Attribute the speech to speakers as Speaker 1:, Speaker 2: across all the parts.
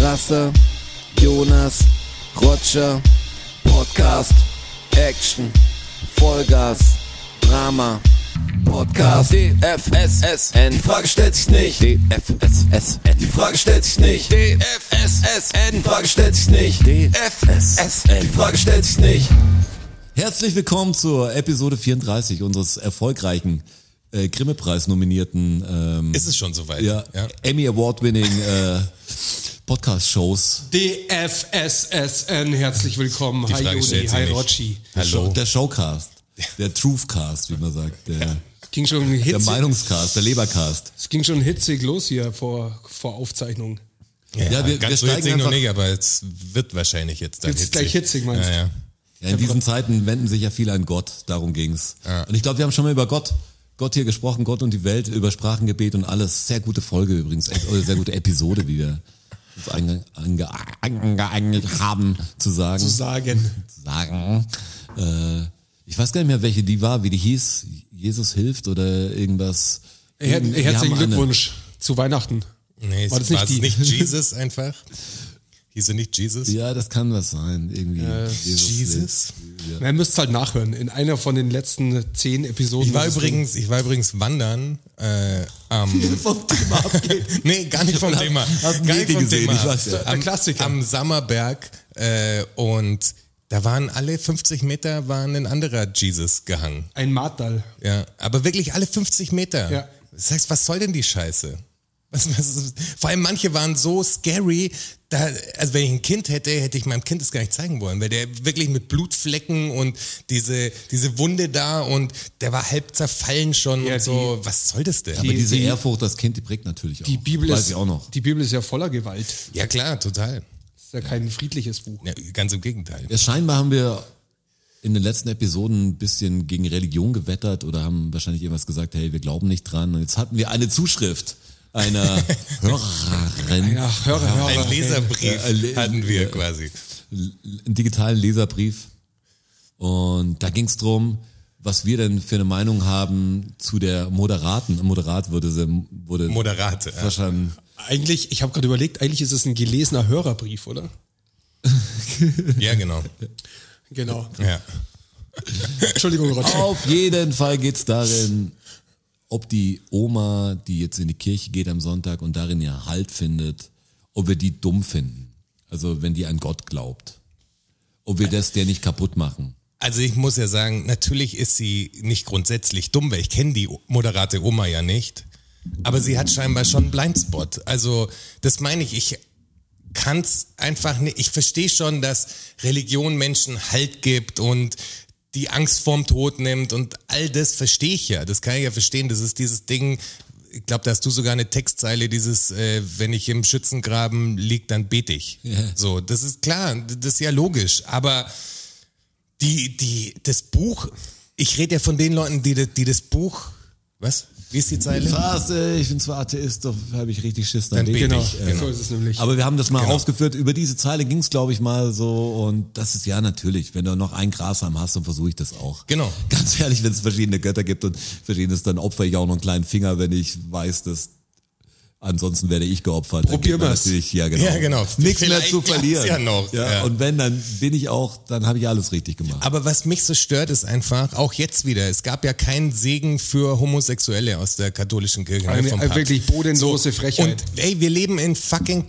Speaker 1: Rasse, Jonas, Roger, Podcast, Action, Vollgas, Drama, Podcast, DFSSN, die Frage stellt sich nicht, DFSSN, die Frage stellt sich nicht, DFSSN, die Frage stellt sich nicht, DFSSN, die Frage stellt sich nicht.
Speaker 2: Herzlich willkommen zur Episode 34 unseres erfolgreichen äh, Grimme-Preis nominierten ähm,
Speaker 3: Ist es schon soweit?
Speaker 2: ja, Emmy Award-winning äh, Podcast-Shows.
Speaker 4: DFSSN, herzlich willkommen.
Speaker 3: Die
Speaker 4: Hi
Speaker 3: Frage
Speaker 4: Joni,
Speaker 3: stellt sich
Speaker 4: hi
Speaker 3: nicht.
Speaker 4: Rotschi.
Speaker 3: Hallo.
Speaker 2: Der Showcast. Der Truthcast, wie man sagt. Der,
Speaker 4: Ging schon
Speaker 2: der
Speaker 4: hitzig,
Speaker 2: Meinungscast, der Lebercast.
Speaker 4: es ging schon hitzig los hier vor, vor Aufzeichnung.
Speaker 2: Ja, wir- wir
Speaker 3: ganz so
Speaker 2: steigen
Speaker 3: hitzig noch
Speaker 2: einfach-
Speaker 3: nicht, aber es wird wahrscheinlich jetzt dann
Speaker 4: Jetzt ist
Speaker 3: hitzig.
Speaker 4: gleich hitzig, meinst
Speaker 3: ja, ja.
Speaker 2: Ja, in diesen Zeiten wenden sich ja viele an Gott, darum ging's.
Speaker 3: Ja.
Speaker 2: Und ich glaube, wir haben schon mal über Gott, Gott hier gesprochen, Gott und die Welt, über Sprachengebet und alles. Sehr gute Folge übrigens, äh, oder sehr gute Episode, wie wir uns ange- ange- angeeignet haben, zu sagen.
Speaker 4: Zu sagen.
Speaker 2: sagen. Äh, ich weiß gar nicht mehr, welche die war, wie die hieß. Jesus hilft oder irgendwas.
Speaker 4: Her
Speaker 2: Irgend- die
Speaker 4: herzlichen
Speaker 2: haben eine-
Speaker 4: Glückwunsch zu Weihnachten.
Speaker 3: Nee,
Speaker 4: War
Speaker 3: war
Speaker 4: das
Speaker 3: es
Speaker 4: nicht
Speaker 3: war es
Speaker 4: die?
Speaker 3: nicht Jesus einfach? Hieß er nicht Jesus?
Speaker 2: Ja, das kann was sein. Irgendwie.
Speaker 4: Äh,
Speaker 2: Jesus. hilft.
Speaker 3: Jesus?
Speaker 4: Na, ihr müsst halt nachhören. In einer von den letzten zehn Episoden.
Speaker 3: Ich war übrigens, ich war übrigens wandern äh, am
Speaker 2: Vom Thema abgeht.
Speaker 3: Nee, gar nicht vom Thema.
Speaker 2: hast ein Mädchen
Speaker 3: Gar nicht vom
Speaker 2: gesehen,
Speaker 3: Thema.
Speaker 2: ich weiß ja.
Speaker 4: Der
Speaker 3: Am,
Speaker 4: Klassiker.
Speaker 3: Am Sammerberg äh, und da waren alle 50 Meter waren ein anderer Jesus gehangen.
Speaker 4: Ein Martal.
Speaker 3: Ja, aber wirklich alle 50 Meter.
Speaker 4: Ja.
Speaker 3: Das heißt, was soll denn die Scheiße? Was, was, vor allem manche waren so scary, da, also wenn ich ein Kind hätte, hätte ich meinem Kind das gar nicht zeigen wollen, weil der wirklich mit Blutflecken und diese, diese Wunde da und der war halb zerfallen schon
Speaker 4: Ja,
Speaker 3: und so. Was soll das denn?
Speaker 2: Aber
Speaker 4: Die-
Speaker 2: diese
Speaker 4: die-
Speaker 2: Ehrfurcht, das Kind, die prägt natürlich auch.
Speaker 4: Die Bibel,
Speaker 2: Weiß
Speaker 4: ist,
Speaker 2: ich auch noch.
Speaker 4: die Bibel ist ja voller Gewalt. Das
Speaker 3: ja klar, total.
Speaker 4: ist ja kein friedliches Buch.
Speaker 3: Ja, ganz im Gegenteil.
Speaker 2: Ja, scheinbar haben wir in den letzten Episoden ein bisschen gegen Religion gewettert oder haben wahrscheinlich irgendwas gesagt, hey, wir glauben nicht dran. Und jetzt hatten wir eine Zuschrift einer Hörerin.
Speaker 4: Ja, Hörer, Hörer.
Speaker 3: Ein
Speaker 2: Ja, le-
Speaker 3: Leserbrief hatten wir quasi.
Speaker 2: einen digitalen Leserbrief. Und da ging es darum, was wir denn für eine Meinung haben zu der Moderaten. Moderat wurde sie wurde
Speaker 3: Moderate. ja.
Speaker 2: wahrscheinlich.
Speaker 4: Eigentlich, ich habe gerade überlegt, eigentlich ist es ein gelesener Hörerbrief, oder?
Speaker 3: Ja, genau.
Speaker 4: Genau.
Speaker 3: Ja. Oh.
Speaker 4: Entschuldigung, Rotschi.
Speaker 2: Auf jeden Fall geht's darin, ob die Oma, die jetzt in die Kirche geht am Sonntag und darin ja Halt findet, ob wir die dumm finden. Also wenn die an Gott glaubt. Ob wir das der nicht kaputt machen.
Speaker 3: Also ich muss ja sagen, natürlich ist sie nicht grundsätzlich dumm, weil ich kenne die moderate Oma ja nicht. Aber sie hat scheinbar schon einen Blindspot. Also das meine ich, ich kann's einfach nicht. Ich verstehe schon, dass Religion Menschen Halt gibt und die Angst vorm Tod nimmt und all das verstehe ich ja. Das kann ich ja verstehen. Das ist dieses Ding. Ich glaube, da hast du sogar eine Textzeile, dieses, äh, wenn ich im Schützengraben lieg, dann bete ich. So, das ist klar, das ist ja logisch. Aber die, die, das Buch, ich rede ja von den Leuten, die, die das Buch, was? Wie ist die Zeile?
Speaker 2: Was? äh, Ich bin zwar Atheist, doch habe ich richtig Schiss.
Speaker 3: Dann
Speaker 2: leg ich
Speaker 3: bete
Speaker 4: Genau,
Speaker 3: ich,
Speaker 4: so ist es nämlich.
Speaker 2: Aber wir haben das mal
Speaker 3: Genau.
Speaker 2: aufgeführt. Über diese Zeile ging's, glaub glaube ich, mal so. Und das ist ja natürlich, wenn du noch ein Grashalm hast, dann versuche ich das auch.
Speaker 3: Genau.
Speaker 2: Ganz ehrlich, wenn es verschiedene Götter gibt und verschiedenes, dann opfer ich auch noch einen kleinen Finger, wenn ich weiß, dass ansonsten werde ich geopfert. Dann
Speaker 4: Probier
Speaker 2: geht man
Speaker 4: mal's.
Speaker 2: Natürlich, ja, genau.
Speaker 3: Ja, genau.
Speaker 2: Nichts mehr
Speaker 3: Vielleicht
Speaker 2: zu
Speaker 3: klappt's
Speaker 2: verlieren.
Speaker 3: ja noch.
Speaker 2: Ja,
Speaker 3: Ja.
Speaker 2: Und wenn, dann bin ich auch, dann habe ich alles richtig gemacht.
Speaker 3: Aber was mich so stört, ist einfach, auch jetzt wieder, es gab ja keinen Segen für Homosexuelle aus der katholischen Kirche. ne,
Speaker 4: Eine-
Speaker 3: vom
Speaker 4: eine
Speaker 3: Papst.
Speaker 4: wirklich bodenlose Frechheit.
Speaker 3: Und ey, wir leben in fucking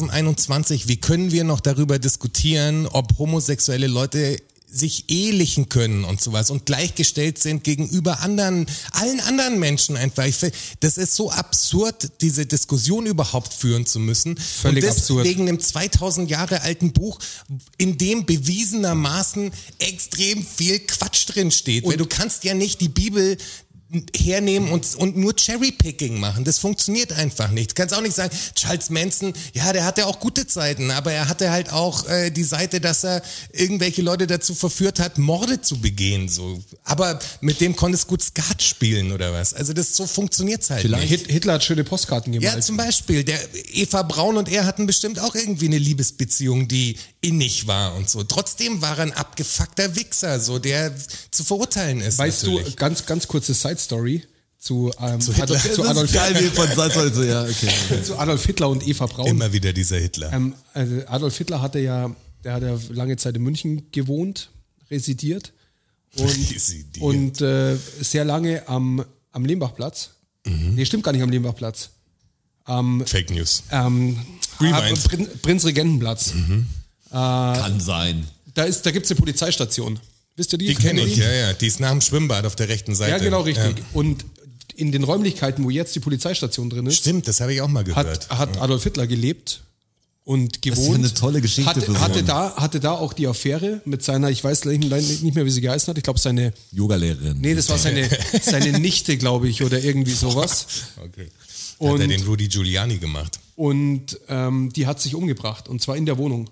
Speaker 3: 2021. Wie können wir noch darüber diskutieren, ob homosexuelle Leute sich ehelichen können und sowas und gleichgestellt sind gegenüber anderen, allen anderen Menschen einfach. Ich, fi- das ist so absurd, diese Diskussion überhaupt führen zu müssen.
Speaker 4: Völlig
Speaker 3: und
Speaker 4: absurd.
Speaker 3: deswegen einem 2000 Jahre alten Buch, in dem bewiesenermaßen extrem viel Quatsch drin steht. Weil du kannst ja nicht die Bibel hernehmen und, und nur Cherrypicking machen. Das funktioniert einfach nicht. Du kannst auch nicht sagen, Charles Manson, ja, der hatte auch gute Zeiten, aber er hatte halt auch äh, die Seite, dass er irgendwelche Leute dazu verführt hat, Morde zu begehen. So. Aber mit dem konntest du gut Skat spielen oder was. Also das so funktioniert's halt nicht.
Speaker 4: Hit- Hitler hat schöne Postkarten
Speaker 3: Ja,
Speaker 4: gemalt.
Speaker 3: zum Beispiel. Der Eva Braun und er hatten bestimmt auch irgendwie eine Liebesbeziehung, die innig war und so. Trotzdem war er ein abgefuckter Wichser, so der zu verurteilen ist.
Speaker 4: weißt
Speaker 3: natürlich.
Speaker 4: du, ganz, ganz kurze Side-Story. zu, ähm,
Speaker 3: Zu Hitler.
Speaker 4: Adolf, zu,
Speaker 2: Das
Speaker 4: Adolf,
Speaker 2: ist geil, wie von Salzwald so, ja, okay.
Speaker 4: zu Adolf Hitler und Eva Braun.
Speaker 3: Immer wieder dieser Hitler.
Speaker 4: Ähm, also Adolf Hitler hatte ja, der hat ja lange Zeit in München gewohnt, residiert und,
Speaker 3: Residiert.
Speaker 4: und äh, sehr lange am, am Lehmbachplatz.
Speaker 3: Mhm.
Speaker 4: Nee, stimmt gar nicht am Lehmbachplatz.
Speaker 3: Fake News.
Speaker 4: Ähm,
Speaker 3: Rewind.
Speaker 4: ah, Prin, Prinzregentenplatz.
Speaker 2: Kann sein.
Speaker 4: Da, ist- da gibt es eine Polizeistation. Wisst ihr die?
Speaker 3: Die kenne
Speaker 4: Kennt
Speaker 3: ich,
Speaker 4: ihr
Speaker 3: ja, ja. Die ist nach dem Schwimmbad auf der rechten Seite. Ähm,
Speaker 4: Ja, genau richtig.
Speaker 3: Ja.
Speaker 4: Und in den Räumlichkeiten, wo jetzt die Polizeistation drin ist,
Speaker 3: Stimmt, das habe ich auch mal gehört.
Speaker 4: hat, hat Adolf Hitler gelebt und
Speaker 2: ist
Speaker 4: gewohnt.
Speaker 2: eine tolle Geschichte für
Speaker 4: Hatte,
Speaker 2: so
Speaker 4: hatte,
Speaker 2: einen-
Speaker 4: da, hatte da auch die Affäre mit seiner, ich weiß leider nicht mehr, wie sie geheißen hat. Ich glaube, seine,
Speaker 2: Yogalehrerin.
Speaker 4: nee, das war seine, seine Nichte, glaube ich, oder irgendwie sowas.
Speaker 3: okay. hat er
Speaker 4: Und-
Speaker 3: den Rudy Giuliani gemacht.
Speaker 4: Und ähm, die hat sich umgebracht und zwar in der Wohnung,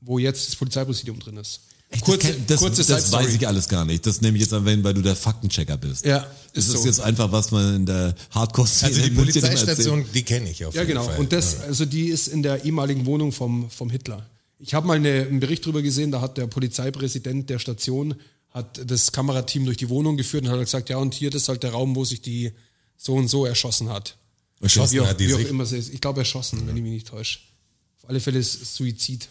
Speaker 4: wo jetzt das Polizeipräsidium drin ist.
Speaker 2: Echt,
Speaker 4: Kurze,
Speaker 2: das, kenn- das,
Speaker 4: kurze
Speaker 2: das
Speaker 4: Side-Story.
Speaker 2: weiß ich alles gar nicht. Das nehme ich jetzt an, wenn, weil du der Faktenchecker bist.
Speaker 4: Ja,
Speaker 2: Ist
Speaker 4: ist
Speaker 2: das
Speaker 4: so.
Speaker 2: jetzt einfach, was man in der Hardcore-Szene
Speaker 3: Also die
Speaker 2: in München immer erzählt?
Speaker 3: Polizeistation, die kenne ich auf
Speaker 4: Ja,
Speaker 3: jeden
Speaker 4: genau.
Speaker 3: Fall.
Speaker 4: Und das, also die ist in der ehemaligen Wohnung vom, vom Hitler. Ich habe mal eine, einen Bericht drüber gesehen, da hat der Polizeipräsident der Station hat das Kamerateam durch die Wohnung geführt und hat gesagt, ja, und hier das ist halt der Raum, wo sich die so und so erschossen hat.
Speaker 3: Schossen
Speaker 4: Wie auch,
Speaker 3: hat die
Speaker 4: wie auch
Speaker 3: sich.
Speaker 4: immer sie ist. Ich glaube erschossen, wenn ich mich nicht täusche. Auf alle Fälle ist Suizid.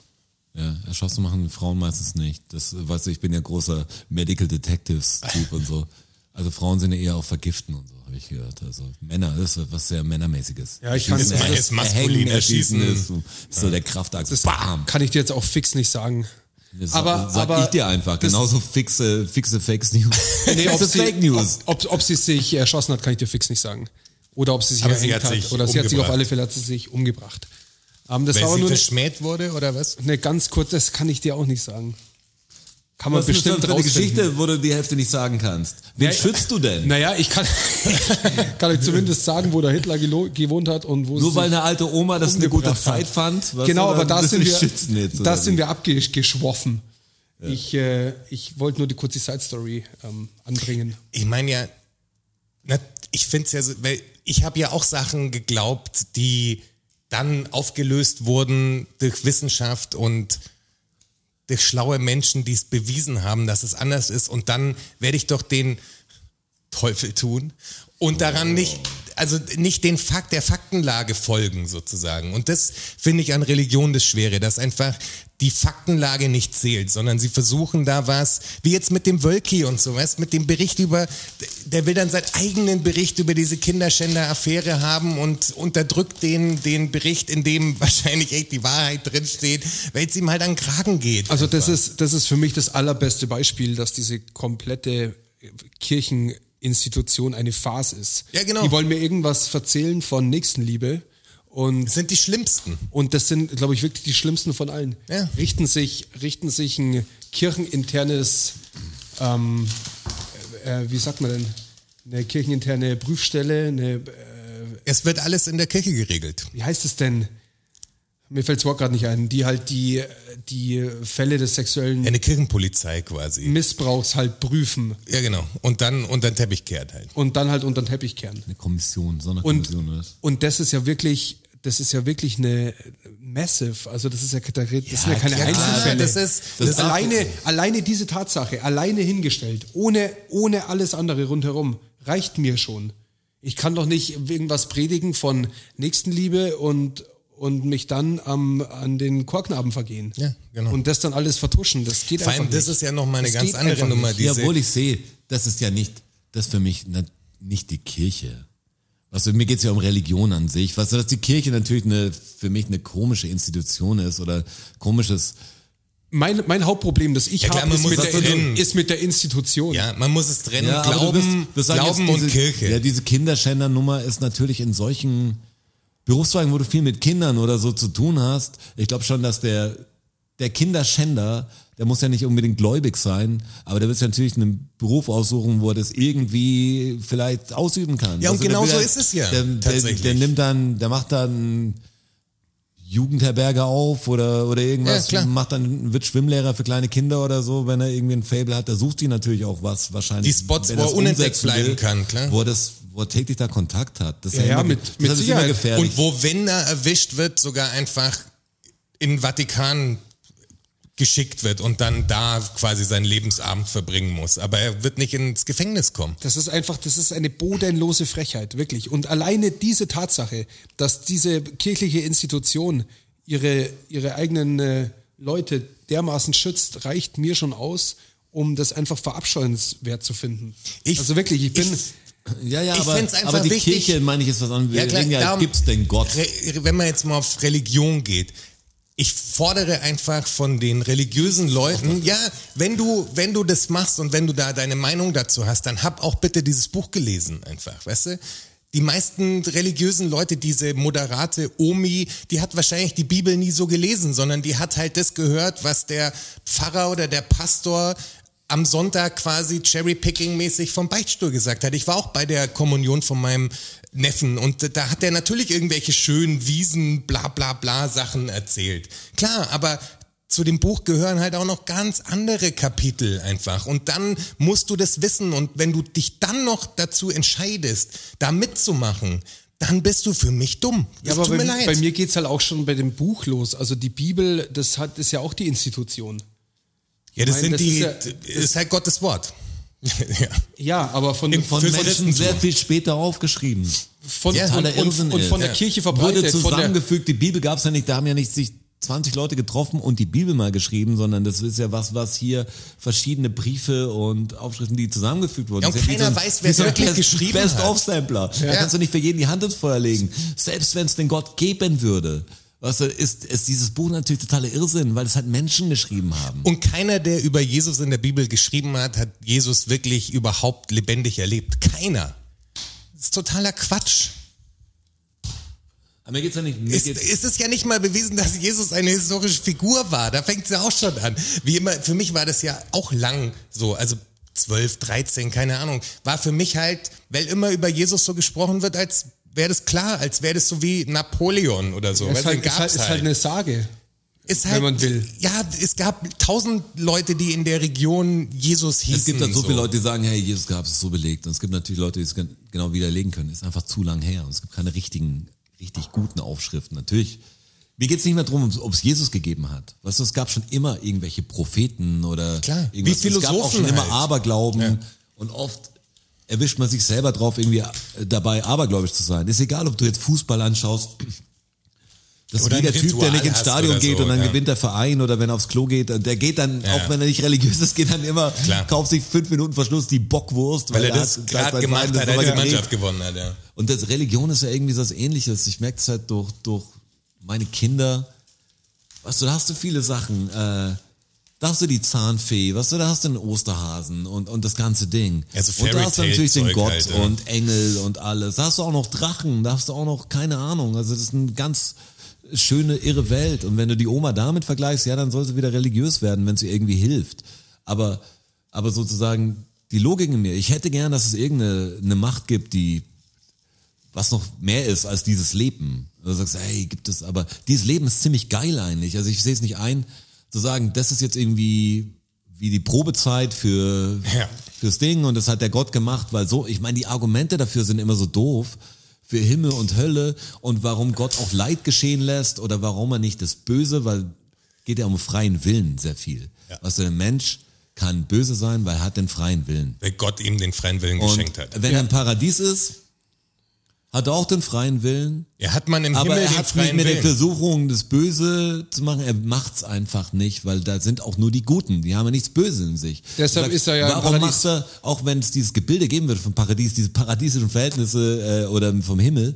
Speaker 2: Ja, erschossen machen Frauen meistens nicht. Das, äh, weißt du, ich bin ja großer Medical Detectives-Typ und so. Also Frauen sind ja eher auf Vergiften und so, habe ich gehört. Also Männer, das ist was sehr Männermäßiges.
Speaker 4: Ja, ich kann-
Speaker 2: Schießen,
Speaker 4: ist-
Speaker 2: erhängen,
Speaker 3: ist maskulin
Speaker 2: erschießen.
Speaker 3: erschießen.
Speaker 2: Ist so, ist so der Kraftakt.
Speaker 4: Das
Speaker 2: Bam!
Speaker 4: kann ich dir jetzt auch fix nicht sagen.
Speaker 2: Das
Speaker 4: aber-
Speaker 2: sag
Speaker 4: aber
Speaker 2: ich dir einfach.
Speaker 4: das-
Speaker 2: Genauso fixe, fixe Fake News.
Speaker 4: Nee, ob,
Speaker 2: fixe
Speaker 4: sie,
Speaker 2: Fake News.
Speaker 4: Ob, ob, ob sie sich erschossen hat, kann ich dir fix nicht sagen. Oder ob sie sich
Speaker 3: Aber sie
Speaker 4: erhängt
Speaker 3: hat
Speaker 4: hat.
Speaker 3: sich
Speaker 4: oder sie hat sich auf
Speaker 3: umgebracht.
Speaker 4: alle Fälle hat sie sich umgebracht. Ähm, das
Speaker 3: Weil
Speaker 4: war aber
Speaker 3: sie
Speaker 4: nur eine-
Speaker 3: verschmäht wurde oder was?
Speaker 4: Ne, ganz kurz, das kann ich dir auch nicht sagen. Kann man
Speaker 2: Was ist das
Speaker 4: bestimmt
Speaker 2: für eine
Speaker 4: rausfinden.
Speaker 2: Geschichte, wo du die Hälfte nicht sagen kannst? Wen
Speaker 4: Ja,
Speaker 2: schützt du denn?
Speaker 4: Naja, ich kann, kann euch zumindest sagen, wo der Hitler gelo- gewohnt hat und wo
Speaker 2: Nur
Speaker 4: sie
Speaker 2: weil
Speaker 4: sich
Speaker 2: eine alte Oma das eine gute
Speaker 4: umgebracht
Speaker 2: Zeit
Speaker 4: hat.
Speaker 2: fand? weißt
Speaker 4: Genau,
Speaker 2: du,
Speaker 4: aber
Speaker 2: dann
Speaker 4: da
Speaker 2: bist du
Speaker 4: sind
Speaker 2: die
Speaker 4: wir,
Speaker 2: Schützen jetzt,
Speaker 4: da
Speaker 2: oder
Speaker 4: sind
Speaker 2: wie?
Speaker 4: wir abgeschwoffen. Ich, äh, ich wollte nur die kurze Side-Story ähm, anbringen.
Speaker 3: Ich meine ja, na, ich finde es ja so, weil ich habe ja auch Sachen geglaubt, die dann aufgelöst wurden durch Wissenschaft und durch schlaue Menschen, die es bewiesen haben, dass es anders ist. Und dann werde ich doch den Teufel tun und daran nicht, also nicht den Fakt der Faktenlage folgen sozusagen. Und das finde ich an Religion das Schwere, dass einfach die Faktenlage nicht zählt, sondern sie versuchen da was, wie jetzt mit dem Wölki und so, weißt, mit dem Bericht über, der will dann seinen eigenen Bericht über diese Kinderschänder-Affäre haben und unterdrückt den, den Bericht, in dem wahrscheinlich echt die Wahrheit drinsteht, weil es ihm halt an den Kragen geht.
Speaker 4: Also das ist, das ist für mich das allerbeste Beispiel, dass diese komplette Kircheninstitution eine Farce ist.
Speaker 3: Ja, genau.
Speaker 4: Die wollen mir irgendwas verzählen von Nächstenliebe und
Speaker 3: Das sind die schlimmsten.
Speaker 4: Und das sind, glaube ich, wirklich die schlimmsten von allen.
Speaker 3: Ja.
Speaker 4: Richten, sich, richten sich ein kircheninternes, ähm, äh, wie sagt man denn, eine kircheninterne Prüfstelle, eine, äh,
Speaker 3: Es wird alles in der Kirche geregelt.
Speaker 4: wie heißt es denn? Mir fällt das Wort gerade nicht ein, die halt die, die Fälle des sexuellen
Speaker 3: Eine Kirchenpolizei quasi.
Speaker 4: Missbrauchs halt prüfen
Speaker 3: Ja, genau. Und dann unter den Teppich kehrt halt.
Speaker 4: und dann halt unter den Teppich kehren.
Speaker 2: Eine Kommission,
Speaker 4: Und,
Speaker 2: Sonderkommission oder was?
Speaker 4: und das ist ja wirklich, das ist ja wirklich eine massive, also das ist ja, das sind ja keine
Speaker 3: klar,
Speaker 4: Einzelfälle.
Speaker 3: das ist-
Speaker 4: das
Speaker 3: das
Speaker 4: alleine, alleine diese Tatsache, alleine hingestellt, ohne, ohne alles andere rundherum, reicht mir schon. Ich kann doch nicht irgendwas predigen von Nächstenliebe und, und mich dann am, an den Chorknaben vergehen.
Speaker 3: Ja, genau.
Speaker 4: Und das dann alles vertuschen, das geht
Speaker 3: Vor
Speaker 4: einfach
Speaker 3: allem, das
Speaker 4: nicht.
Speaker 3: ist ja nochmal eine
Speaker 4: Das
Speaker 3: ganz
Speaker 4: geht
Speaker 3: andere
Speaker 4: einfach
Speaker 3: Nummer.
Speaker 4: nicht.
Speaker 3: Diese,
Speaker 2: Ja, obwohl ich sehe, das ist ja nicht, das ist für mich na- nicht die Kirche. Weißt du, mir geht's ja um Religion an sich. Weißt du, dass die Kirche natürlich eine, für mich eine komische Institution ist oder komisches,
Speaker 4: mein, mein Hauptproblem, das ich
Speaker 3: Ja, klar,
Speaker 4: habe,
Speaker 3: man
Speaker 4: ist,
Speaker 3: muss
Speaker 4: mit
Speaker 3: das trennen.
Speaker 4: der- ist mit der Institution.
Speaker 3: ja, man muss es trennen.
Speaker 2: aber
Speaker 3: Glauben,
Speaker 2: wirst- wirst sagen,
Speaker 3: Glauben
Speaker 2: jetzt
Speaker 3: und
Speaker 2: diese,
Speaker 3: Kirche.
Speaker 2: Ja, diese Kinderschänder-Nummer ist natürlich in solchen Berufszweigen, wo du viel mit Kindern oder so zu tun hast. Ich glaube schon, dass der, der Kinderschänder, der muss ja nicht unbedingt gläubig sein, aber der wird sich natürlich einen Beruf aussuchen, wo er das irgendwie vielleicht ausüben kann. Also
Speaker 3: Ja, und
Speaker 2: der
Speaker 3: genau
Speaker 2: will
Speaker 3: so ist es ja,
Speaker 2: Der, der,
Speaker 3: tatsächlich.
Speaker 2: der nimmt dann, der macht dann Jugendherberge auf oder, oder
Speaker 3: Ja,
Speaker 2: irgendwas,
Speaker 3: klar.
Speaker 2: macht dann, wird Schwimmlehrer für kleine Kinder oder so, wenn er irgendwie ein Fable hat, da sucht die natürlich auch was, wahrscheinlich.
Speaker 3: Die Spots,
Speaker 2: wenn
Speaker 3: wo er
Speaker 2: das
Speaker 3: unentdeckt
Speaker 2: umsetzen
Speaker 3: bleiben kann, klar.
Speaker 2: Wo er, das, wo er täglich da Kontakt hat. Das ist ja,
Speaker 4: Ja, ja,
Speaker 2: immer,
Speaker 4: mit-
Speaker 2: das
Speaker 4: mit
Speaker 2: ist immer
Speaker 4: Sicherheit.
Speaker 2: gefährlich.
Speaker 3: und wo, wenn er erwischt wird, sogar einfach in den Vatikan geschickt wird und dann da quasi seinen Lebensabend verbringen muss. Aber er wird nicht ins Gefängnis kommen.
Speaker 4: Das ist einfach, das ist eine bodenlose Frechheit, wirklich. Und alleine diese Tatsache, dass diese kirchliche Institution ihre, ihre eigenen äh, Leute dermaßen schützt, reicht mir schon aus, um das einfach verabscheuenswert zu finden.
Speaker 3: Ich-
Speaker 4: also wirklich, ich bin,
Speaker 3: ich-
Speaker 2: Ja, ja,
Speaker 3: Ich
Speaker 2: aber,
Speaker 3: find's einfach
Speaker 2: aber die
Speaker 3: wichtig-
Speaker 2: Kirche, meine ich, ist was anderes. Wir
Speaker 3: Ja, klar,
Speaker 2: reden ja,
Speaker 3: darum-
Speaker 2: gibt's denn Gott?
Speaker 3: Re wenn man jetzt mal auf Religion geht, ich fordere einfach von den religiösen Leuten, ja, wenn du, wenn du das machst und wenn du da deine Meinung dazu hast, dann hab auch bitte dieses Buch gelesen einfach, weißt du? Die meisten religiösen Leute, diese moderate Omi, die hat wahrscheinlich die Bibel nie so gelesen, sondern die hat halt das gehört, was der Pfarrer oder der Pastor am Sonntag quasi Cherry-Picking-mäßig vom Beichtstuhl gesagt hat. Ich war auch bei der Kommunion von meinem Neffen und da hat er natürlich irgendwelche schönen Wiesen, bla bla bla Sachen erzählt. Klar, aber zu dem Buch gehören halt auch noch ganz andere Kapitel einfach. Und dann musst du das wissen und wenn du dich dann noch dazu entscheidest, da mitzumachen, dann bist du für mich dumm.
Speaker 4: Ja,
Speaker 3: Das
Speaker 4: aber
Speaker 3: tut
Speaker 4: bei,
Speaker 3: mir leid.
Speaker 4: bei mir geht's halt auch schon bei dem Buch los. Also die Bibel, das hat, ist ja auch die Institution.
Speaker 3: ja, das
Speaker 4: Nein,
Speaker 3: sind
Speaker 4: das
Speaker 3: die,
Speaker 4: ist
Speaker 3: ist,
Speaker 4: ja-
Speaker 3: halt Gottes Wort. ja.
Speaker 4: Ja, aber von,
Speaker 3: Im
Speaker 2: Von
Speaker 3: Fünf
Speaker 2: Menschen
Speaker 3: Christen-
Speaker 2: sehr viel später aufgeschrieben.
Speaker 4: von,
Speaker 3: Ja,
Speaker 4: und,
Speaker 2: totaler
Speaker 4: und,
Speaker 2: Irrsinn,
Speaker 4: und von
Speaker 2: ey.
Speaker 4: der Kirche verbreitet.
Speaker 2: Wurde
Speaker 4: von der,
Speaker 2: zusammengefügt, die Bibel gab's ja nicht, da haben ja nicht sich 20 Leute getroffen und die Bibel mal geschrieben, sondern das ist ja was, was hier verschiedene Briefe und Aufschriften, die zusammengefügt wurden.
Speaker 3: Ja, und
Speaker 2: Das ist wie
Speaker 3: keiner
Speaker 2: ein-
Speaker 3: weiß, wer
Speaker 2: wie so ein
Speaker 3: wirklich
Speaker 2: Best,
Speaker 3: geschrieben hat.
Speaker 2: Best of Sampler. Da
Speaker 3: Ja.
Speaker 2: kannst du nicht für jeden die Hand ins Feuer legen. Selbst wenn es den Gott geben würde. Weißt du, ist, ist dieses Buch natürlich totaler Irrsinn, weil es halt Menschen geschrieben haben.
Speaker 3: Und keiner, der über Jesus in der Bibel geschrieben hat, hat Jesus wirklich überhaupt lebendig erlebt. Keiner. Das ist totaler Quatsch.
Speaker 2: Aber mir geht's ja nicht. Mir
Speaker 3: Ist,
Speaker 2: geht's,
Speaker 3: ist es ja nicht mal bewiesen, dass Jesus eine historische Figur war. Da fängt es ja auch schon an. Wie immer, für mich war das ja auch lang so. Also 12, 13, keine Ahnung. War für mich halt, weil immer über Jesus so gesprochen wird, als wäre das klar, als wäre das so wie Napoleon oder so.
Speaker 4: ist,
Speaker 3: Weißt du,
Speaker 4: halt, ist,
Speaker 3: gab's
Speaker 4: halt, ist halt eine Sage.
Speaker 3: ist
Speaker 4: wenn man will.
Speaker 3: Ja, es gab tausend Leute, die in der Region Jesus hießen.
Speaker 2: Es gibt halt so viele Leute, die sagen, hey, Jesus gab es ist so belegt. Und es gibt natürlich Leute, die es gen- genau widerlegen können. Ist einfach zu lang her. Und es gibt keine richtigen, richtig guten Aufschriften. Natürlich. Mir geht's nicht mehr drum, ob es Jesus gegeben hat. Weißt du, es gab schon immer irgendwelche Propheten oder
Speaker 3: Klar. Wie
Speaker 2: irgendwas. es gab auch
Speaker 3: Philosophen
Speaker 2: schon immer
Speaker 3: halt.
Speaker 2: Aberglauben.
Speaker 3: Ja.
Speaker 2: Und oft erwischt man sich selber drauf, irgendwie äh, dabei abergläubisch zu sein. Ist egal, ob du jetzt Fußball anschaust. Das ist
Speaker 3: Oder
Speaker 2: wie
Speaker 3: ein
Speaker 2: der Typ, der
Speaker 3: Ritual
Speaker 2: nicht ins
Speaker 3: hast
Speaker 2: Stadion
Speaker 3: oder
Speaker 2: geht
Speaker 3: so,
Speaker 2: und dann
Speaker 3: ja.
Speaker 2: gewinnt gewinnt der Verein oder wenn er aufs Klo geht, der geht dann,
Speaker 3: Ja.
Speaker 2: auch wenn er nicht religiös ist, geht dann immer,
Speaker 3: Klar.
Speaker 2: kauft sich fünf Minuten vor Schluss die Bockwurst,
Speaker 3: Weil er
Speaker 2: da
Speaker 3: das
Speaker 2: hat- da
Speaker 3: gerade
Speaker 2: sein
Speaker 3: gemacht
Speaker 2: Verein das
Speaker 3: hat, als die
Speaker 2: nochmal gedreht.
Speaker 3: Mannschaft gewonnen hat. Ja.
Speaker 2: Und das Religion ist ja irgendwie so was ähnliches. Ich merke es halt durch, durch meine Kinder. Weißt du, da hast du viele Sachen. Äh, da hast du die Zahnfee, weißt du, da hast du den Osterhasen und, und das ganze Ding.
Speaker 3: Also
Speaker 2: und da hast du natürlich den
Speaker 3: Fairytale-Zeug
Speaker 2: Gott
Speaker 3: halt, ja.
Speaker 2: und Engel und alles. Da hast du auch noch Drachen, da hast du auch noch, keine Ahnung. Also das ist eine ganz schöne, irre Welt. Und wenn du die Oma damit vergleichst, ja, dann soll sie wieder religiös werden, wenn sie irgendwie hilft. Aber, aber sozusagen die Logik in mir, ich hätte gern, dass es irgendeine eine Macht gibt, die was noch mehr ist als dieses Leben. Du sagst, hey, gibt es, aber dieses Leben ist ziemlich geil eigentlich. Also ich sehe es nicht ein, zu sagen, das ist jetzt irgendwie wie die Probezeit für
Speaker 3: Ja.
Speaker 2: fürs Ding und das hat der Gott gemacht, weil so, ich meine, die Argumente dafür sind immer so doof für Himmel und Hölle und warum Gott auch Leid geschehen lässt oder warum er nicht das Böse, weil geht ja um freien Willen sehr viel.
Speaker 3: Ja.
Speaker 2: Weißt du, der Mensch kann böse sein, weil er hat den freien Willen.
Speaker 3: Weil Gott ihm den freien Willen geschenkt hat.
Speaker 2: Wenn er im Paradies ist, hat er auch den freien Willen.
Speaker 3: Er hat man im
Speaker 2: Aber
Speaker 3: Himmel
Speaker 2: er
Speaker 3: den
Speaker 2: hat nicht
Speaker 3: freien
Speaker 2: mit den
Speaker 3: Willen.
Speaker 2: Versuchungen, das Böse zu machen. Er macht's einfach nicht, weil da sind auch nur die Guten. Die haben ja nichts Böses in sich.
Speaker 4: Deshalb
Speaker 2: Du sagst,
Speaker 4: ist er ja im
Speaker 2: Warum
Speaker 4: Paradies.
Speaker 2: macht er, auch wenn es dieses Gebilde geben wird vom Paradies, diese paradiesischen Verhältnisse äh, oder vom Himmel,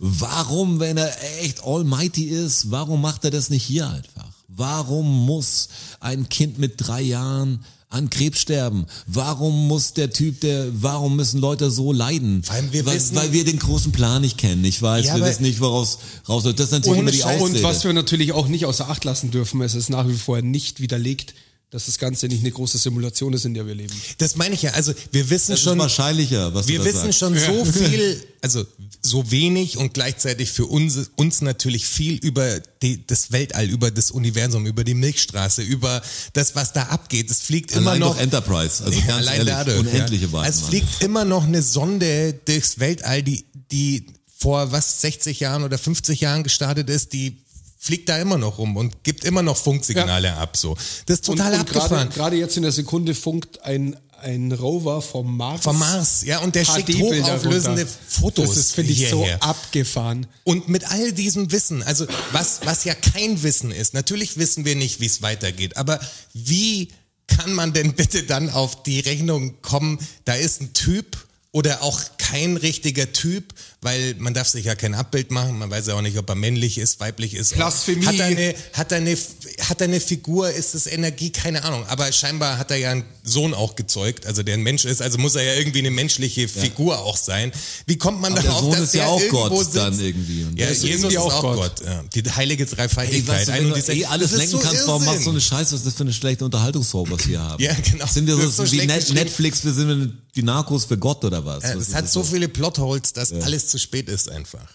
Speaker 2: warum, wenn er echt almighty ist, warum macht er das nicht hier einfach? Warum muss ein Kind mit drei Jahren an Krebs sterben? Warum muss der Typ, der, warum müssen Leute so leiden?
Speaker 3: Vor allem wir
Speaker 2: weil,
Speaker 3: wissen-
Speaker 2: weil wir den großen Plan nicht kennen. Ich weiß,
Speaker 3: Ja,
Speaker 2: wir
Speaker 3: aber-
Speaker 2: wissen nicht, woraus raus soll. Das ist natürlich immer die
Speaker 3: Scheiß.
Speaker 2: Ausrede.
Speaker 4: Und was wir natürlich auch nicht außer Acht lassen dürfen, es ist nach wie vor nicht widerlegt, dass das Ganze nicht eine große Simulation ist, in der wir leben.
Speaker 3: Das meine ich ja. Also wir wissen
Speaker 2: das ist
Speaker 3: schon,
Speaker 2: wahrscheinlicher, was
Speaker 3: wir
Speaker 2: du da
Speaker 3: wissen
Speaker 2: sagst.
Speaker 3: schon so viel, also so wenig und gleichzeitig für uns, uns natürlich viel über die, das Weltall, über das Universum, über die Milchstraße, über das, was da abgeht. Es fliegt immer
Speaker 2: Allein
Speaker 3: noch
Speaker 2: durch Enterprise, also
Speaker 3: Ja,
Speaker 2: ganz
Speaker 3: allein
Speaker 2: ehrlich,
Speaker 3: dadurch.
Speaker 2: unendliche
Speaker 3: ja.
Speaker 2: Weise.
Speaker 3: Es
Speaker 2: Mann.
Speaker 3: fliegt immer noch eine Sonde durchs Weltall, die, die vor was 60 Jahren oder 50 Jahren gestartet ist, die fliegt da immer noch rum und gibt immer noch Funksignale ab. So. Das ist total
Speaker 4: und, und gerade,
Speaker 3: abgefahren.
Speaker 4: gerade jetzt in der Sekunde funkt ein, ein Rover vom Mars.
Speaker 3: Vom Mars, ja, und der schickt
Speaker 4: HD-Bilder
Speaker 3: hochauflösende
Speaker 4: runter.
Speaker 3: Fotos.
Speaker 4: Das ist, finde ich, so
Speaker 3: hierher.
Speaker 4: abgefahren.
Speaker 3: Und mit all diesem Wissen, also was, was ja kein Wissen ist, natürlich wissen wir nicht, wie es weitergeht, aber wie kann man denn bitte dann auf die Rechnung kommen, da ist ein Typ oder auch kein richtiger Typ, weil man darf sich ja kein Abbild machen, man weiß ja auch nicht, ob er männlich ist, weiblich ist.
Speaker 4: Blasphemie.
Speaker 3: Hat er eine, hat er eine, hat er eine Figur, ist es Energie, keine Ahnung. Aber scheinbar hat er ja einen Sohn auch gezeugt, also der ein Mensch ist, also muss er ja irgendwie eine menschliche Figur auch sein. Wie kommt man
Speaker 2: Aber der
Speaker 3: darauf,
Speaker 2: Sohn
Speaker 3: dass
Speaker 2: ist
Speaker 3: der
Speaker 2: ja auch
Speaker 3: irgendwo
Speaker 2: Gott
Speaker 3: sitzt?
Speaker 2: dann irgendwie. Und
Speaker 3: Ja,
Speaker 2: der ist eh
Speaker 3: Jesus
Speaker 4: irgendwie
Speaker 3: ist
Speaker 4: auch
Speaker 3: auch
Speaker 4: Gott.
Speaker 3: Gott. Ja. Die heilige
Speaker 2: Ey,
Speaker 3: Dreifaltigkeit.
Speaker 2: weißt du,
Speaker 3: Ein
Speaker 2: wenn
Speaker 3: und
Speaker 2: du
Speaker 3: dieselbe.
Speaker 2: eh alles
Speaker 3: Das ist
Speaker 2: lenken kannst, warum machst du eine Scheiße? Was ist das für eine schlechte Unterhaltungsform, was wir haben?
Speaker 3: Ja, genau.
Speaker 2: Sind wir
Speaker 3: Das
Speaker 2: so,
Speaker 3: ist so
Speaker 2: wie
Speaker 3: schlecht
Speaker 2: Net
Speaker 3: geschrieben.
Speaker 2: Netflix, wir sind die Narcos für Gott oder was?
Speaker 3: Ja,
Speaker 2: was
Speaker 3: es
Speaker 2: ist
Speaker 3: hat
Speaker 2: das
Speaker 3: so viele Plotholes, dass alles zu spät ist einfach.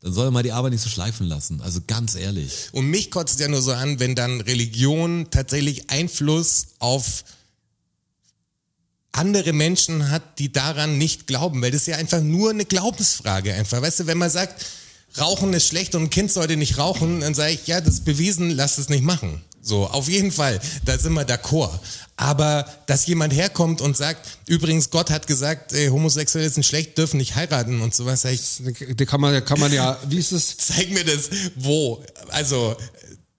Speaker 2: Dann soll er mal die Arbeit nicht so schleifen lassen. Also ganz ehrlich.
Speaker 3: Und mich kotzt ja nur so an, wenn dann Religion tatsächlich Einfluss auf andere Menschen hat, die daran nicht glauben, weil das ist ja einfach nur eine Glaubensfrage einfach. Weißt du, wenn man sagt, Rauchen ist schlecht und ein Kind sollte nicht rauchen, dann sage ich, ja, das ist bewiesen, lass es nicht machen. So, auf jeden Fall, da sind wir d'accord. Aber dass jemand herkommt und sagt, übrigens, Gott hat gesagt, äh, Homosexuelle sind schlecht, dürfen nicht heiraten und sowas, sag ich,
Speaker 4: Da kann man, kann man ja, wie ist es?
Speaker 3: zeig mir das, wo. Also,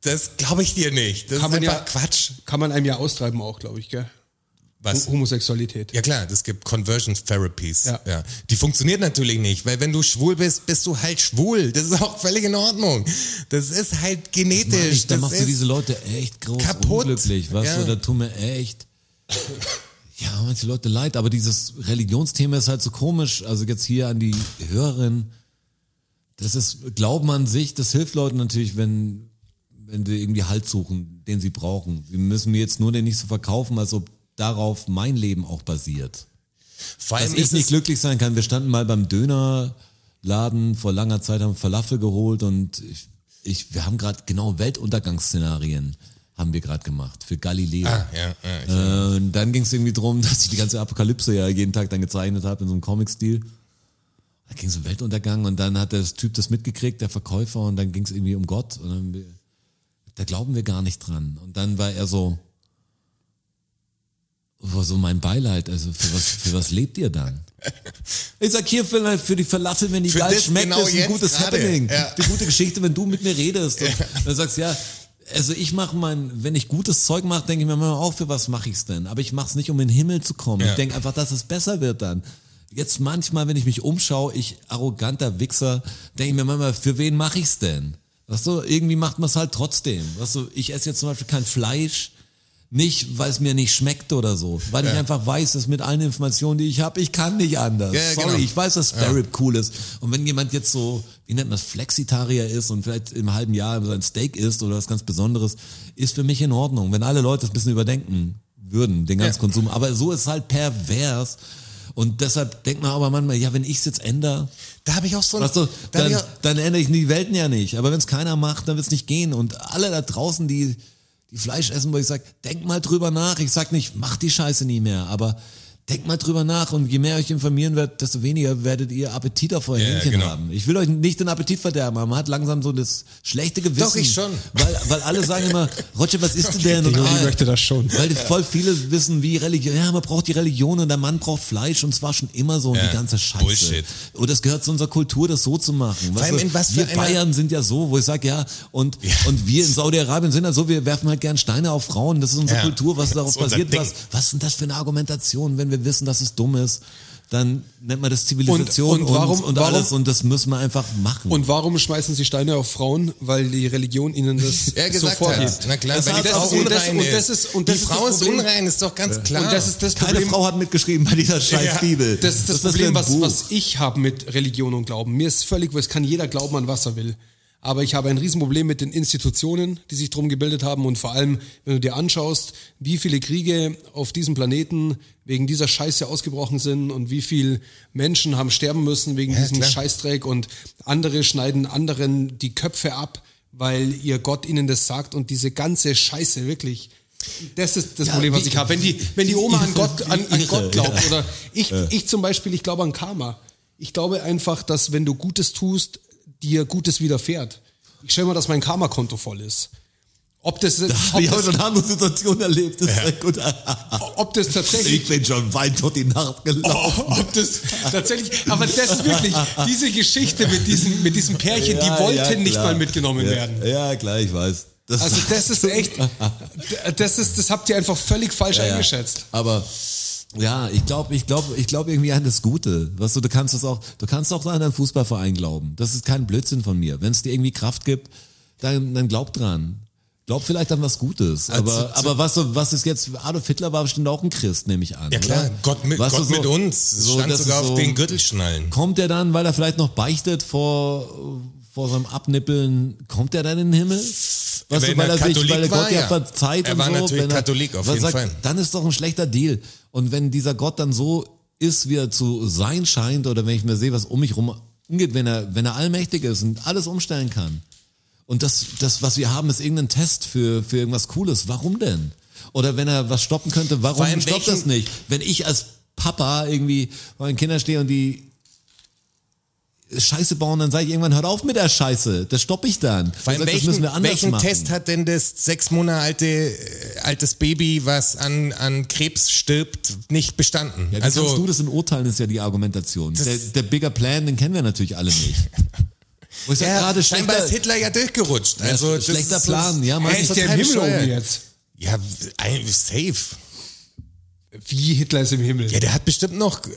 Speaker 3: das glaube ich dir nicht. Das
Speaker 4: Kann
Speaker 3: ist
Speaker 4: man
Speaker 3: einfach
Speaker 4: ja-
Speaker 3: Quatsch.
Speaker 4: Kann man einem ja austreiben auch, glaube ich, gell?
Speaker 3: Was?
Speaker 4: Homosexualität.
Speaker 3: Ja klar, es gibt Conversion Therapies.
Speaker 4: Ja.
Speaker 3: Ja. Die funktioniert natürlich nicht, weil wenn du schwul bist, bist du halt schwul. Das ist auch völlig in Ordnung. Das ist halt genetisch.
Speaker 2: da
Speaker 3: Das
Speaker 2: machst
Speaker 3: ist,
Speaker 2: du diese Leute echt groß
Speaker 3: kaputt.
Speaker 2: unglücklich. Weißt
Speaker 3: Ja.
Speaker 2: du, da tun mir echt. Ja, manche Leute leid, aber dieses Religionsthema ist halt so komisch. Also jetzt hier an die Hörerin. Das ist Glauben an sich, das hilft Leuten natürlich, wenn, wenn sie irgendwie Halt suchen, den sie brauchen. Sie müssen mir jetzt nur den nicht so verkaufen, als ob darauf mein Leben auch basiert.
Speaker 3: vor allem
Speaker 2: Dass ich
Speaker 3: Also ist
Speaker 2: nicht
Speaker 3: es,
Speaker 2: glücklich sein kann. Wir standen mal beim Dönerladen vor langer Zeit, haben Falafel geholt und ich, ich, wir haben gerade genau Weltuntergangsszenarien haben wir gerade gemacht für Galileo.
Speaker 3: Ah, ja, ja, ich-
Speaker 2: Äh, Und dann ging es irgendwie drum, dass ich die ganze Apokalypse ja jeden Tag dann gezeichnet habe in so einem Comic-Stil. Da ging es um Weltuntergang und dann hat der Typ das mitgekriegt, der Verkäufer, und dann ging es irgendwie um Gott. Und dann, haben wir- da glauben wir gar nicht dran. Und dann war er so, war so mein Beileid. Also für was, für was lebt ihr dann? Ich sag hier für, für die Falafel, wenn die
Speaker 3: Für
Speaker 2: geil
Speaker 3: das
Speaker 2: schmeckt,
Speaker 3: genau
Speaker 2: ist ein
Speaker 3: jetzt
Speaker 2: gutes
Speaker 3: gerade.
Speaker 2: Happening.
Speaker 3: Ja.
Speaker 2: Die gute Geschichte, wenn du mit mir redest. Und Dann sagst du, ja, also ich mache mein, wenn ich gutes Zeug mache, denke ich mir immer auch, für was mache ich's denn? Aber ich mache es nicht, um in den Himmel zu kommen. Ich
Speaker 3: Ja.
Speaker 2: denke einfach, dass es besser wird dann. Jetzt manchmal, wenn ich mich umschaue, ich arroganter Wichser, denke ich mir manchmal, für wen mache ich's denn? Weißt du, irgendwie macht man es halt trotzdem. Weißt du, ich esse jetzt zum Beispiel kein Fleisch, nicht, weil es mir nicht schmeckt oder so, weil ich einfach weiß, dass mit allen Informationen, die ich habe, ich kann nicht anders.
Speaker 3: Ja, ja,
Speaker 2: Sorry,
Speaker 3: genau.
Speaker 2: ich weiß, dass Sparrow cool ist. Und wenn jemand jetzt so, wie nennt man das, Flexitarier ist und vielleicht im halben Jahr sein Steak isst oder was ganz Besonderes, ist für mich in Ordnung. Wenn alle Leute das ein bisschen überdenken würden, den ganzen
Speaker 3: Ja.
Speaker 2: Konsum. Aber so ist halt pervers. Und deshalb denkt man aber manchmal, ja, wenn ich es jetzt ändere,
Speaker 3: da habe ich auch so ein,
Speaker 2: Weißt du,
Speaker 3: da hab
Speaker 2: dann,
Speaker 3: ich auch,
Speaker 2: dann ändere ich die Welten ja nicht. Aber wenn es keiner macht, dann wird es nicht gehen. Und alle da draußen, die, die Fleisch essen, wo ich sage, denk mal drüber nach. Ich sag nicht, mach die Scheiße nie mehr, aber denkt mal drüber nach. Und je mehr ihr euch informieren werdet, desto weniger werdet ihr Appetit auf euer
Speaker 3: Ja, ja,
Speaker 2: Hähnchen
Speaker 3: genau.
Speaker 2: haben. Ich will euch nicht den Appetit verderben, aber man hat langsam so das schlechte Gewissen.
Speaker 3: Doch, ich schon.
Speaker 2: Weil, weil alle sagen immer, Roger, was ist denn? Und,
Speaker 4: Leonie
Speaker 2: ah,
Speaker 4: möchte das schon.
Speaker 2: weil voll viele wissen, wie Religion, ja, man braucht die Religion und der Mann braucht Fleisch und zwar schon immer so und
Speaker 3: Ja,
Speaker 2: die ganze Scheiße.
Speaker 3: Bullshit.
Speaker 2: Und das gehört zu unserer Kultur, das so zu machen. Weißt
Speaker 3: allem
Speaker 2: du,
Speaker 3: in was für
Speaker 2: wir
Speaker 3: einer-
Speaker 2: Bayern sind ja so, wo ich sage, ja, und, und wir in Saudi-Arabien sind ja so, wir werfen halt gern Steine auf Frauen, das ist unsere
Speaker 3: Ja,
Speaker 2: Kultur, was
Speaker 3: das
Speaker 2: darauf
Speaker 3: ist unser
Speaker 2: basiert.
Speaker 3: Ding.
Speaker 2: Was, was sind das für eine Argumentation, wenn wir wissen, dass es dumm ist? Dann nennt man das Zivilisation
Speaker 4: Und- und warum-
Speaker 2: und, und
Speaker 4: warum-
Speaker 2: alles und das müssen wir einfach machen.
Speaker 4: Und warum schmeißen sie Steine auf Frauen? Weil die Religion ihnen das
Speaker 3: er
Speaker 4: so
Speaker 3: gesagt
Speaker 4: vorgibt.
Speaker 3: hat, na klar,
Speaker 2: Das
Speaker 3: weil die
Speaker 2: heißt,
Speaker 3: Frau
Speaker 2: das ist- und
Speaker 4: das- also
Speaker 3: unrein
Speaker 4: und das
Speaker 3: ist.
Speaker 4: ist- und das
Speaker 3: die
Speaker 4: ist
Speaker 3: Frau
Speaker 4: das
Speaker 3: ist
Speaker 4: Problem.
Speaker 3: unrein, ist doch ganz klar.
Speaker 4: Und das ist das
Speaker 2: Keine
Speaker 4: Problem.
Speaker 2: Frau hat mitgeschrieben bei dieser scheiß
Speaker 3: Ja,
Speaker 2: Bibel.
Speaker 4: das ist das,
Speaker 2: wär
Speaker 4: Problem,
Speaker 2: ein
Speaker 4: was,
Speaker 2: Buch.
Speaker 4: was ich habe mit Religion und Glauben. Mir ist völlig, es kann jeder glauben an was er will. Aber ich habe ein Riesenproblem mit den Institutionen, die sich drum gebildet haben und vor allem, wenn du dir anschaust, wie viele Kriege auf diesem Planeten wegen dieser Scheiße ausgebrochen sind und wie viel Menschen haben sterben müssen wegen diesem
Speaker 3: klar.
Speaker 4: Scheißdreck und andere schneiden anderen die Köpfe ab, weil ihr Gott ihnen das sagt und diese ganze Scheiße wirklich. Das ist das
Speaker 2: Ja,
Speaker 4: Problem, was
Speaker 2: wie-
Speaker 4: ich habe. Wenn die, wenn die Oma an
Speaker 2: wie-
Speaker 4: Gott, an, an
Speaker 2: irre,
Speaker 4: Gott glaubt
Speaker 2: ja.
Speaker 4: oder ich, ich zum Beispiel, ich glaube an Karma. Ich glaube einfach, dass wenn du Gutes tust, dir Gutes widerfährt. Ich stelle mal, dass mein Karma-Konto voll ist. Ob das, ob,
Speaker 2: Ich habe
Speaker 4: das,
Speaker 2: schon eine andere Situation erlebt. Das ist ja. gut.
Speaker 4: ob das tatsächlich
Speaker 2: Ich bin schon weit durch die Nacht gelaufen.
Speaker 4: Ob das tatsächlich, aber das wirklich, diese Geschichte mit diesem, mit diesem Pärchen,
Speaker 2: Ja,
Speaker 4: die wollten
Speaker 2: ja,
Speaker 4: nicht
Speaker 2: klar.
Speaker 4: mal mitgenommen
Speaker 2: ja,
Speaker 4: werden.
Speaker 2: Ja, klar, ich weiß. Das
Speaker 4: Also das ist echt, das ist, das habt ihr einfach völlig falsch
Speaker 2: Ja, ja.
Speaker 4: eingeschätzt.
Speaker 2: Aber ja, ich glaube, ich glaube, ich glaube irgendwie an das Gute. Weißt du, du kannst das auch, du kannst auch an einen Fußballverein glauben. Das ist kein Blödsinn von mir. Wenn es dir irgendwie Kraft gibt, dann, dann glaub dran. Glaub vielleicht an was Gutes.
Speaker 3: Also zu-
Speaker 2: Aber,
Speaker 3: zu-
Speaker 2: aber was, so- was ist jetzt, Adolf Hitler war bestimmt auch ein Christ, nehme ich an.
Speaker 3: Ja klar,
Speaker 2: oder?
Speaker 3: Gott, mit,
Speaker 2: Weißt du,
Speaker 3: Gott
Speaker 2: so-
Speaker 3: mit uns. Es stand
Speaker 2: das ist
Speaker 3: sogar auf
Speaker 2: so-
Speaker 3: den Gürtelschnallen.
Speaker 2: Kommt er dann, weil er vielleicht noch beichtet vor, vor seinem Abnippeln, kommt er dann in den Himmel? Weißt
Speaker 3: Wenn
Speaker 2: weil
Speaker 3: er
Speaker 2: er sich,
Speaker 3: Katholik
Speaker 2: weil er
Speaker 3: war,
Speaker 2: Gott ja,
Speaker 3: ja.
Speaker 2: verzeiht
Speaker 3: Er
Speaker 2: und
Speaker 3: war
Speaker 2: so.
Speaker 3: natürlich
Speaker 2: wenn er,
Speaker 3: Katholik, auf
Speaker 2: was
Speaker 3: jeden
Speaker 2: sagt,
Speaker 3: Fall.
Speaker 2: Dann ist doch ein schlechter Deal. Und wenn dieser Gott dann so ist, wie er zu sein scheint, oder wenn ich mir sehe, was um mich rum umgeht, wenn er, wenn er allmächtig ist und alles umstellen kann, und das, das, was wir haben, ist irgendein Test für, für irgendwas Cooles. Warum denn? Oder wenn er was stoppen könnte,
Speaker 3: Vor
Speaker 2: warum
Speaker 3: allem
Speaker 2: stoppt
Speaker 3: welchen-
Speaker 2: das nicht? Wenn ich als Papa irgendwie vor meinen Kindern stehe und die Scheiße bauen, dann sage ich irgendwann, hört auf mit der Scheiße. Das stoppe ich dann.
Speaker 3: Vor
Speaker 2: Dann sag
Speaker 3: allem
Speaker 2: ich, das müssen wir anders
Speaker 3: welchen
Speaker 2: machen.
Speaker 3: Test hat denn das sechs Monate alte, äh, altes Baby, was an, an Krebs stirbt, nicht bestanden?
Speaker 2: ja, wie also, kannst du
Speaker 3: also,
Speaker 2: das denn urteilen, ist ja die Argumentation.
Speaker 3: Das-
Speaker 2: Der, der Bigger Plan, den kennen wir natürlich alle nicht. Wo ich sag,
Speaker 3: ja,
Speaker 2: gerade
Speaker 3: scheinbar
Speaker 2: schlechter,
Speaker 3: ist Hitler ja durchgerutscht. Also, das
Speaker 2: schlechter
Speaker 3: ist-
Speaker 2: Plan. Ja, Mann,
Speaker 4: Echt,
Speaker 2: ist
Speaker 4: der im
Speaker 2: total
Speaker 4: Himmel
Speaker 2: bescheuert.
Speaker 4: oben jetzt.
Speaker 3: Ja, ein- safe.
Speaker 4: Wie Hitler ist im Himmel.
Speaker 3: Ja, der hat bestimmt noch äh,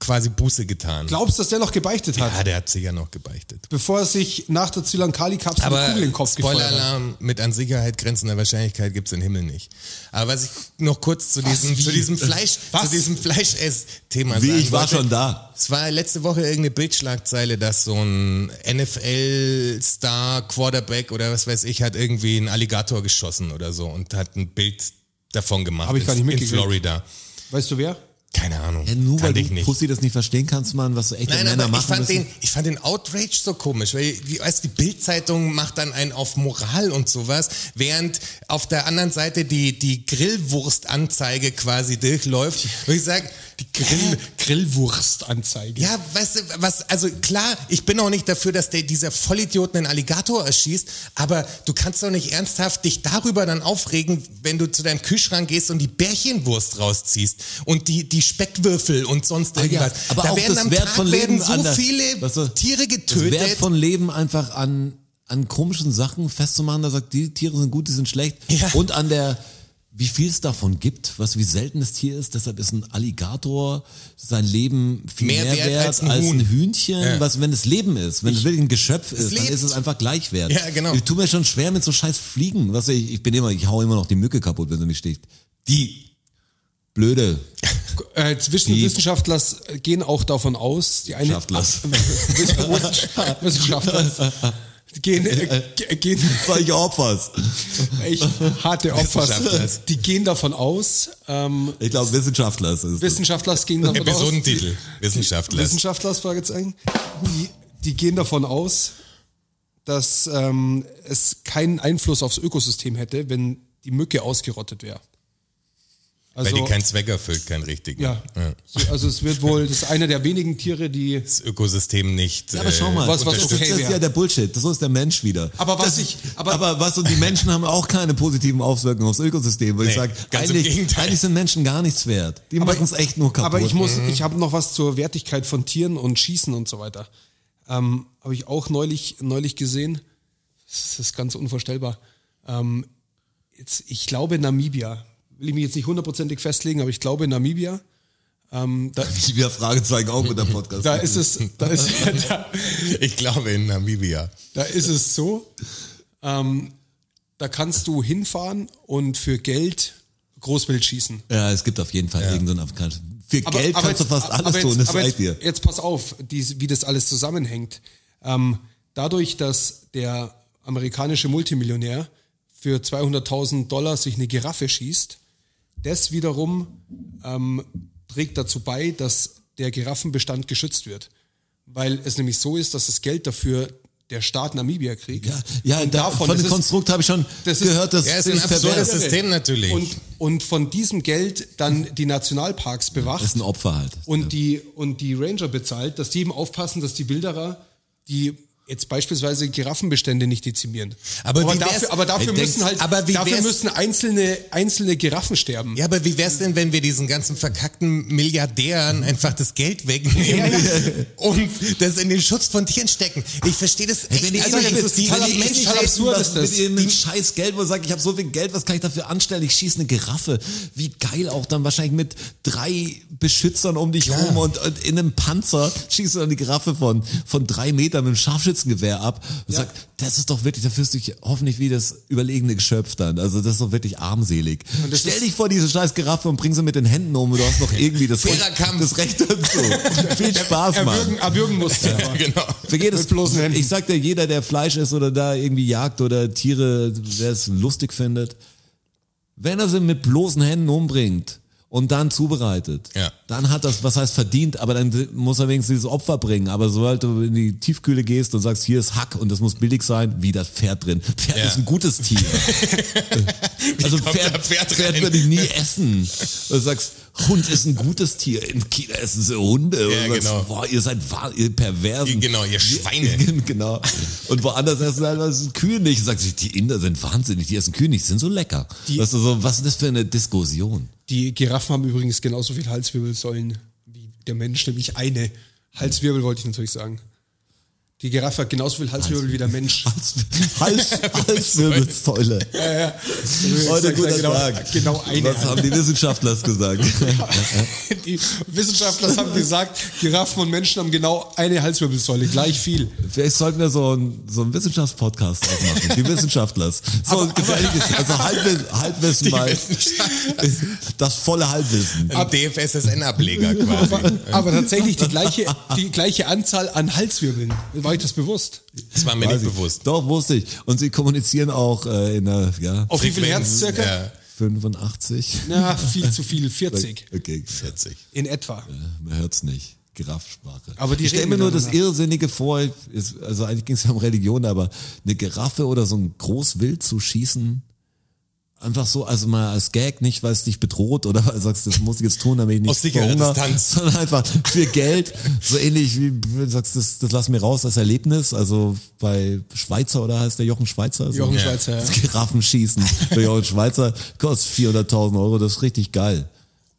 Speaker 3: quasi Buße getan.
Speaker 4: Glaubst du, dass der noch gebeichtet hat?
Speaker 3: ja, der hat sicher noch gebeichtet.
Speaker 4: Bevor er sich nach der Zylankali-Kapsel eine
Speaker 3: Aber
Speaker 4: Kugel in den Kopf gefeuert hat.
Speaker 3: Spoiler-Alarm, mit an Sicherheit grenzender Wahrscheinlichkeit gibt's den Himmel nicht. Aber was ich noch kurz zu diesem,
Speaker 4: wie?
Speaker 3: zu diesem Fleisch,
Speaker 4: Was?
Speaker 3: zu diesem Fleischess-Thema
Speaker 2: Äh, Wie,
Speaker 3: sagen
Speaker 2: ich war
Speaker 3: wollte.
Speaker 2: schon da.
Speaker 3: Es war letzte Woche irgendeine Bildschlagzeile, dass so ein NFL-Star-Quarterback oder was weiß ich hat irgendwie einen Alligator geschossen oder so und hat ein Bild davon gemacht.
Speaker 4: Hab ich gar
Speaker 3: in-
Speaker 4: nicht
Speaker 3: In
Speaker 4: mitgekriegt.
Speaker 3: Florida.
Speaker 4: Weißt du wer?
Speaker 3: Keine Ahnung.
Speaker 2: Ja, nur
Speaker 3: Kannte
Speaker 2: weil
Speaker 3: ich
Speaker 2: du
Speaker 3: nicht.
Speaker 2: Pussy das nicht verstehen kannst, Mann, was so echte
Speaker 3: Nein,
Speaker 2: Männer
Speaker 3: aber
Speaker 2: machen
Speaker 3: ich fand,
Speaker 2: müssen.
Speaker 3: den, ich fand den Outrage so komisch, weil die, weißt, du, die Bildzeitung macht dann einen auf Moral und sowas, während auf der anderen Seite die, die Grillwurstanzeige quasi durchläuft. Und ich sag, die Grill,
Speaker 4: Grillwurstanzeige.
Speaker 3: ja, weißt du, was, also klar, ich bin auch nicht dafür, dass der, dieser Vollidiot einen Alligator erschießt, aber du kannst doch nicht ernsthaft dich darüber dann aufregen, wenn du zu deinem Kühlschrank gehst und die Bärchenwurst rausziehst und die, die Speckwürfel und sonst irgendwas.
Speaker 2: Ah Ja, aber
Speaker 3: da
Speaker 2: auch
Speaker 3: werden
Speaker 2: das
Speaker 3: am
Speaker 2: Wert
Speaker 3: Tag
Speaker 2: von Leben
Speaker 3: werden so
Speaker 2: anders.
Speaker 3: viele
Speaker 2: Weißt du,
Speaker 3: Tiere
Speaker 2: Das Wert
Speaker 3: getötet.
Speaker 2: von Leben einfach an, an komischen Sachen festzumachen, da sagt, die Tiere sind gut, die sind schlecht.
Speaker 3: Ja.
Speaker 2: Und an der, wie viel es davon gibt, was wie selten das Tier ist, deshalb ist ein Alligator sein Leben viel mehr, wert, als ein,
Speaker 3: Huhn.
Speaker 2: Hühnchen,
Speaker 3: Ja.
Speaker 2: was wenn es Leben ist, wenn es wirklich ein Geschöpf ist, dann
Speaker 3: lebt.
Speaker 2: ist es einfach gleich wert.
Speaker 3: Ja, genau.
Speaker 2: Ich tue mir schon schwer mit so scheiß Fliegen, was ich, ich bin immer, ich hau immer noch die Mücke kaputt, wenn sie mich sticht. Die blöde
Speaker 4: Äh, zwischen
Speaker 2: Die-
Speaker 4: Wissenschaftler gehen auch davon aus, die eine
Speaker 2: Schaftlers.
Speaker 4: Wissenschaftler Wissenschaftler gehen, äh, ge- gehen
Speaker 2: Solche Opfers.
Speaker 4: echt harte Opfer.
Speaker 3: Wissenschaftler.
Speaker 4: Die gehen davon aus, ähm,
Speaker 2: Ich glaube, Wissenschaftler ist es.
Speaker 4: Wissenschaftler gehen davon aus.
Speaker 3: Episodentitel, Wissenschaftler.
Speaker 4: Wissenschaftler, Fragezeichen. Die, die gehen davon aus, dass ähm, es keinen Einfluss aufs Ökosystem hätte, wenn die Mücke ausgerottet wäre.
Speaker 3: weil
Speaker 4: Also,
Speaker 3: die keinen Zweck erfüllt, keinen richtigen.
Speaker 4: ja, also es wird wohl, das ist einer der wenigen Tiere, die
Speaker 3: Das Ökosystem nicht. äh,
Speaker 2: Ja, aber schau mal,
Speaker 4: was- was
Speaker 2: das,
Speaker 4: okay
Speaker 2: ist, das ist
Speaker 4: wäre.
Speaker 2: ja der Bullshit. So ist der Mensch wieder.
Speaker 4: Aber was
Speaker 2: das,
Speaker 4: ich- aber-
Speaker 2: aber, was und die Menschen haben auch keine positiven Auswirkungen aufs Ökosystem, weil ich
Speaker 3: Nee,
Speaker 2: sage,
Speaker 3: ganz im
Speaker 2: eigentlich,
Speaker 3: Gegenteil.
Speaker 2: eigentlich sind Menschen gar nichts wert. Die machen es echt nur kaputt. Mhm.
Speaker 4: Aber ich muss, ich habe noch was zur Wertigkeit von Tieren und Schießen und so weiter. Ähm, habe ich auch neulich, neulich gesehen. Das ist ganz unvorstellbar. Ähm, jetzt, ich glaube Namibia. Will ich mich jetzt nicht hundertprozentig festlegen, aber ich glaube Namibia.
Speaker 2: ich wieder Fragezeichen auch mit dem Podcast.
Speaker 4: Da ist es, da ist, da,
Speaker 3: Ich glaube in Namibia.
Speaker 4: da ist es so. Ähm, da kannst du hinfahren und für Geld Großwild schießen.
Speaker 2: ja, es gibt auf jeden Fall irgendeinen afrikanischen. Für
Speaker 4: Aber-
Speaker 2: Geld
Speaker 4: aber
Speaker 2: kannst du
Speaker 4: jetzt-
Speaker 2: fast
Speaker 4: aber
Speaker 2: alles
Speaker 4: jetzt-
Speaker 2: tun, das
Speaker 4: aber
Speaker 2: sag ich
Speaker 4: jetzt,
Speaker 2: dir.
Speaker 4: Jetzt pass auf, dies- wie das alles zusammenhängt. Ähm, dadurch, dass der amerikanische Multimillionär für 200.000 Dollar sich eine Giraffe schießt, das wiederum ähm, trägt dazu bei, dass der Giraffenbestand geschützt wird. Weil es nämlich so ist, dass das Geld dafür der Staat Namibia kriegt.
Speaker 2: Ja, ja
Speaker 4: Und
Speaker 2: da, von
Speaker 4: das
Speaker 2: dem
Speaker 4: ist-
Speaker 2: Konstrukt habe ich schon
Speaker 4: das ist-
Speaker 2: gehört, dass
Speaker 3: Ja, ist ein
Speaker 2: pervers
Speaker 3: absurdes
Speaker 2: ist.
Speaker 3: System natürlich.
Speaker 4: und, und von diesem Geld dann die Nationalparks bewacht.
Speaker 2: Das ist ein Opfer halt.
Speaker 4: und die und die Ranger bezahlt, dass die eben aufpassen, dass die Wilderer die jetzt beispielsweise Giraffenbestände nicht dezimieren.
Speaker 3: Aber wie wär's-
Speaker 4: dafür, aber dafür
Speaker 3: Äh, denkst-
Speaker 4: müssen halt,
Speaker 3: aber wie
Speaker 4: dafür
Speaker 3: wär's-
Speaker 4: müssen einzelne, einzelne Giraffen sterben.
Speaker 3: Ja, aber wie wär's denn, wenn wir diesen ganzen verkackten Milliardären einfach das Geld wegnehmen und das in den Schutz von Tieren stecken? Ich verstehe das echt
Speaker 2: Wenn ich
Speaker 3: also
Speaker 2: also,
Speaker 3: das
Speaker 2: das
Speaker 3: ist die,
Speaker 4: total
Speaker 3: die Menschen
Speaker 4: total absurd
Speaker 2: was
Speaker 4: ist das.
Speaker 2: mit dem scheiß Geld, wo ich sage, ich habe so viel Geld, was kann ich dafür anstellen? Ich schieße eine Giraffe. Wie geil auch dann wahrscheinlich mit drei Beschützern um dich rum und, und in einem Panzer schießt du dann die Giraffe von, von drei Metern mit einem Scharfschützengewehr ab. Und sagt, das ist doch wirklich, da fühlst du dich hoffentlich wie das überlegene Geschöpf dann. Also das ist doch wirklich armselig. Stell dich vor diese scheiß Giraffe und bring sie mit den Händen um und du hast noch irgendwie das,
Speaker 3: Fairer Kampf.
Speaker 2: das Recht dazu. viel Spaß, Mann.
Speaker 4: Erwürgen, erwürgen muss.
Speaker 3: Ja, genau.
Speaker 2: Für jedes
Speaker 4: Mit bloßen Händen.
Speaker 2: Ich sag dir, jeder, der Fleisch isst oder da irgendwie jagt oder Tiere, wer es lustig findet, wenn er sie mit bloßen Händen umbringt und dann zubereitet,
Speaker 3: Ja.
Speaker 2: dann hat das, was heißt verdient, aber dann muss er wenigstens dieses Opfer bringen. Aber sobald du in die Tiefkühle gehst und sagst, hier ist Hack und das muss billig sein, wie das Pferd drin. Pferd
Speaker 3: Ja.
Speaker 2: ist ein gutes Tier. also
Speaker 3: kommt da
Speaker 2: Pferd,
Speaker 3: Pferd
Speaker 2: Pferd,
Speaker 3: rein?
Speaker 2: würde ich nie essen. Und du sagst, Hund ist ein gutes Tier. In China essen sie Hunde. und
Speaker 3: Ja,
Speaker 2: du sagst,
Speaker 3: genau.
Speaker 2: boah, ihr seid wahr, ihr Perversen.
Speaker 3: Genau, ihr Schweine.
Speaker 2: genau. Und woanders essen halt was Kühe nicht. Und Sagst du, die Inder sind wahnsinnig, die essen Kühe nicht, die sind so lecker. Weißt du, so, was ist das für eine Diskussion?
Speaker 4: Die Giraffen haben übrigens genauso viel Halswirbelsäulen wie der Mensch, nämlich eine. Halswirbel wollte ich natürlich sagen. Die Giraffe hat genauso viel Halswirbel wie der Mensch.
Speaker 2: Hals, Hals, Halswirbelsäule. Heute
Speaker 4: Exakt,
Speaker 2: guter
Speaker 4: genau,
Speaker 2: Tag.
Speaker 4: Genau eine.
Speaker 2: Was haben die Wissenschaftler es gesagt?
Speaker 4: Die Wissenschaftler haben gesagt, Giraffen und Menschen haben genau eine Halswirbelsäule, gleich viel.
Speaker 2: Vielleicht sollten wir so einen so einen Wissenschaftspodcast aufmachen. Die Wissenschaftler. So ein gefährliches, also Halbwissen, Halbwissen mal. Das volle Halbwissen.
Speaker 3: Ein DFSSN-Ableger quasi.
Speaker 4: Aber tatsächlich die gleiche, die gleiche Anzahl an Halswirbeln. War ich das bewusst?
Speaker 3: Das war mir
Speaker 2: Weiß
Speaker 3: nicht
Speaker 2: ich.
Speaker 3: bewusst.
Speaker 2: Doch, wusste ich. Und sie kommunizieren auch äh, in der, ja,
Speaker 4: Auf wie viel Herz
Speaker 3: Frequenzen,
Speaker 4: circa?
Speaker 3: Ja,
Speaker 2: 85.
Speaker 4: Na, viel zu viel, 40
Speaker 2: Okay,
Speaker 3: 40.
Speaker 4: in etwa.
Speaker 2: man hört's nicht. Giraffensprache.
Speaker 4: Aber die
Speaker 2: ich stelle
Speaker 4: reden
Speaker 2: mir nur das
Speaker 4: miteinander.
Speaker 2: Irrsinnige vor, ist, also eigentlich ging's ja um Religion, aber eine Giraffe oder so ein Großwild zu schießen, einfach so, also mal als Gag, nicht weil es dich bedroht oder weil du sagst, das muss ich jetzt tun, damit ich nicht
Speaker 3: Aus sicherer
Speaker 2: verhungere,
Speaker 3: Distanz.
Speaker 2: sondern einfach für Geld, so ähnlich wie du sagst, das, das lass mir raus als Erlebnis, also bei Schweizer oder heißt der Jochen Schweizer? So.
Speaker 4: Jochen
Speaker 3: Ja.
Speaker 4: Schweizer.
Speaker 2: Das Giraffenschießen bei Jochen Schweizer kostet 400.000 Euro, das ist richtig geil.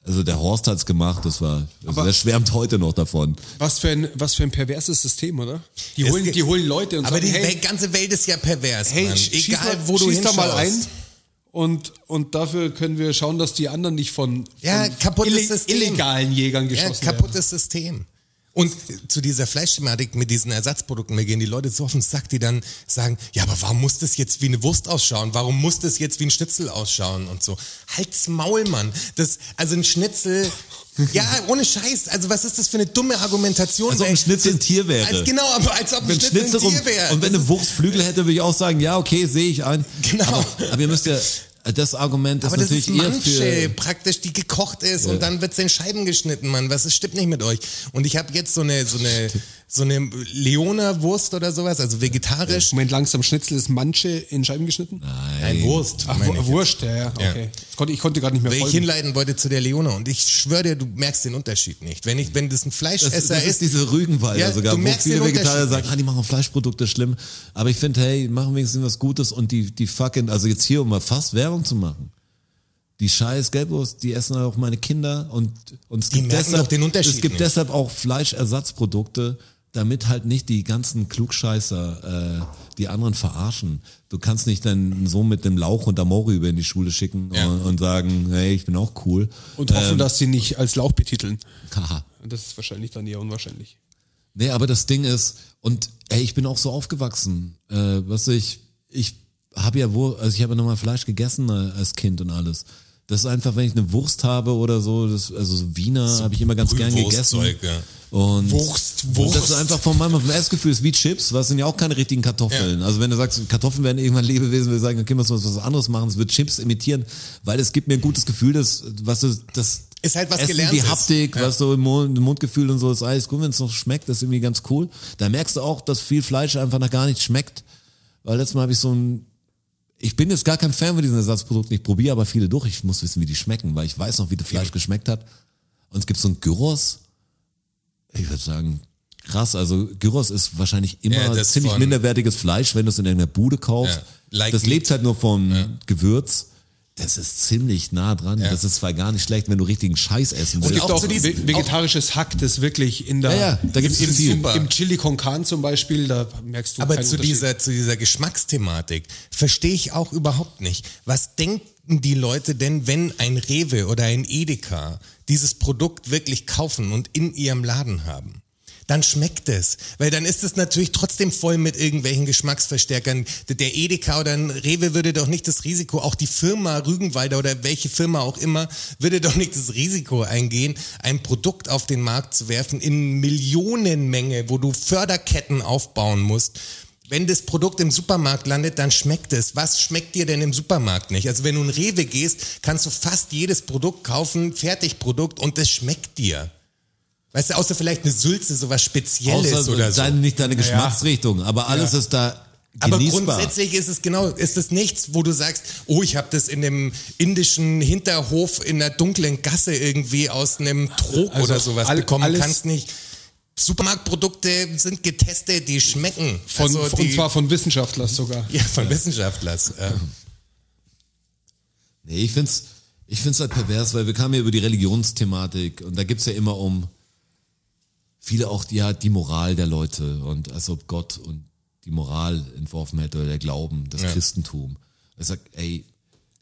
Speaker 2: Also der Horst hat's gemacht, das war, also
Speaker 4: Aber-
Speaker 2: der schwärmt heute noch davon.
Speaker 4: Was für ein, was für ein perverses System, oder? Die
Speaker 3: Es
Speaker 4: holen,
Speaker 3: geht-
Speaker 4: die holen Leute und
Speaker 3: Aber
Speaker 4: sagen,
Speaker 3: die
Speaker 4: hey,
Speaker 3: Wel- ganze Welt ist ja pervers,
Speaker 4: hey,
Speaker 3: Mann.
Speaker 4: sch- schieß
Speaker 3: Egal,
Speaker 4: mal,
Speaker 3: wo du
Speaker 4: schieß da
Speaker 3: hinschaust.
Speaker 4: mal ein und, und dafür können wir schauen, dass die anderen nicht von,
Speaker 3: Ja,
Speaker 4: von
Speaker 3: kaputtes
Speaker 4: ille-
Speaker 3: System.
Speaker 4: illegalen Jägern
Speaker 3: Ja,
Speaker 4: geschossen werden.
Speaker 3: kaputtes System. Und zu dieser Fleischthematik mit diesen Ersatzprodukten, mir gehen die Leute so auf den Sack, die dann sagen, ja, aber warum muss das jetzt wie eine Wurst ausschauen? Warum muss das jetzt wie ein Schnitzel ausschauen und so? Halt's Maul, Mann. Das, also ein Schnitzel, ja, ohne Scheiß. Also was ist das für eine dumme Argumentation?
Speaker 2: Als Also ob ein Schnitzel ein Tier wäre.
Speaker 3: Als, genau, aber als ob ein
Speaker 2: Wenn
Speaker 3: Schnitzel,
Speaker 2: Schnitzel
Speaker 3: ein
Speaker 2: rum,
Speaker 3: Tier wäre.
Speaker 2: und wenn eine Wurst Flügel hätte, würde ich auch sagen, ja, okay, sehe ich ein.
Speaker 3: Genau.
Speaker 2: Aber, aber ihr müsst ja, das Argument ist
Speaker 3: aber das
Speaker 2: natürlich
Speaker 3: ist
Speaker 2: eher
Speaker 3: Manche
Speaker 2: für,
Speaker 3: praktisch, die gekocht ist und dann wird's in Scheiben geschnitten, Mann. Was ist, stimmt nicht mit euch? Und ich habe jetzt so eine, so eine, so eine Leona-Wurst oder sowas, also vegetarisch.
Speaker 4: Moment, langsam Schnitzel ist manche in Scheiben geschnitten?
Speaker 3: Ein Wurst.
Speaker 4: Ach,
Speaker 3: meine
Speaker 4: Wu-
Speaker 3: ich.
Speaker 4: Wurst, ja, ja. Okay. Das konnte, ich konnte gerade nicht mehr
Speaker 3: Weil ich
Speaker 4: folgen.
Speaker 3: hinleiten wollte zu der Leona und ich schwöre dir, du merkst den Unterschied nicht. Wenn ich, wenn das ein
Speaker 2: das, das
Speaker 3: Fleischesser
Speaker 2: ist
Speaker 3: ist,
Speaker 2: diese Rügenwalder
Speaker 3: Ja,
Speaker 2: sogar,
Speaker 3: du
Speaker 2: wo
Speaker 3: merkst
Speaker 2: viele
Speaker 3: den
Speaker 2: Vegetarier
Speaker 3: Unterschied
Speaker 2: sagen, ah, die machen Fleischprodukte schlimm. Aber ich finde, hey, machen wenigstens was Gutes und die, die fucking, also jetzt hier, um mal fast Werbung zu machen. Die scheiß Gelbwurst, die essen auch meine Kinder und, und es gibt,
Speaker 3: merken
Speaker 2: deshalb,
Speaker 3: doch den Unterschied
Speaker 2: es gibt
Speaker 3: nicht.
Speaker 2: deshalb auch Fleischersatzprodukte, damit halt nicht die ganzen Klugscheißer äh, die anderen verarschen. Du kannst nicht deinen Sohn mit dem Lauch und Amori über in die Schule schicken
Speaker 3: Ja.
Speaker 2: und, und sagen, hey, ich bin auch cool.
Speaker 4: Und hoffen,
Speaker 3: Ähm.
Speaker 4: dass sie nicht als Lauch betiteln.
Speaker 2: Haha.
Speaker 4: Das ist wahrscheinlich dann eher unwahrscheinlich.
Speaker 2: Nee, aber das Ding ist, und ey, ich bin auch so aufgewachsen. Äh, was ich, ich habe ja wo, also ich habe ja nochmal Fleisch gegessen äh, als Kind und alles. Das ist einfach, wenn ich eine Wurst habe oder so, das, also so Wiener habe ich immer ganz gern gegessen.
Speaker 3: Brühwurstzeug, ja.
Speaker 2: Und
Speaker 3: Wurst,
Speaker 2: und
Speaker 3: Wurst.
Speaker 2: das ist einfach von meinem vom Essgefühl, ist wie Chips, was sind ja auch keine richtigen Kartoffeln. Also wenn du sagst, Kartoffeln werden irgendwann Lebewesen, wir sagen, okay, müssen wir was anderes machen, es wird Chips imitieren, weil es gibt mir ein gutes Gefühl, dass, was du, das
Speaker 3: Ist halt was
Speaker 2: Essen,
Speaker 3: gelernt
Speaker 2: die
Speaker 3: ist.
Speaker 2: Haptik, was so im Mund, im Mundgefühl und so ist alles gut, wenn es noch schmeckt, das ist irgendwie ganz cool. Da merkst du auch, dass viel Fleisch einfach nach gar nicht schmeckt, weil letztes Mal habe ich so ein ich bin jetzt gar kein Fan von diesen Ersatzprodukten. Ich probiere aber viele durch. Ich muss wissen, wie die schmecken, weil ich weiß noch, wie das Fleisch geschmeckt hat. Und es gibt so ein Gyros. Ich würde sagen, krass. Also Gyros ist wahrscheinlich immer
Speaker 3: Ja, das
Speaker 2: ziemlich
Speaker 3: von-
Speaker 2: minderwertiges Fleisch, wenn du es in irgendeiner Bude kaufst.
Speaker 3: Ja, like
Speaker 2: das
Speaker 3: meat.
Speaker 2: lebt halt nur vom Gewürz. Das ist ziemlich nah dran. Das ist zwar gar nicht schlecht, wenn du richtigen Scheiß essen willst.
Speaker 4: Es gibt
Speaker 3: auch
Speaker 4: auch
Speaker 3: so diese-
Speaker 4: ve- vegetarisches Hack, das wirklich in der.
Speaker 2: Ja, ja, da gibt's
Speaker 4: im,
Speaker 2: viel.
Speaker 4: im, im Chili con Carne zum Beispiel, da merkst du
Speaker 3: Aber
Speaker 4: keinen
Speaker 3: zu
Speaker 4: Unterschied.
Speaker 3: dieser, zu dieser Geschmacksthematik verstehe ich auch überhaupt nicht. Was denken die Leute denn, wenn ein Rewe oder ein Edeka dieses Produkt wirklich kaufen und in ihrem Laden haben? Dann schmeckt es, weil dann ist es natürlich trotzdem voll mit irgendwelchen Geschmacksverstärkern. Der Edeka oder ein Rewe würde doch nicht das Risiko, auch die Firma Rügenwalder oder welche Firma auch immer, würde doch nicht das Risiko eingehen, ein Produkt auf den Markt zu werfen in Millionenmenge, wo du Förderketten aufbauen musst. Wenn das Produkt im Supermarkt landet, dann schmeckt es. Was schmeckt dir denn im Supermarkt nicht? Also wenn du in Rewe gehst, kannst du fast jedes Produkt kaufen, Fertigprodukt, und es schmeckt dir. Weißt du, außer vielleicht eine Sülze, sowas Spezielles
Speaker 2: Außer
Speaker 3: oder so.
Speaker 2: deine, nicht deine Geschmacksrichtung, aber alles ist da
Speaker 3: Aber
Speaker 2: genießbar.
Speaker 3: grundsätzlich ist es genau, ist es nichts, wo du sagst, oh, ich habe das in dem indischen Hinterhof in der dunklen Gasse irgendwie aus einem Trog
Speaker 4: Also
Speaker 3: oder sowas
Speaker 4: all-
Speaker 3: bekommen. Du
Speaker 4: alles-
Speaker 3: kannst nicht. Supermarktprodukte sind getestet, die schmecken.
Speaker 4: Von,
Speaker 3: also die,
Speaker 4: und zwar von Wissenschaftlern sogar.
Speaker 3: ja, von Wissenschaftlern. Äh,
Speaker 2: Nee, ich find's, ich find's halt pervers, weil wir kamen ja über die Religionsthematik und da gibt's ja immer um viele auch ja die Moral der Leute und als ob Gott und die Moral entworfen hätte oder der Glauben, das Christentum. Er sagt, ey,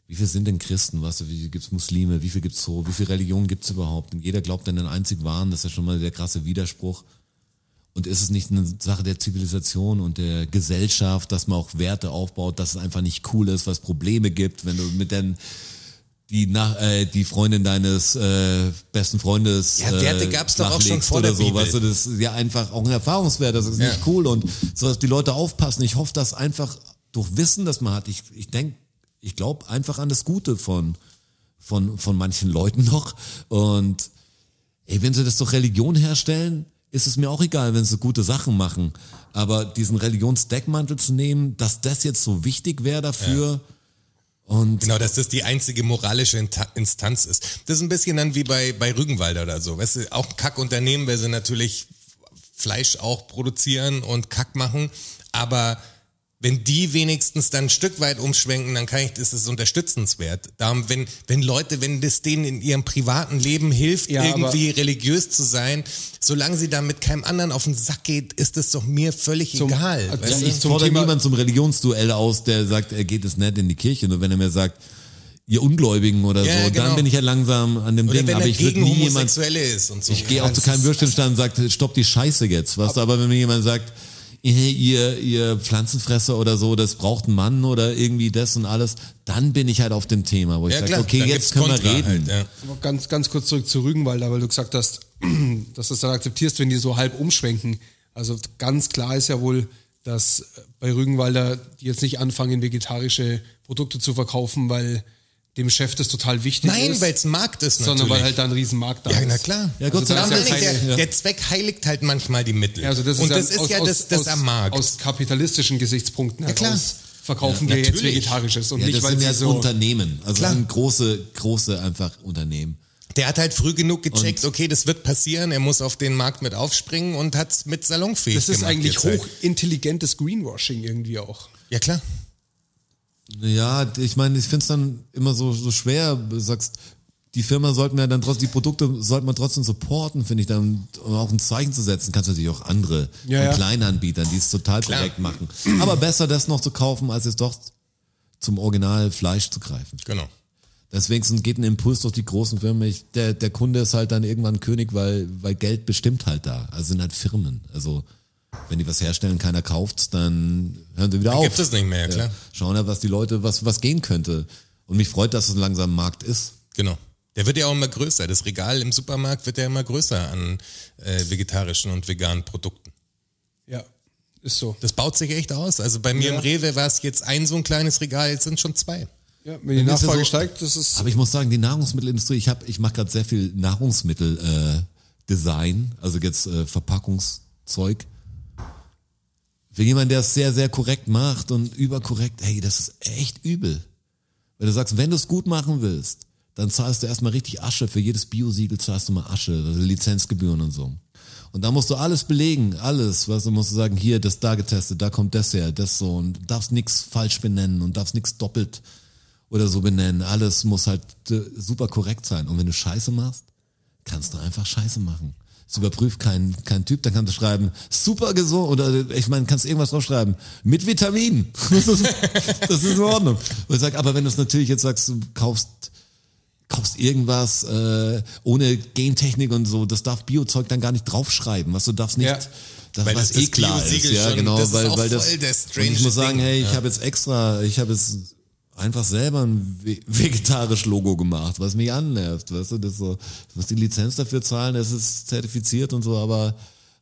Speaker 2: wie viel sind denn Christen? Weißt du, wie viel gibt's Muslime? Wie viel gibt's so? Wie viel Religionen gibt's überhaupt? Und jeder glaubt an den einzig wahren, das ist ja schon mal der krasse Widerspruch. Und ist es nicht eine Sache der Zivilisation und der Gesellschaft, dass man auch Werte aufbaut, dass es einfach nicht cool ist, was Probleme gibt, wenn du mit den die, nach, äh, die Freundin deines äh, besten Freundes
Speaker 3: Ja, Werte
Speaker 2: äh,
Speaker 3: gab's doch auch schon
Speaker 2: nachlegst
Speaker 3: vor
Speaker 2: oder
Speaker 3: der
Speaker 2: so,
Speaker 3: Bibel.
Speaker 2: weißt du, das ist ja einfach auch ein Erfahrungswert, das ist
Speaker 3: Ja.
Speaker 2: nicht cool und so, dass die Leute aufpassen. Ich hoffe, dass einfach durch Wissen, das man hat, ich, ich denke, ich glaube einfach an das Gute von, von, von manchen Leuten noch und ey, wenn sie das durch Religion herstellen, ist es mir auch egal, wenn sie gute Sachen machen. Aber diesen Religionsdeckmantel zu nehmen, dass das jetzt so wichtig wäre dafür und
Speaker 3: Genau, dass das die einzige moralische Inta- Instanz ist. Das ist ein bisschen dann wie bei, bei Rügenwalder oder so. Weißt du, auch ein Kackunternehmen, weil sie natürlich Fleisch auch produzieren und Kack machen. Aber wenn die wenigstens dann ein Stück weit umschwenken, dann kann ich, ist es unterstützenswert. Darum, wenn, wenn Leute, wenn das denen in ihrem privaten Leben hilft,
Speaker 4: Ja, aber-
Speaker 3: irgendwie religiös zu sein, solange sie damit keinem anderen auf den Sack geht, ist es doch mir völlig
Speaker 4: Zum-
Speaker 3: egal.
Speaker 4: also
Speaker 3: weißt du?
Speaker 2: ich
Speaker 4: Zum
Speaker 2: fordere
Speaker 4: Thema-
Speaker 2: niemanden zum Religionsduell aus, der sagt, er geht es nicht in die Kirche. Nur wenn er mir sagt, ihr Ungläubigen oder
Speaker 3: Ja,
Speaker 2: so,
Speaker 3: genau.
Speaker 2: dann bin ich ja langsam an dem
Speaker 3: Oder
Speaker 2: Ding.
Speaker 3: wenn
Speaker 2: Aber
Speaker 3: er
Speaker 2: ich würde
Speaker 3: gegen
Speaker 2: nie jemand
Speaker 3: Homosexuelle ist und so.
Speaker 2: ich gehe auch zu keinem Würstchenstand und sage, stopp die Scheiße jetzt. Weißt du, aber wenn mir jemand sagt, ihr, ihr, ihr Pflanzenfresser oder so, das braucht ein Mann oder irgendwie das und alles, dann bin ich halt auf dem Thema, wo ich
Speaker 3: Ja,
Speaker 2: sage,
Speaker 3: klar,
Speaker 2: okay,
Speaker 3: dann
Speaker 2: jetzt
Speaker 3: gibt's
Speaker 2: können wir
Speaker 3: Kontra
Speaker 2: reden.
Speaker 3: halt, ja.
Speaker 4: Aber ganz, ganz kurz zurück zu Rügenwalder, weil du gesagt hast, dass du es dann akzeptierst, wenn die so halb umschwenken. Also ganz klar ist ja wohl, dass bei Rügenwalder die jetzt nicht anfangen, vegetarische Produkte zu verkaufen, weil dem Chef das total wichtig
Speaker 3: Nein,
Speaker 4: ist,
Speaker 3: weil es Markt ist natürlich.
Speaker 4: sondern weil halt da ein Riesenmarkt da
Speaker 3: ja,
Speaker 4: ist. Also
Speaker 3: na klar.
Speaker 2: Ja, Gott sei
Speaker 4: da
Speaker 3: Darum
Speaker 2: Dank.
Speaker 4: ist
Speaker 3: meine ich,
Speaker 4: keine-
Speaker 3: der,
Speaker 2: ja.
Speaker 3: der Zweck heiligt halt manchmal die Mittel.
Speaker 4: Ja, also das
Speaker 3: und
Speaker 4: ist
Speaker 3: das ist ja das, das
Speaker 4: aus,
Speaker 3: am Markt.
Speaker 4: Aus kapitalistischen Gesichtspunkten
Speaker 3: klar.
Speaker 4: heraus verkaufen
Speaker 3: Ja,
Speaker 4: wir jetzt
Speaker 3: natürlich.
Speaker 4: Vegetarisches und
Speaker 2: Ja,
Speaker 4: nicht,
Speaker 2: das
Speaker 4: weil
Speaker 2: sind
Speaker 4: sie
Speaker 2: ja
Speaker 4: so...
Speaker 2: Unternehmen, also
Speaker 3: Klar.
Speaker 2: sind große, große einfach Unternehmen.
Speaker 3: der hat halt früh genug gecheckt, okay, das wird passieren, er muss auf den Markt mit aufspringen und hat es mit salonfähig
Speaker 4: das ist
Speaker 3: gemacht.
Speaker 4: eigentlich
Speaker 3: jetzt halt.
Speaker 4: hochintelligentes Greenwashing irgendwie auch.
Speaker 3: Ja, klar.
Speaker 2: Ja, ich meine, ich find's dann immer so, so schwer. Du sagst, die Firma sollten wir dann trotzdem, die Produkte sollten wir trotzdem supporten, finde ich, dann, um auch ein Zeichen zu setzen. Kannst natürlich auch andere
Speaker 4: Ja,
Speaker 2: von
Speaker 4: ja.
Speaker 2: kleinen Anbietern, die es total
Speaker 3: Klar.
Speaker 2: korrekt machen. Aber besser das noch zu kaufen, als jetzt doch zum Original Fleisch zu greifen.
Speaker 3: Genau.
Speaker 2: Deswegen geht ein Impuls durch die großen Firmen. Ich, der, der Kunde ist halt dann irgendwann König, weil, weil Geld bestimmt halt da. Also sind halt Firmen. Also wenn die was herstellen, keiner kauft's, dann hören sie wieder auf.
Speaker 3: Gibt es nicht mehr, ja, klar.
Speaker 2: Schauen halt, was die Leute, was, was gehen könnte. Und mich freut, dass es langsam ein Markt ist.
Speaker 3: Genau. Der wird ja auch immer größer. Das Regal im Supermarkt wird ja immer größer an äh, vegetarischen und veganen Produkten.
Speaker 4: Ja, ist so.
Speaker 3: Das baut sich echt aus. Also bei mir
Speaker 4: Ja.
Speaker 3: im Rewe war es jetzt ein so ein kleines Regal, jetzt sind schon zwei.
Speaker 4: Ja, wenn die
Speaker 2: Dann ist
Speaker 4: Nachfrage
Speaker 2: ja so-
Speaker 4: steigt, das ist
Speaker 2: Aber ich muss sagen, die Nahrungsmittelindustrie, ich hab, ich mache gerade sehr viel Nahrungsmittel äh, Design, also jetzt äh, Verpackungszeug. Für jemanden, der es sehr, sehr korrekt macht und überkorrekt, hey, das ist echt übel. Wenn du sagst, wenn du es gut machen willst, dann zahlst du erstmal richtig Asche. Für jedes Biosiegel zahlst du mal Asche, also Lizenzgebühren und so. Und da musst du alles belegen, alles. Weißt du, musst du sagen, hier, das da getestet, da kommt das her, das so. Und du darfst nichts falsch benennen und darfst nichts doppelt oder so benennen. Alles muss halt äh, super korrekt sein. Und wenn du Scheiße machst, kannst du einfach Scheiße machen. Es überprüft kein, kein Typ, dann kannst du schreiben, super gesund, oder äh, ich meine, kannst irgendwas draufschreiben, mit Vitaminen. Das ist, das ist in Ordnung. Und ich sag, aber wenn du es natürlich jetzt sagst, du kaufst kaufst irgendwas äh, ohne Gentechnik und so, das darf Biozeug dann gar nicht draufschreiben, was du darfst nicht,
Speaker 4: Ja.
Speaker 2: das,
Speaker 3: Weil
Speaker 2: was
Speaker 3: das
Speaker 2: eh
Speaker 3: das
Speaker 2: klar ist,
Speaker 3: Biosiegel
Speaker 2: ja
Speaker 3: schon-
Speaker 2: genau,
Speaker 3: das ist
Speaker 2: weil
Speaker 3: auch
Speaker 2: weil das
Speaker 3: voll das
Speaker 2: und ich
Speaker 3: strange
Speaker 2: muss sagen,
Speaker 3: Ding,
Speaker 2: hey, ich
Speaker 3: ja.
Speaker 2: habe jetzt extra, ich habe jetzt einfach selber ein ve- vegetarisch Logo gemacht, was mich annervt, weißt du, das so, du musst die Lizenz dafür zahlen, das ist zertifiziert und so, aber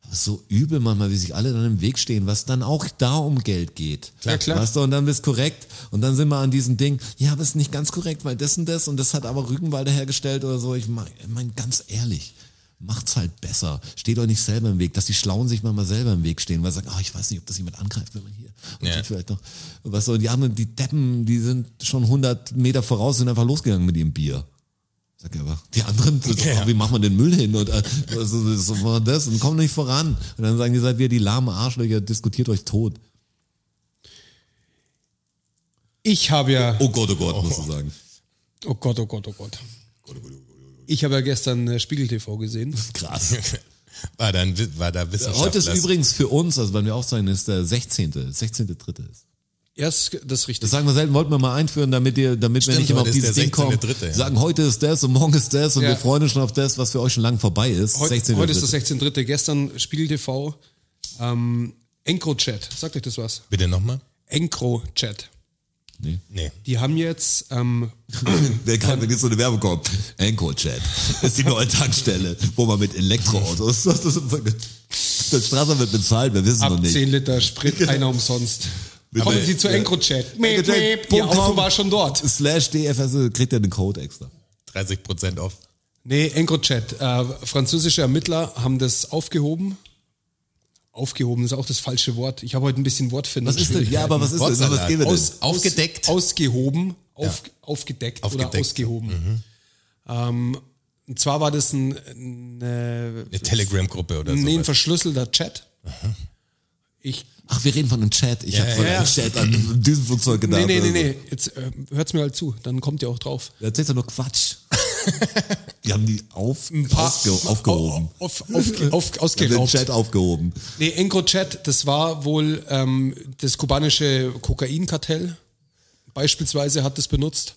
Speaker 2: das ist so übel manchmal, wie sich alle dann im Weg stehen, was dann auch da um Geld geht.
Speaker 4: Klar, klar.
Speaker 2: Weißt du, und dann bist korrekt und dann sind wir an diesem Ding, ja, aber ist nicht ganz korrekt, weil das und das und das hat aber Rügenwalder hergestellt oder so. Ich mein, ich mein ganz ehrlich, macht's halt besser. Steht euch nicht selber im Weg, dass die Schlauen sich manchmal selber im Weg stehen, weil sie sagen, ah, ich weiß nicht, ob das jemand angreift, wenn man hier und
Speaker 3: Ja.
Speaker 2: die vielleicht noch. Weißt du, und die anderen, die Deppen, die sind schon 100 Meter voraus, sind einfach losgegangen mit ihrem Bier. Sag ich aber, die anderen, sind doch,
Speaker 3: Ja.
Speaker 2: wie machen wir den Müll hin? Und äh, so, so, so, das und kommen nicht voran. Und dann sagen die, seid wir die lahmen Arschlöcher, diskutiert euch tot.
Speaker 4: Ich habe ja.
Speaker 2: Oh Gott, oh Gott, musst du sagen.
Speaker 4: Oh Gott, oh Gott, oh Gott. Ich habe ja gestern äh, Spiegel TV gesehen.
Speaker 2: Krass. Äh,
Speaker 3: War, dann, wi- war da Wissenschaftler.
Speaker 2: Heute ist übrigens für uns, also wenn wir auch sagen, ist der 16. 16. Dritte ist.
Speaker 4: Erst das ist richtig.
Speaker 2: Das sagen wir selten, wollten wir mal einführen, damit ihr, damit wir
Speaker 3: Stimmt,
Speaker 2: nicht immer auf
Speaker 3: heute ist
Speaker 2: dieses
Speaker 3: der
Speaker 2: Ding kommen.
Speaker 3: 16.3., ja.
Speaker 2: Sagen, heute ist das und morgen ist das und
Speaker 4: Ja.
Speaker 2: wir freuen uns schon auf das, was für euch schon lang vorbei ist.
Speaker 4: Heute,
Speaker 2: 16.
Speaker 4: heute ist
Speaker 2: Dritte.
Speaker 4: das 16.3. Gestern Spiegel TV. Ähm, Encro-Chat. Sagt euch das was?
Speaker 3: Bitte nochmal?
Speaker 4: Encro-Chat.
Speaker 2: Nee.
Speaker 3: Nee.
Speaker 4: Die haben jetzt ähm,
Speaker 2: Wer kann, da gibt's so eine Werbung kommt. Enco-Chat. Das ist die neue Tankstelle, wo man mit Elektroautos. Das, das, das, das Straße wird bezahlt, wir wissen noch
Speaker 4: ab
Speaker 2: nicht.
Speaker 4: 10 Liter Sprit, einer umsonst.
Speaker 2: Bitte.
Speaker 4: Kommen Sie zu
Speaker 2: Ja.
Speaker 4: Encro-Chat. Meep,
Speaker 2: Encrochat
Speaker 4: meep.
Speaker 2: Punkt
Speaker 4: Ihr Auto
Speaker 2: com.
Speaker 4: war schon dort.
Speaker 2: Slash DFS kriegt ihr einen Code extra.
Speaker 3: 30 Prozent auf.
Speaker 4: Nee, EncroChat. Äh, französische Ermittler haben das aufgehoben. Aufgehoben ist auch das falsche Wort. Ich habe heute ein bisschen Wortfindung.
Speaker 2: Was ist denn? Ja, aber was ist denn?
Speaker 3: Wortsalat.
Speaker 2: Was geben wir denn?
Speaker 4: Aus,
Speaker 3: Aufgedeckt.
Speaker 4: Aus, ausgehoben. Auf, aufgedeckt, Mhm. oder
Speaker 3: Aufgedeckt.
Speaker 4: ausgehoben. Ähm, und zwar war das ein, eine,
Speaker 3: Eine Telegram-Gruppe oder so.
Speaker 4: nee, ein verschlüsselter Chat. Ich,
Speaker 2: Ach, wir reden von einem Chat. Ich hab
Speaker 3: ja,
Speaker 2: von
Speaker 4: ja.
Speaker 2: einem Chat an Düsenflugzeug gedacht.
Speaker 4: nee, nee, nee,
Speaker 2: Also,
Speaker 4: nee. Jetzt äh, hört's mir halt zu, dann kommt ihr auch drauf.
Speaker 2: Da erzählst du nur Quatsch. die haben die auf, aufge, aufgehoben.
Speaker 4: Auf, auf, auf,
Speaker 2: Die haben den
Speaker 4: ausgeraubt.
Speaker 2: Chat aufgehoben.
Speaker 4: Nee, EncroChat, das war wohl ähm, das kubanische Kokainkartell. Beispielsweise hat das benutzt.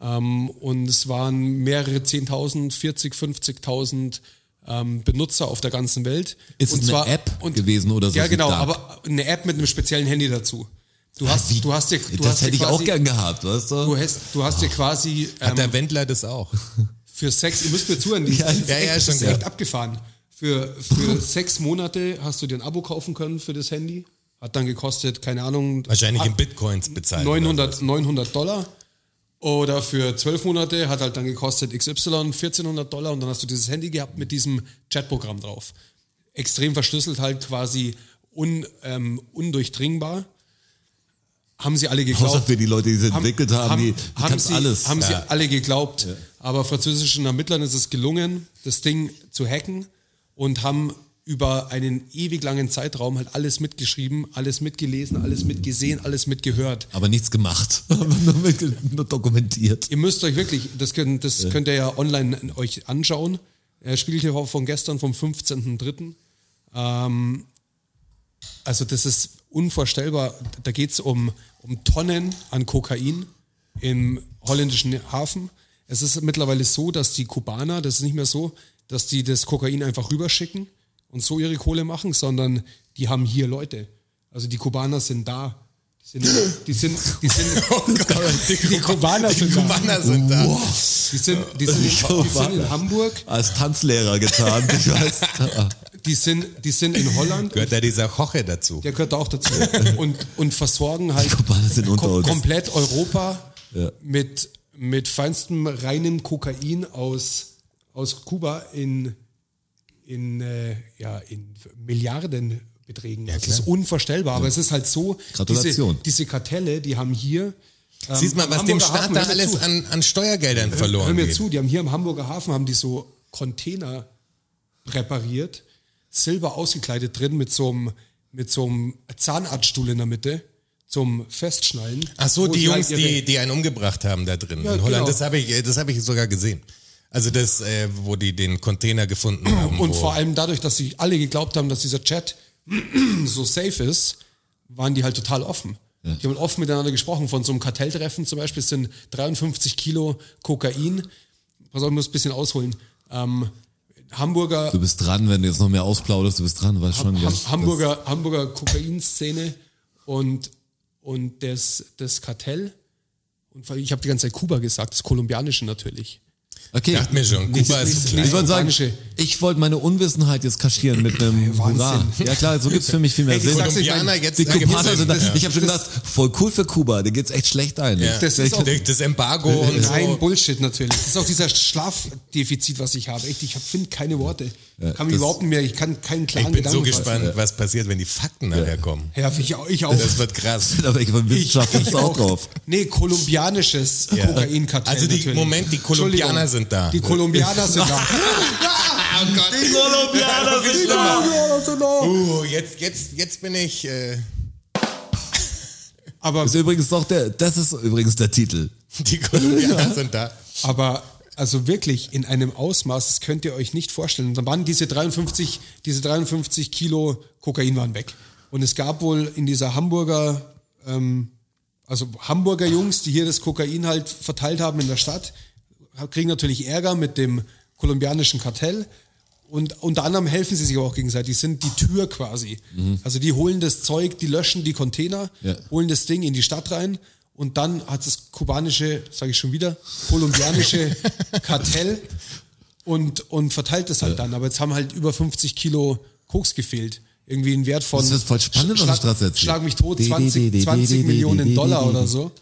Speaker 4: Ähm, und es waren mehrere 10.000, 40, 50.000 ähm, Benutzer auf der ganzen Welt.
Speaker 2: Ist
Speaker 4: und
Speaker 2: es eine App gewesen oder so
Speaker 4: Ja,
Speaker 2: wie
Speaker 4: genau,
Speaker 2: Dark?
Speaker 4: aber eine App mit einem speziellen Handy dazu. Du hast,
Speaker 2: Wie-
Speaker 4: du hast dir, du
Speaker 2: das
Speaker 4: hast dir
Speaker 2: hätte ich
Speaker 4: quasi,
Speaker 2: auch gern gehabt, weißt du?
Speaker 4: Du hast, du hast dir quasi
Speaker 3: Hat
Speaker 4: ähm,
Speaker 3: der Wendler das auch?
Speaker 4: für sechs, ihr müsst mir zuhören, die- das ist
Speaker 3: ja,
Speaker 4: echt,
Speaker 3: ja,
Speaker 4: das
Speaker 3: schon
Speaker 4: ist
Speaker 3: klar.
Speaker 4: echt abgefahren. Für, für sechs Monate hast du dir ein Abo kaufen können für das Handy. Hat dann gekostet, keine Ahnung,
Speaker 3: Wahrscheinlich in
Speaker 4: ah,
Speaker 3: Bitcoins bezahlt.
Speaker 4: 900, 900 Dollar. Oder für zwölf Monate hat halt dann gekostet XY 1400 Dollar und dann hast du dieses Handy gehabt mit diesem Chatprogramm drauf. Extrem verschlüsselt halt quasi un, ähm, undurchdringbar. Haben sie alle geglaubt.
Speaker 2: Außer für die Leute, die es entwickelt haben, die, die
Speaker 4: haben,
Speaker 2: kannst
Speaker 4: sie,
Speaker 2: alles.
Speaker 4: haben sie alle geglaubt. Aber französischen Ermittlern ist es gelungen, das Ding zu hacken und haben über einen ewig langen Zeitraum halt alles mitgeschrieben, alles mitgelesen, alles mitgesehen, alles mitgehört.
Speaker 2: aber nichts gemacht. nur, nur dokumentiert.
Speaker 4: Ihr müsst euch wirklich, das könnt, das könnt ihr ja online euch anschauen. Er spielt hier von gestern, vom 15.03. Ähm, also das ist unvorstellbar. Da geht es um, um Tonnen an Kokain im holländischen Hafen. Es ist mittlerweile so, dass die Kubaner, das ist nicht mehr so, dass die das Kokain einfach rüberschicken und so ihre Kohle machen, sondern die haben hier Leute. Also die Kubaner sind da. Die sind, die sind, die sind, Oh die Kubaner sind da.
Speaker 3: Kubaner sind
Speaker 4: Uh.
Speaker 3: da.
Speaker 4: Die sind, die sind, in, die sind in Hamburg,
Speaker 2: Als Tanzlehrer getan, ich weiß.
Speaker 4: die sind, die sind in Holland,
Speaker 3: Gehört da dieser Koche dazu?
Speaker 4: der gehört da auch dazu. Und, und versorgen halt
Speaker 2: Kubaner sind unter uns.
Speaker 4: komplett Europa mit, mit feinstem reinem Kokain aus, aus Kuba in, in, äh, ja, in Milliardenbeträgen. das ist unvorstellbar, aber es ist halt so, diese,
Speaker 2: Gratulation.
Speaker 4: diese Kartelle, die haben hier. ähm,
Speaker 3: Siehst mal,
Speaker 4: am
Speaker 3: was dem
Speaker 4: Hamburger
Speaker 3: Staat
Speaker 4: Hafen-
Speaker 3: da
Speaker 4: hör mir
Speaker 3: alles
Speaker 4: zu.
Speaker 3: an, an Steuergeldern
Speaker 4: Hör
Speaker 3: verloren
Speaker 4: mir
Speaker 3: geht.
Speaker 4: zu, die haben hier im Hamburger Hafen haben die so Container präpariert silber ausgekleidet drin mit so einem, mit so einem Zahnarztstuhl in der Mitte zum Festschnallen.
Speaker 3: Ach so,
Speaker 4: wo
Speaker 3: die
Speaker 4: sie halt
Speaker 3: Jungs,
Speaker 4: ihre-
Speaker 3: die, die einen umgebracht haben da drin
Speaker 4: Ja,
Speaker 3: in Holland.
Speaker 4: genau.
Speaker 3: Das habe ich, äh, das habe ich sogar gesehen. Also das, äh, wo die den Container gefunden haben.
Speaker 4: Und
Speaker 3: wo,
Speaker 4: vor allem dadurch, dass sie alle geglaubt haben, dass dieser Chat so safe ist, waren die halt total offen. Die haben offen miteinander gesprochen. Von so einem Kartelltreffen zum Beispiel sind 53 Kilo Kokain. Pass auf, ich muss ein bisschen ausholen. Ähm, Hamburger,
Speaker 2: Du bist dran, wenn du jetzt noch mehr ausplauderst, du bist dran, weißt schon.
Speaker 4: Ham
Speaker 2: dass-
Speaker 4: Hamburger, Hamburger Kokainszene und, und das, das Kartell. Und ich habe die ganze Zeit Kuba gesagt, das kolumbianische natürlich.
Speaker 2: dass- Okay.
Speaker 3: Dachte mir schon, Kuba
Speaker 4: nicht-
Speaker 3: ist
Speaker 4: nicht-
Speaker 3: klein.
Speaker 2: Ich wollte sagen,
Speaker 4: Kubanische.
Speaker 2: ich wollte meine Unwissenheit jetzt kaschieren mit einem
Speaker 4: Wahnsinn.
Speaker 2: Hurra. Ja klar, so gibt's für mich viel mehr
Speaker 3: Ey, die
Speaker 2: Sinn.
Speaker 3: Kolumbianer jetzt-
Speaker 2: die
Speaker 3: äh, da gibt's
Speaker 2: Kubaner sind da.
Speaker 3: das-
Speaker 2: Ich habe schon gedacht, voll cool für Kuba, da geht's echt schlecht ein.
Speaker 3: Ja.
Speaker 4: das ist auch-
Speaker 3: das, das Embargo und so.
Speaker 4: Rein Bullshit natürlich. Das ist auch dieser Schlafdefizit, was ich habe. Echt, ich finde keine Worte. kann
Speaker 2: das-
Speaker 4: mich überhaupt nicht mehr, ich kann keinen
Speaker 3: Ich
Speaker 4: klaren
Speaker 3: bin so
Speaker 4: Gedanken fassen.
Speaker 3: gespannt, was passiert, wenn die Fakten nachher kommen.
Speaker 4: Ja, ich, auch- ich auch.
Speaker 3: Das wird krass.
Speaker 2: Aber ich von Wissenschaft ist auch drauf.
Speaker 4: Nee, kolumbianisches
Speaker 3: Ja.
Speaker 4: Kokainkartell
Speaker 3: Also die-
Speaker 4: natürlich.
Speaker 3: Moment, die Kolumbianer
Speaker 4: Entschuldigung.
Speaker 3: sind da.
Speaker 4: Die Kolumbianer sind da.
Speaker 3: Ah, oh Gott. Die
Speaker 2: Kolumbianer sind da.
Speaker 3: Uh, jetzt, jetzt, jetzt bin ich. Äh,
Speaker 4: Aber,
Speaker 2: Das ist übrigens doch der, das ist übrigens der Titel.
Speaker 3: die Kolumbianer sind da.
Speaker 4: aber also wirklich in einem Ausmaß, das könnt ihr euch nicht vorstellen. Und Dann waren diese 53, diese 53 Kilo Kokain waren weg. Und es gab wohl in dieser Hamburger ähm, also Hamburger Jungs, die hier das Kokain halt verteilt haben in der Stadt, kriegen natürlich Ärger mit dem kolumbianischen Kartell. Und unter anderem helfen sie sich aber auch gegenseitig. Die sind die Tür quasi. Also die holen das Zeug, die löschen die Container,
Speaker 2: Ja.
Speaker 4: holen das Ding in die Stadt rein. Und dann hat das kubanische, sage ich schon wieder, kolumbianische Kartell und, und verteilt das halt dann. Aber jetzt haben halt über 50 Kilo Koks gefehlt. Irgendwie ein Wert von.
Speaker 2: Das ist voll spannend, was du
Speaker 4: Schlag-
Speaker 2: gerade erzählst.
Speaker 4: Schlag mich tot,
Speaker 2: Die, die,
Speaker 4: 20,
Speaker 2: die, die,
Speaker 4: 20
Speaker 2: die, die, die,
Speaker 4: Millionen
Speaker 2: die,
Speaker 4: Dollar
Speaker 2: die, die.
Speaker 4: oder so.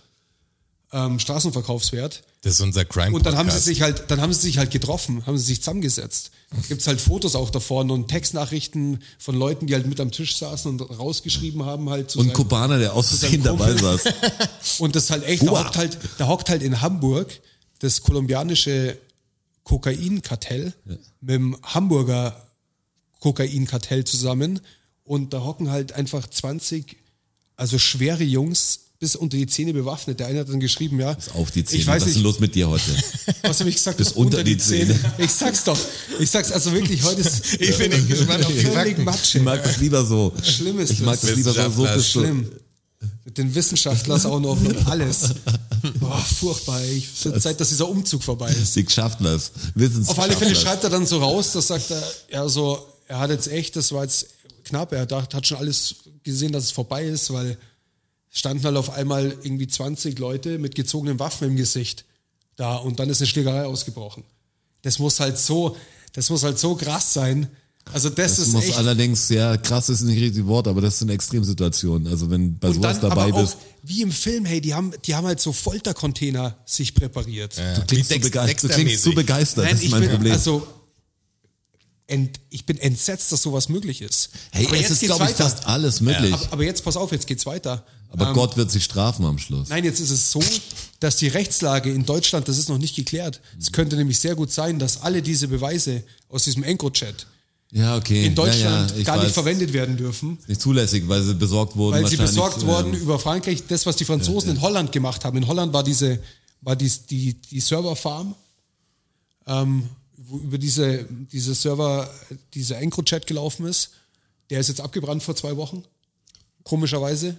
Speaker 4: Ähm, Straßenverkaufswert.
Speaker 3: Das ist unser Crime.
Speaker 4: Und dann haben sie
Speaker 3: Podcast.
Speaker 4: sich halt, dann haben sie sich halt getroffen, haben sie sich zusammengesetzt. Gibt es halt Fotos auch davon und Textnachrichten von Leuten, die halt mit am Tisch saßen und rausgeschrieben haben, halt zu
Speaker 2: Und
Speaker 4: seinem-
Speaker 2: Kubaner, der aus Versehen dabei
Speaker 4: Kumpel.
Speaker 2: saß.
Speaker 4: und das halt echt, da
Speaker 2: Uah.
Speaker 4: hockt halt, da hockt halt in Hamburg das kolumbianische Kokainkartell mit dem Hamburger Kokainkartell zusammen und da hocken halt einfach 20, also schwere Jungs bis unter die Zähne bewaffnet. Der eine hat dann geschrieben, ja. Bis
Speaker 2: Auf die Zähne.
Speaker 4: Ich weiß
Speaker 2: was ist
Speaker 4: nicht,
Speaker 2: denn los mit dir heute?
Speaker 4: was habe ich gesagt?
Speaker 2: Bis unter die Zähne.
Speaker 4: Ich sag's doch. Ich sag's also wirklich, heute ist
Speaker 3: Ich bin echt gespannt auf die
Speaker 4: völlig
Speaker 3: Fakten.
Speaker 2: Ich
Speaker 4: Matsche.
Speaker 2: mag das lieber so.
Speaker 4: Schlimm ist
Speaker 2: Ich mag
Speaker 4: das.
Speaker 2: das lieber so. so
Speaker 3: Wissenschaftler ist
Speaker 2: bist du.
Speaker 4: Schlimm. Mit den Wissenschaftlern auch noch und alles. Boah, furchtbar. Ich Zeit, dass dieser Umzug vorbei ist.
Speaker 2: Sie schaffen das. Wissenschaftler.
Speaker 4: Auf alle Fälle schreibt er dann so raus, das sagt er, ja so, er hat jetzt echt, das war jetzt knapp, er dacht, hat schon alles gesehen, dass es vorbei ist, weil es standen halt auf einmal irgendwie 20 Leute mit gezogenen Waffen im Gesicht da und dann ist eine Schlägerei ausgebrochen. Das muss halt so, das muss halt so krass sein. Also das,
Speaker 2: Das
Speaker 4: ist
Speaker 2: muss
Speaker 4: echt
Speaker 2: allerdings, ja, krass ist nicht richtig Wort, aber das sind Extremsituationen. Also wenn bei
Speaker 4: und
Speaker 2: sowas
Speaker 4: dann
Speaker 2: dabei
Speaker 4: aber auch
Speaker 2: bist,
Speaker 4: wie im Film, hey, die haben die haben halt so Foltercontainer sich präpariert.
Speaker 3: Ja, wie
Speaker 2: klingst du,
Speaker 3: Dex-
Speaker 2: begeistert, du klingst
Speaker 3: Dexter-mäßig.
Speaker 2: zu begeistert,
Speaker 4: Nein,
Speaker 2: das ist
Speaker 4: ich
Speaker 2: mein
Speaker 4: bin,
Speaker 2: Problem.
Speaker 4: Also, ent, ich bin entsetzt, dass sowas möglich ist.
Speaker 2: hey, es ist, glaube ich, fast alles möglich.
Speaker 4: aber, aber jetzt pass auf, jetzt geht's weiter.
Speaker 2: aber Gott wird sich strafen am Schluss.
Speaker 4: ähm, Nein, jetzt ist es so, dass die Rechtslage in Deutschland, das ist noch nicht geklärt.
Speaker 2: Mhm.
Speaker 4: Es könnte nämlich sehr gut sein, dass alle diese Beweise aus diesem Encrochat
Speaker 2: ja, okay.
Speaker 4: in Deutschland
Speaker 2: ja, ja, ich
Speaker 4: gar
Speaker 2: weiß,
Speaker 4: nicht verwendet werden dürfen,
Speaker 2: Nicht zulässig, weil sie besorgt wurden.
Speaker 4: weil sie
Speaker 2: wahrscheinlich,
Speaker 4: besorgt
Speaker 3: äh,
Speaker 4: wurden
Speaker 2: ähm,
Speaker 4: über Frankreich, das, was die Franzosen in Holland gemacht haben. In Holland war diese, war die, die, die Serverfarm, ähm, wo über diese, diese Server, dieser Encrochat gelaufen ist. Der ist jetzt abgebrannt vor zwei Wochen. Komischerweise.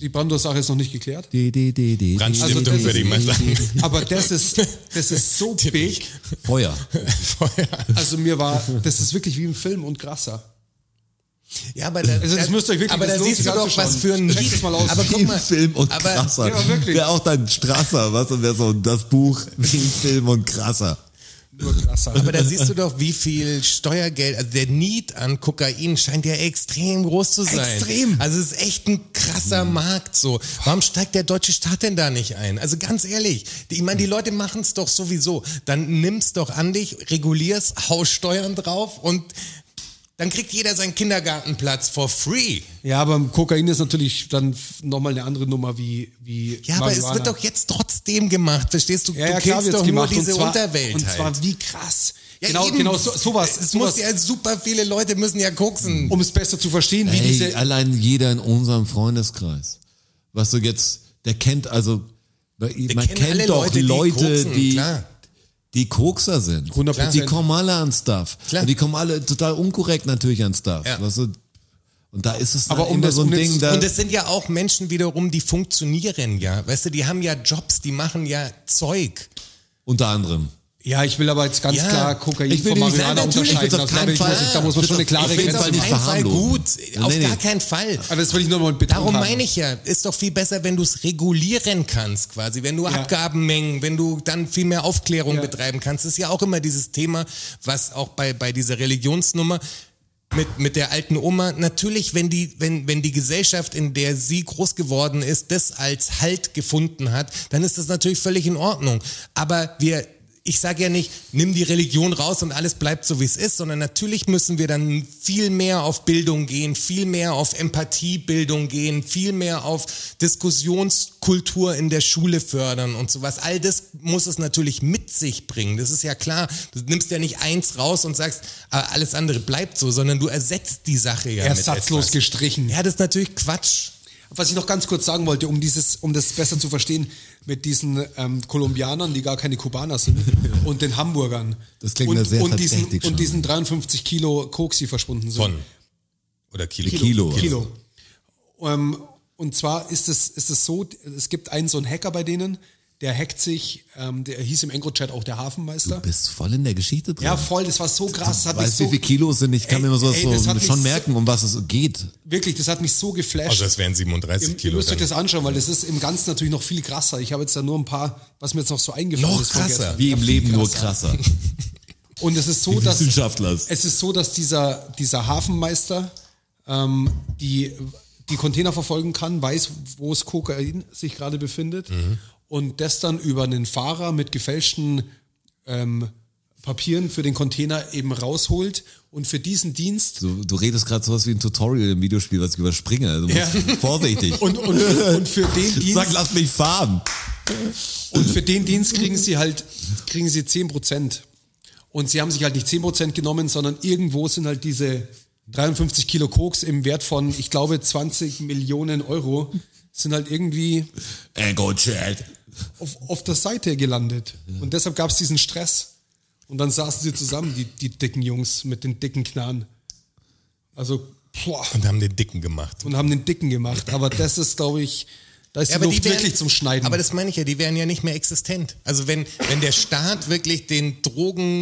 Speaker 4: Die Brandur-Sache ist noch nicht geklärt.
Speaker 2: di, di, di, di, di,
Speaker 3: Brandstiftung
Speaker 4: Also das
Speaker 3: würde ich mal
Speaker 4: ist-
Speaker 3: sagen.
Speaker 4: Aber das ist, das ist so big.
Speaker 2: Feuer.
Speaker 3: Feuer.
Speaker 4: Also mir war, das ist wirklich wie im Film und krasser.
Speaker 3: Ja, aber da,
Speaker 4: Also das müsst ihr euch wirklich-
Speaker 3: aber
Speaker 4: das
Speaker 3: da
Speaker 4: lohnt
Speaker 3: siehst du
Speaker 4: sich
Speaker 3: doch,
Speaker 4: anzuschauen.
Speaker 3: was für ein
Speaker 4: Checkt das mal aus.
Speaker 3: Aber guck
Speaker 2: Im
Speaker 3: mal,
Speaker 2: Film und
Speaker 3: aber-
Speaker 2: krasser.
Speaker 4: Ja, wirklich.
Speaker 2: Wäre auch dann Strasser, was? Und wäre so das Buch wie im Film und krasser.
Speaker 4: Nur krasser.
Speaker 3: aber da siehst du doch, wie viel Steuergeld, also der Need an Kokain scheint ja extrem groß zu sein.
Speaker 4: Extrem. Hm.
Speaker 3: Also es ist echt ein krasser Markt so. Warum steigt der deutsche Staat denn da nicht ein? Also ganz ehrlich, die, ich meine,
Speaker 4: Hm.
Speaker 3: die Leute machen es doch sowieso. Dann nimm's doch an dich, regulier's, hau Steuern drauf und dann kriegt jeder seinen Kindergartenplatz for free.
Speaker 4: ja, aber Kokain ist natürlich dann nochmal eine andere Nummer wie, wie
Speaker 3: Ja, aber es wird
Speaker 4: Marihuana.
Speaker 3: doch jetzt trotzdem gemacht, verstehst du?
Speaker 4: Ja,
Speaker 3: du
Speaker 4: ja, klar
Speaker 3: killst
Speaker 4: wird's
Speaker 3: doch
Speaker 4: gemacht.
Speaker 3: nur diese
Speaker 4: und zwar,
Speaker 3: Unterwelt
Speaker 4: Und zwar
Speaker 3: halt.
Speaker 4: wie krass. genau,
Speaker 3: eben.
Speaker 4: genau so, sowas.
Speaker 3: Es
Speaker 4: sowas
Speaker 3: muss ja super viele Leute müssen ja koksen.
Speaker 4: um es besser zu verstehen, wie
Speaker 2: Ey,
Speaker 4: diese.
Speaker 2: allein jeder in unserem Freundeskreis. Was du jetzt, der kennt also, man
Speaker 3: kennen alle
Speaker 2: kennt doch Leute,
Speaker 3: die
Speaker 2: die,
Speaker 3: koksen, klar.
Speaker 2: die Kokser sind.
Speaker 4: 100%.
Speaker 2: Die kommen alle an Stuff.
Speaker 3: Klar.
Speaker 2: Und die kommen alle total unkorrekt natürlich an Stuff.
Speaker 3: Ja.
Speaker 2: Weißt du? Und da ist es
Speaker 4: Aber
Speaker 2: dann
Speaker 4: um
Speaker 2: immer
Speaker 4: das
Speaker 2: so ein
Speaker 4: unnütz-
Speaker 2: Ding, da,
Speaker 3: Und es sind ja auch Menschen wiederum, die funktionieren ja. Weißt du, die haben ja Jobs, die machen ja Zeug.
Speaker 2: unter anderem.
Speaker 4: Ja, ich will aber jetzt ganz
Speaker 3: Ja,
Speaker 4: klar Kokain
Speaker 2: ich will
Speaker 4: von
Speaker 2: die-
Speaker 4: Marihuana
Speaker 2: Nein, natürlich, ich
Speaker 4: unterscheiden.
Speaker 2: will's auf
Speaker 4: Also, da,
Speaker 2: keinen
Speaker 4: will ich, muss
Speaker 2: Fall.
Speaker 4: ich, da muss man
Speaker 2: Ich
Speaker 4: schon eine
Speaker 2: will's auf
Speaker 4: klare
Speaker 2: jeden
Speaker 4: Grenze
Speaker 2: Fall
Speaker 3: auf
Speaker 2: nicht
Speaker 4: machen.
Speaker 3: keinen Fall
Speaker 2: verharmlosen.
Speaker 3: gut.
Speaker 2: Nee,
Speaker 3: Auf
Speaker 2: nee.
Speaker 3: gar keinen Fall.
Speaker 4: Aber das will ich nur mal betont
Speaker 3: Darum
Speaker 4: haben.
Speaker 3: meine ich ja, ist doch viel besser, wenn du es regulieren kannst, quasi, wenn du Abgabenmengen, wenn du dann viel mehr Aufklärung
Speaker 4: Ja.
Speaker 3: betreiben kannst. Das ist ja auch immer dieses Thema, was auch bei, bei dieser Religionsnummer mit, mit der alten Oma, natürlich, wenn die, wenn, wenn die Gesellschaft, in der sie groß geworden ist, das als Halt gefunden hat, dann ist das natürlich völlig in Ordnung. Aber wir, ich sage ja nicht, nimm die Religion raus und alles bleibt so, wie es ist, sondern natürlich müssen wir dann viel mehr auf Bildung gehen, viel mehr auf Empathiebildung gehen, viel mehr auf Diskussionskultur in der Schule fördern und sowas. All das muss es natürlich mit sich bringen. Das ist ja klar. Du nimmst ja nicht eins raus und sagst, ah, alles andere bleibt so, sondern du ersetzt die Sache ja mit
Speaker 4: Ersatzlos
Speaker 3: etwas.
Speaker 4: gestrichen.
Speaker 3: Ja, das ist natürlich Quatsch.
Speaker 4: Was ich noch ganz kurz sagen wollte, um dieses, um das besser zu verstehen, mit diesen ähm, Kolumbianern, die gar keine Kubaner sind, und den Hamburgern.
Speaker 2: Das klingt
Speaker 4: und,
Speaker 2: mir sehr
Speaker 4: und diesen,
Speaker 2: verdächtig schon.
Speaker 4: und diesen 53 Kilo Koks, die verschwunden sind.
Speaker 3: Von. Oder Kilo.
Speaker 2: Kilo. also
Speaker 4: Kilo. Ähm, und zwar ist es, ist es so, es gibt einen so einen Hacker bei denen, der hackt sich, ähm, der hieß im Engro-Chat auch der
Speaker 2: Du
Speaker 4: Hafenmeister.
Speaker 2: bist voll in der Geschichte drin.
Speaker 4: Ja, voll, das war so krass. Das hat
Speaker 2: weißt du,
Speaker 4: mich
Speaker 2: wie viele
Speaker 4: so,
Speaker 2: Kilos sind? Ich kann
Speaker 4: Ey,
Speaker 2: mir immer sowas
Speaker 4: ey, das
Speaker 2: so
Speaker 4: hat mich
Speaker 2: schon
Speaker 4: so-
Speaker 2: merken, um was es geht.
Speaker 4: wirklich, das hat mich so geflasht.
Speaker 3: Also es wären 37
Speaker 4: Ihr- Ihr
Speaker 3: Kilo.
Speaker 4: müsst euch
Speaker 3: Dann.
Speaker 4: das anschauen, weil das ist im Ganzen natürlich noch viel krasser. Ich habe jetzt da nur ein paar, was mir jetzt noch so eingefallen
Speaker 3: Noch
Speaker 4: ist. von
Speaker 3: krasser.
Speaker 4: gestern.
Speaker 2: Wie im
Speaker 4: Ja, viel
Speaker 2: Leben nur krasser.
Speaker 4: Und es ist so, dass
Speaker 2: Wissenschaftler.
Speaker 4: es ist so, dass dieser, dieser Hafenmeister ähm, die, die Container verfolgen kann, weiß, wo es Kokain sich gerade befindet und das dann über einen Fahrer mit gefälschten ähm, Papieren für den Container eben rausholt und für diesen Dienst
Speaker 2: Du, du redest gerade sowas wie ein Tutorial im Videospiel, was ich überspringe. Also du musst
Speaker 4: Ja.
Speaker 2: vorsichtig.
Speaker 4: und, und, für, und für den Dienst
Speaker 2: Sag, lass mich fahren.
Speaker 4: Und für den Dienst kriegen sie halt, kriegen sie 10%. Und sie haben sich halt nicht 10% genommen, sondern irgendwo sind halt diese 53 Kilo Koks im Wert von, ich glaube, 20 Millionen Euro, sind halt irgendwie
Speaker 2: Ego Chat.
Speaker 4: auf, auf der Seite gelandet. Und deshalb gab es diesen Stress. Und dann saßen sie zusammen, die, die dicken Jungs mit den dicken Knarren. Also, boah,
Speaker 3: Und haben den Dicken gemacht.
Speaker 4: und haben den dicken gemacht. Aber das ist, glaube ich, da ist die Luft wirklich zum Schneiden.
Speaker 3: Aber das meine ich ja, die wären ja nicht mehr existent. Also wenn, wenn der Staat wirklich den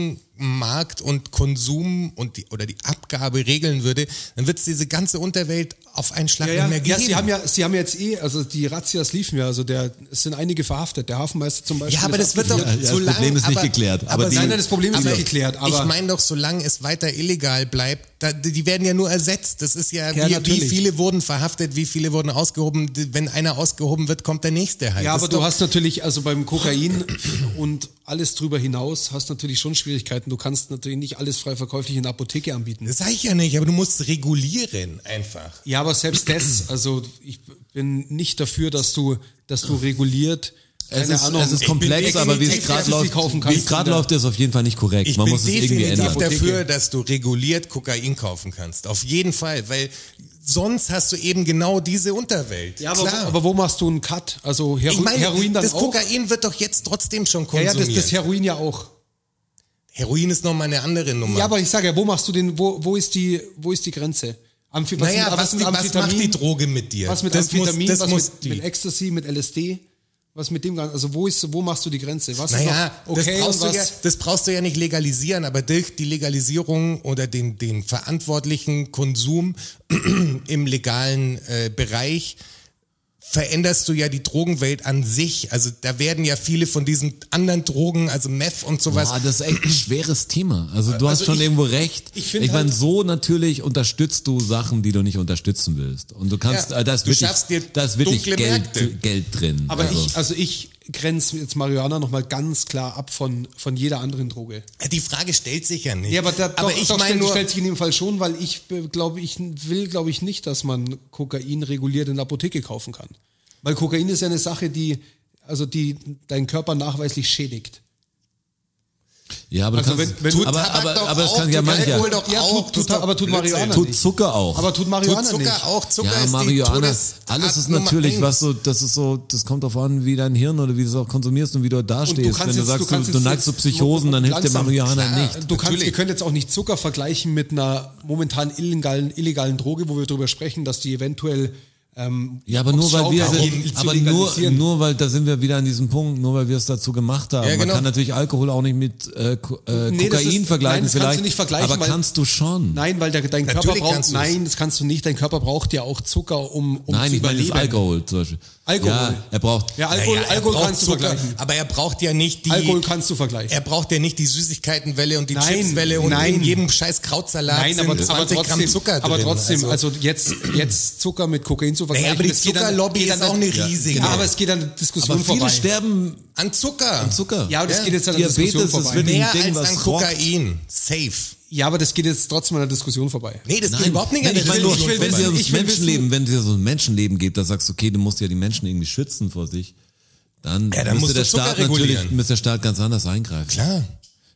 Speaker 3: Drogenmarkt und Konsum und die, oder die Abgabe regeln würde, dann wird es diese ganze Unterwelt auf einen Schlag
Speaker 4: Ja, ja.
Speaker 3: nicht mehr
Speaker 4: ja,
Speaker 3: geben.
Speaker 4: sie haben ja, sie haben jetzt eh, also die Razzias liefen ja, also der, es sind einige verhaftet, der Hafenmeister zum Beispiel.
Speaker 3: Ja, aber das wird doch
Speaker 2: Ja, ja, das
Speaker 3: solange.
Speaker 2: Problem ist nicht
Speaker 3: aber,
Speaker 2: geklärt, aber die-
Speaker 4: nein, nein, das Problem ist
Speaker 3: aber
Speaker 4: nicht geklärt, aber-
Speaker 3: ich meine doch, solange es weiter illegal bleibt, da, die die werden ja nur ersetzt. Das ist ja,
Speaker 4: Ja,
Speaker 3: wie, wie
Speaker 4: natürlich.
Speaker 3: viele wurden verhaftet, wie viele wurden ausgehoben. Die- Wenn einer ausgehoben wird, kommt der nächste halt.
Speaker 4: ja,
Speaker 3: Das
Speaker 4: aber
Speaker 3: ist
Speaker 4: du
Speaker 3: doch-
Speaker 4: hast natürlich, also beim Kokain und alles drüber hinaus, hast natürlich schon Schwierigkeiten. Du kannst natürlich nicht alles frei verkäuflich in der Apotheke anbieten.
Speaker 3: Das sag ich ja nicht, aber du musst regulieren einfach.
Speaker 4: Ja, aber selbst das, also ich bin nicht dafür, dass du, dass du reguliert,
Speaker 2: Es
Speaker 4: keine
Speaker 2: ist,
Speaker 4: Ahnung,
Speaker 2: es ist komplex,
Speaker 4: definitiv
Speaker 2: aber wie es
Speaker 4: dafür, dass
Speaker 2: gerade
Speaker 4: du sie
Speaker 2: läuft,
Speaker 4: kaufen
Speaker 2: wie
Speaker 4: kannst
Speaker 2: es gerade
Speaker 4: in der-
Speaker 2: läuft, ist auf jeden Fall nicht korrekt.
Speaker 3: Ich
Speaker 2: Man
Speaker 3: bin
Speaker 2: muss es irgendwie
Speaker 3: definitiv
Speaker 2: ändern.
Speaker 3: dafür, dass du reguliert Kokain kaufen kannst. Auf jeden Fall, weil sonst hast du eben genau diese Unterwelt.
Speaker 4: Ja, aber,
Speaker 3: Klar.
Speaker 4: aber wo machst du einen Cut? Also Heroin,
Speaker 3: ich meine,
Speaker 4: Heroin dann
Speaker 3: das
Speaker 4: auch?
Speaker 3: Kokain wird doch jetzt trotzdem schon
Speaker 4: ja, ja,
Speaker 3: konsumiert.
Speaker 4: das, das Heroin ja auch.
Speaker 3: Heroin ist nochmal eine andere Nummer.
Speaker 4: Ja, aber ich sage ja, wo machst du den, wo, wo ist die, wo ist die Grenze? Amphi was
Speaker 3: naja,
Speaker 4: mit-
Speaker 3: was,
Speaker 4: mit
Speaker 3: die, was macht die Droge mit dir?
Speaker 4: was mit
Speaker 3: das
Speaker 4: Amphetamin,
Speaker 3: muss, das
Speaker 4: was
Speaker 3: muss
Speaker 4: mit,
Speaker 3: die.
Speaker 4: mit Ecstasy, mit LSD, was mit dem Ganzen, also wo ist, wo machst du die Grenze? Was
Speaker 3: naja,
Speaker 4: ist noch okay
Speaker 3: das, brauchst
Speaker 4: und
Speaker 3: du ja,
Speaker 4: was?
Speaker 3: das brauchst du ja nicht legalisieren, aber durch die Legalisierung oder den, den verantwortlichen Konsum im legalen äh, Bereich veränderst du ja die Drogenwelt an sich. Also da werden ja viele von diesen anderen Drogen, also Meth und sowas,
Speaker 2: Boah, Ah, das ist echt ein schweres Thema. Also du hast
Speaker 4: Also
Speaker 2: schon
Speaker 4: ich-
Speaker 2: irgendwo recht.
Speaker 4: ich
Speaker 2: Ich,
Speaker 4: find
Speaker 2: meine,
Speaker 4: halt-
Speaker 2: so natürlich unterstützt du Sachen, die du nicht unterstützen willst. Und du kannst,
Speaker 3: Ja,
Speaker 2: äh, da ist
Speaker 3: du
Speaker 2: wirklich,
Speaker 3: schaffst dir
Speaker 2: da ist wirklich
Speaker 3: dunkle Märkte.
Speaker 2: Geld, Geld drin.
Speaker 4: Aber
Speaker 2: also.
Speaker 4: ich, also ich grenze jetzt Marihuana nochmal ganz klar ab von, von jeder anderen Droge.
Speaker 3: die Frage stellt sich ja nicht.
Speaker 4: Ja, aber, da,
Speaker 3: aber
Speaker 4: doch,
Speaker 3: ich
Speaker 4: doch,
Speaker 3: meine
Speaker 4: stellt,
Speaker 3: nur,
Speaker 4: stellt sich in dem Fall schon, weil ich äh, glaube, ich will, glaube ich, nicht, dass man Kokain reguliert in der Apotheke kaufen kann. Weil Kokain ist ja eine Sache, die, also die deinen Körper nachweislich schädigt.
Speaker 2: Ja, aber
Speaker 4: Also
Speaker 2: du kannst,
Speaker 4: wenn- wenn-
Speaker 2: tut, aber,
Speaker 3: Tabak
Speaker 2: aber,
Speaker 3: doch
Speaker 2: aber das
Speaker 3: auch,
Speaker 2: kann ja
Speaker 3: tut
Speaker 2: mancher.
Speaker 3: Alkohol doch
Speaker 4: Ja,
Speaker 3: auch,
Speaker 4: tut-
Speaker 3: das
Speaker 4: tut-
Speaker 3: ist doch
Speaker 4: aber tut
Speaker 3: Blödsinn.
Speaker 4: Marihuana
Speaker 2: Tut Zucker auch.
Speaker 4: Aber tut
Speaker 3: Tut
Speaker 4: Marihuana
Speaker 3: Zucker
Speaker 4: nicht.
Speaker 3: auch. Zucker
Speaker 2: ja,
Speaker 3: ist die
Speaker 2: Marihuana,
Speaker 3: Todesart
Speaker 2: alles ist
Speaker 3: Nummer
Speaker 2: natürlich,
Speaker 3: eins.
Speaker 2: was so, das ist so, das kommt darauf an, wie dein Hirn oder wie du es auch konsumierst und wie du da dastehst.
Speaker 4: kannst
Speaker 2: Wenn du
Speaker 4: jetzt- du
Speaker 2: sagst, du,
Speaker 4: kannst
Speaker 2: du,
Speaker 4: jetzt-
Speaker 2: neigst zu Psychosen, dann hilft dir
Speaker 4: langsam,
Speaker 2: Marihuana
Speaker 3: klar.
Speaker 2: nicht.
Speaker 4: Du kannst,
Speaker 3: Natürlich.
Speaker 4: ihr könnt jetzt auch nicht Zucker vergleichen mit einer momentan illegalen, illegalen Droge, wo wir darüber sprechen, dass die eventuell
Speaker 2: Ja, aber nur
Speaker 4: ob's
Speaker 2: weil wir,
Speaker 4: schlau war,
Speaker 2: sind-
Speaker 4: ihn zu
Speaker 2: aber nur,
Speaker 4: legalisieren.
Speaker 2: nur weil, da sind wir wieder an diesem Punkt, nur weil wir es dazu gemacht haben.
Speaker 3: Ja,
Speaker 2: Man
Speaker 3: genau.
Speaker 2: kann natürlich Alkohol auch nicht mit äh, Ko- äh,
Speaker 4: Nee, das
Speaker 2: Kokain vergleichen
Speaker 4: ist- nein, das kannst
Speaker 2: vielleicht.
Speaker 4: du nicht vergleichen,
Speaker 2: aber
Speaker 4: weil-
Speaker 2: kannst du schon.
Speaker 4: Nein, weil der, dein
Speaker 3: Natürlich
Speaker 4: Körper
Speaker 3: kannst
Speaker 4: braucht.
Speaker 3: du's.
Speaker 4: Nein, das kannst du nicht. Dein Körper braucht ja auch Zucker, um, um
Speaker 2: Nein,
Speaker 4: zu
Speaker 2: ich meine
Speaker 4: überleben.
Speaker 2: das Alkohol zum Beispiel.
Speaker 4: Alkohol.
Speaker 2: Ja, er braucht.
Speaker 4: Ja, Alkohol,
Speaker 3: Naja, er
Speaker 4: Alkohol
Speaker 3: braucht
Speaker 4: kannst du
Speaker 3: Zucker,
Speaker 4: vergleichen.
Speaker 3: Aber er braucht ja nicht die.
Speaker 4: Alkohol kannst du vergleichen.
Speaker 3: er braucht ja nicht die Süßigkeitenwelle und die
Speaker 4: Nein,
Speaker 3: Chipswelle und
Speaker 4: nein.
Speaker 3: in jedem scheiß Krautsalat
Speaker 4: Nein, aber,
Speaker 3: sind 20
Speaker 4: aber trotzdem,
Speaker 3: Gramm Zucker drin.
Speaker 4: aber trotzdem, also, jetzt, jetzt Zucker mit Kokain zu vergleichen.
Speaker 3: naja, aber die
Speaker 4: das geht dann-
Speaker 3: Zuckerlobby
Speaker 4: geht
Speaker 3: ist
Speaker 4: dann-
Speaker 3: auch eine riesige.
Speaker 4: Ja, genau, aber es geht an der Diskussion
Speaker 2: aber viele
Speaker 4: vorbei.
Speaker 2: sterben
Speaker 3: an Zucker.
Speaker 2: an Zucker.
Speaker 4: ja, aber das
Speaker 3: Ja,
Speaker 4: geht jetzt an der
Speaker 2: Diabetes
Speaker 4: Diskussion
Speaker 2: ist
Speaker 4: vorbei.
Speaker 2: wirklich-
Speaker 3: Mehr
Speaker 2: Ding,
Speaker 3: als
Speaker 2: was
Speaker 3: an
Speaker 2: rockt.
Speaker 3: Kokain. Safe.
Speaker 4: Ja, aber das geht jetzt trotzdem an der Diskussion vorbei.
Speaker 3: Nee, das geht
Speaker 2: Nein,
Speaker 3: überhaupt nicht
Speaker 2: nein,
Speaker 3: an
Speaker 2: ich meine nur,
Speaker 4: ich will
Speaker 2: wenn
Speaker 4: wissen-
Speaker 2: dir
Speaker 3: vorbei.
Speaker 2: ums
Speaker 4: ich will
Speaker 2: Menschenleben, wenn dir so ein Menschenleben gibt, da sagst du, okay, du musst ja die Menschen irgendwie schützen vor sich, dann,
Speaker 3: Ja,
Speaker 2: müsste
Speaker 3: dann musst
Speaker 2: der
Speaker 3: du Zucker
Speaker 2: Staat natürlich,
Speaker 3: regulieren.
Speaker 2: müsste der Staat ganz anders eingreifen.
Speaker 3: Klar.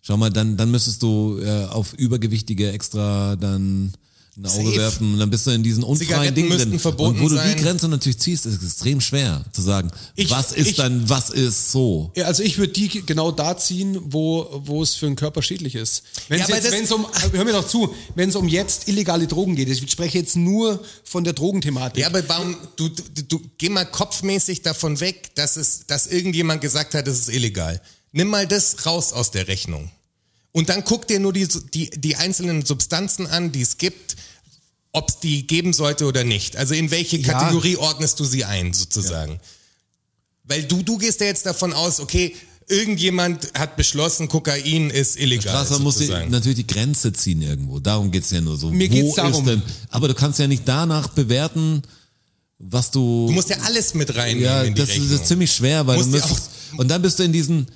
Speaker 2: Schau mal, dann, dann müsstest du äh, auf Übergewichtige extra dann ein Auge
Speaker 3: Safe.
Speaker 2: werfen und dann bist du in diesen unfreien
Speaker 3: Zigaretten
Speaker 2: Dingen
Speaker 3: müssten
Speaker 2: drin.
Speaker 3: verboten
Speaker 2: und wo du
Speaker 3: sein.
Speaker 2: die Grenze natürlich ziehst, ist extrem schwer zu sagen,
Speaker 4: Ich-
Speaker 2: was ist
Speaker 4: ich-
Speaker 2: dann, was ist so.
Speaker 4: Ja, also ich würde die ge- genau da ziehen, wo wo es für den Körper schädlich ist. Wenn
Speaker 3: Ja,
Speaker 4: es
Speaker 3: aber
Speaker 4: jetzt,
Speaker 3: das-
Speaker 4: wenn's um, hör mir doch zu, wenn es um jetzt illegale Drogen geht, ich spreche jetzt nur von der Drogenthematik.
Speaker 3: Ja, aber warum, du, du, du, geh mal kopfmäßig davon weg, dass es, dass irgendjemand gesagt hat, es ist illegal. Nimm mal das raus aus der Rechnung. Und dann guck dir nur die, die, die einzelnen Substanzen an, die es gibt, ob es die geben sollte oder nicht. Also in welche
Speaker 4: Ja.
Speaker 3: Kategorie ordnest du sie ein, sozusagen. Weil du, du gehst ja jetzt davon aus, okay, irgendjemand hat beschlossen, Kokain ist illegal.
Speaker 2: Strasser muss die,
Speaker 3: sozusagen.
Speaker 2: natürlich die Grenze ziehen irgendwo. Darum geht's ja nur so.
Speaker 4: Mir
Speaker 2: Wo
Speaker 4: geht's
Speaker 2: ist
Speaker 4: darum.
Speaker 2: denn? Aber du kannst ja nicht danach bewerten, was du.
Speaker 3: du musst ja alles mit reinnehmen
Speaker 2: ja,
Speaker 3: in die
Speaker 2: das
Speaker 3: Rechnung.
Speaker 2: ist, das ist ziemlich schwer, weil du
Speaker 3: Musst ja
Speaker 2: müsstest. Und dann bist du in diesen.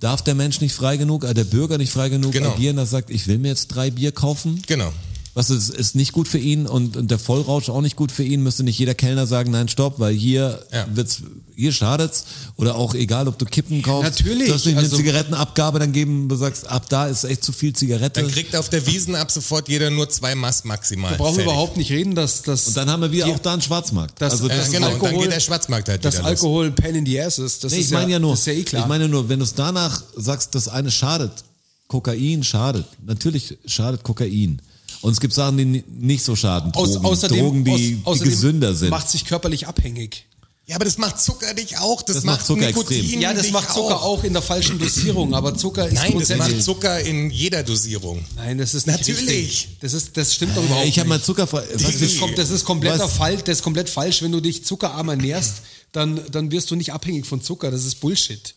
Speaker 2: Darf der Mensch nicht frei genug, äh, der Bürger nicht frei genug
Speaker 3: Genau.
Speaker 2: agieren, dass er sagt, ich will mir jetzt drei Bier kaufen?
Speaker 3: genau.
Speaker 2: Was ist, ist nicht gut für ihn und, und der Vollrausch auch nicht gut für ihn, müsste nicht jeder Kellner sagen, nein, stopp, weil hier
Speaker 3: Ja.
Speaker 2: wird's, hier schadet's. Oder auch egal, ob du Kippen kaufst.
Speaker 4: Natürlich,
Speaker 2: Du hast nicht
Speaker 4: also-
Speaker 2: eine Zigarettenabgabe dann geben, du sagst, ab da ist echt zu viel Zigarette.
Speaker 3: Dann kriegt auf der Wiesen ab sofort jeder nur zwei Mass maximal.
Speaker 4: Wir brauchen
Speaker 3: Fertig.
Speaker 4: überhaupt nicht reden, dass dass
Speaker 2: und dann haben wir wieder auch da einen Schwarzmarkt.
Speaker 4: Das-
Speaker 2: also das
Speaker 3: Ja,
Speaker 4: dass
Speaker 2: ist
Speaker 3: genau,
Speaker 2: auch-
Speaker 3: und dann
Speaker 4: Alkohol-
Speaker 3: geht der Schwarzmarkt halt
Speaker 4: dass
Speaker 3: wieder los.
Speaker 4: Alkohol pain in the ass ist. Das
Speaker 2: Nee,
Speaker 4: ist
Speaker 2: ich meine
Speaker 4: ja,
Speaker 2: ja nur,
Speaker 4: das ist ja eh klar.
Speaker 2: ich meine nur, wenn du es danach sagst, das eine schadet, Kokain schadet, natürlich schadet Kokain. Und es gibt Sachen, die ni- nicht so schaden, Drogen,
Speaker 4: Aus, außerdem,
Speaker 2: Drogen die,
Speaker 4: aus, außerdem
Speaker 2: die gesünder sind.
Speaker 4: Macht sich körperlich abhängig.
Speaker 3: Ja, aber das macht Zucker dich auch. Das,
Speaker 2: Das macht
Speaker 3: macht
Speaker 2: Zucker
Speaker 3: Nikotin
Speaker 2: extrem.
Speaker 4: Ja, das
Speaker 3: dich
Speaker 4: macht Zucker auch in der falschen Dosierung, aber Zucker ist
Speaker 3: Nein, das
Speaker 4: grundsätzlich.
Speaker 3: macht Zucker in jeder Dosierung.
Speaker 4: Nein, das ist nicht
Speaker 3: Natürlich.
Speaker 4: Richtig. Das ist das stimmt doch überhaupt
Speaker 2: Äh, ich habe
Speaker 4: nicht.
Speaker 2: mal zuckerfrei.
Speaker 4: Das
Speaker 2: was-
Speaker 4: ist, kom- das ist kompletter
Speaker 2: was-
Speaker 4: Fall, das ist komplett falsch. Wenn du dich zuckerarm ernährst, dann, dann wirst du nicht abhängig von Zucker. Das ist Bullshit.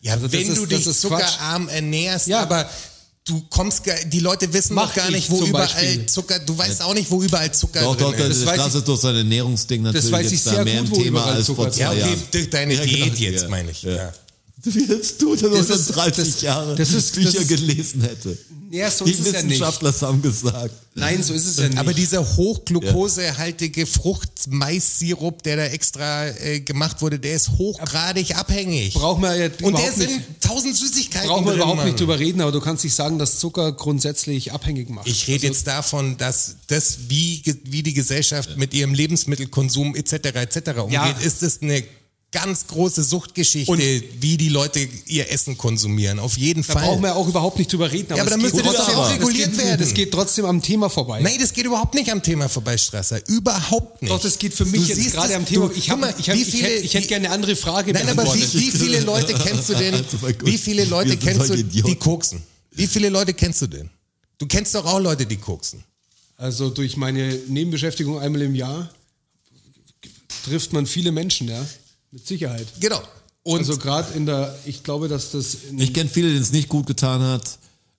Speaker 3: Ja,
Speaker 4: Also das
Speaker 3: wenn
Speaker 4: ist-
Speaker 3: du
Speaker 4: das
Speaker 3: dich
Speaker 4: ist Quatsch.
Speaker 3: zuckerarm ernährst,
Speaker 4: Ja.
Speaker 3: aber du kommst, gar- die Leute wissen
Speaker 4: Mach
Speaker 3: noch gar
Speaker 4: ich
Speaker 3: nicht, wo
Speaker 4: zum
Speaker 3: überall
Speaker 4: Beispiel.
Speaker 3: Zucker, du weißt auch nicht, wo überall Zucker
Speaker 2: Doch,
Speaker 3: drin
Speaker 2: doch, das,
Speaker 3: ist.
Speaker 2: das
Speaker 4: weiß
Speaker 2: Straße ist durch sein Ernährungsding natürlich
Speaker 4: weiß
Speaker 2: jetzt
Speaker 4: ich
Speaker 2: da
Speaker 4: sehr
Speaker 2: mehr im
Speaker 4: gut, wo
Speaker 2: Thema
Speaker 4: überall
Speaker 2: als
Speaker 4: Zucker
Speaker 2: vor
Speaker 4: drin
Speaker 2: zwei
Speaker 3: Ja, okay,
Speaker 2: Jahren.
Speaker 3: durch deine
Speaker 2: Ja, genau,
Speaker 3: Diät jetzt,
Speaker 2: ja.
Speaker 3: meine ich.
Speaker 2: Ja.
Speaker 3: Ja.
Speaker 2: Wie jetzt tut er
Speaker 4: Das
Speaker 2: das
Speaker 4: ist-
Speaker 2: 30
Speaker 4: das-
Speaker 2: Jahre,
Speaker 4: das ist- das
Speaker 2: Bücher
Speaker 4: ist-
Speaker 2: gelesen hätte.
Speaker 4: Ja, so
Speaker 2: Die
Speaker 4: ist es ja nicht.
Speaker 2: Wissenschaftler haben gesagt.
Speaker 4: Nein, so ist es ja nicht.
Speaker 3: Aber dieser hochglukosehaltige Fruchtmaissirup, der da extra äh, gemacht wurde, der ist hochgradig abhängig.
Speaker 4: brauchen wir jetzt
Speaker 3: Und der
Speaker 4: überhaupt
Speaker 3: sind
Speaker 4: nicht,
Speaker 3: tausend Süßigkeiten
Speaker 4: brauchen wir
Speaker 3: drin,
Speaker 4: überhaupt
Speaker 3: Mann.
Speaker 4: nicht drüber reden, aber du kannst nicht sagen, dass Zucker grundsätzlich abhängig macht.
Speaker 3: Ich rede
Speaker 4: Also-
Speaker 3: jetzt davon, dass das, wie, ge- wie die Gesellschaft mit ihrem Lebensmittelkonsum etc. etc. umgeht,
Speaker 4: Ja.
Speaker 3: ist es eine ganz große Suchtgeschichte,
Speaker 4: Und-
Speaker 3: wie die Leute ihr Essen konsumieren. Auf jeden
Speaker 4: da
Speaker 3: Fall.
Speaker 4: brauchen wir auch überhaupt nicht drüber reden.
Speaker 3: aber
Speaker 4: es
Speaker 3: dann
Speaker 4: geht
Speaker 3: müsste das
Speaker 4: trotzdem-
Speaker 3: ja auch
Speaker 4: das
Speaker 3: reguliert
Speaker 4: geht,
Speaker 3: werden.
Speaker 4: Das geht trotzdem am Thema vorbei.
Speaker 3: Nein, das geht überhaupt nicht am Thema vorbei, Strasser. Überhaupt nicht.
Speaker 4: Doch, das geht für mich
Speaker 3: Du
Speaker 4: jetzt
Speaker 3: siehst
Speaker 4: gerade
Speaker 3: es-
Speaker 4: am Thema.
Speaker 3: du-
Speaker 4: ich,
Speaker 3: guck
Speaker 4: hab,
Speaker 3: mal,
Speaker 4: ich, hab,
Speaker 3: wie
Speaker 4: ich,
Speaker 3: viele-
Speaker 4: hätte, ich hätte
Speaker 3: wie-
Speaker 4: gerne eine andere Frage
Speaker 3: Nein, aber wie,
Speaker 4: beantwortet.
Speaker 3: wie viele Leute kennst du denn?
Speaker 2: Also, mein Gott,
Speaker 3: wie viele
Speaker 2: wir
Speaker 3: Leute
Speaker 2: sind
Speaker 3: kennst du,
Speaker 2: solche Idioten.
Speaker 3: die koksen? Wie viele Leute kennst du denn? Du kennst doch auch Leute, die koksen.
Speaker 4: Also durch meine Nebenbeschäftigung einmal im Jahr trifft man viele Menschen, ja. Mit Sicherheit.
Speaker 3: Genau. Und
Speaker 4: also gerade in der, ich glaube, dass das in,
Speaker 2: Ich kenne viele, denen es nicht gut getan hat.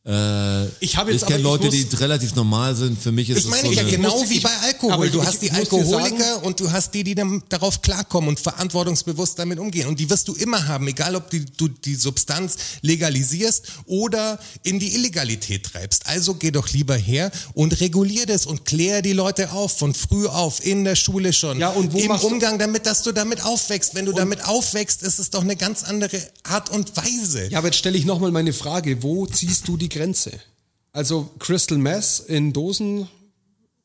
Speaker 2: Äh,
Speaker 4: Ich habe jetzt
Speaker 2: ich kenne
Speaker 4: aber,
Speaker 2: Leute,
Speaker 4: ich muss,
Speaker 2: die relativ normal sind. Für mich ist
Speaker 3: Ich
Speaker 2: es
Speaker 3: meine,
Speaker 2: so
Speaker 3: ja
Speaker 2: eine,
Speaker 3: genau
Speaker 4: ich-
Speaker 3: wie bei
Speaker 4: aber
Speaker 3: Alkohol.
Speaker 4: ich-
Speaker 3: du
Speaker 4: ich-
Speaker 3: hast
Speaker 4: ich
Speaker 3: die
Speaker 4: muss dir
Speaker 3: Alkoholiker und du hast die, die dann darauf klarkommen und verantwortungsbewusst damit umgehen. Und die wirst du immer haben, egal ob die, du die Substanz legalisierst oder in die Illegalität treibst. Also geh doch lieber her und regulier das und klär die Leute auf, von früh auf, in der Schule schon.
Speaker 4: Ja, und wo
Speaker 3: Im
Speaker 4: machst du-
Speaker 3: Umgang damit, dass du damit aufwächst. Wenn du damit aufwächst, ist es doch eine ganz andere Art und Weise.
Speaker 4: Ja, aber jetzt stelle ich nochmal meine Frage, wo ziehst du die Grenze? Also Crystal Meth in Dosen,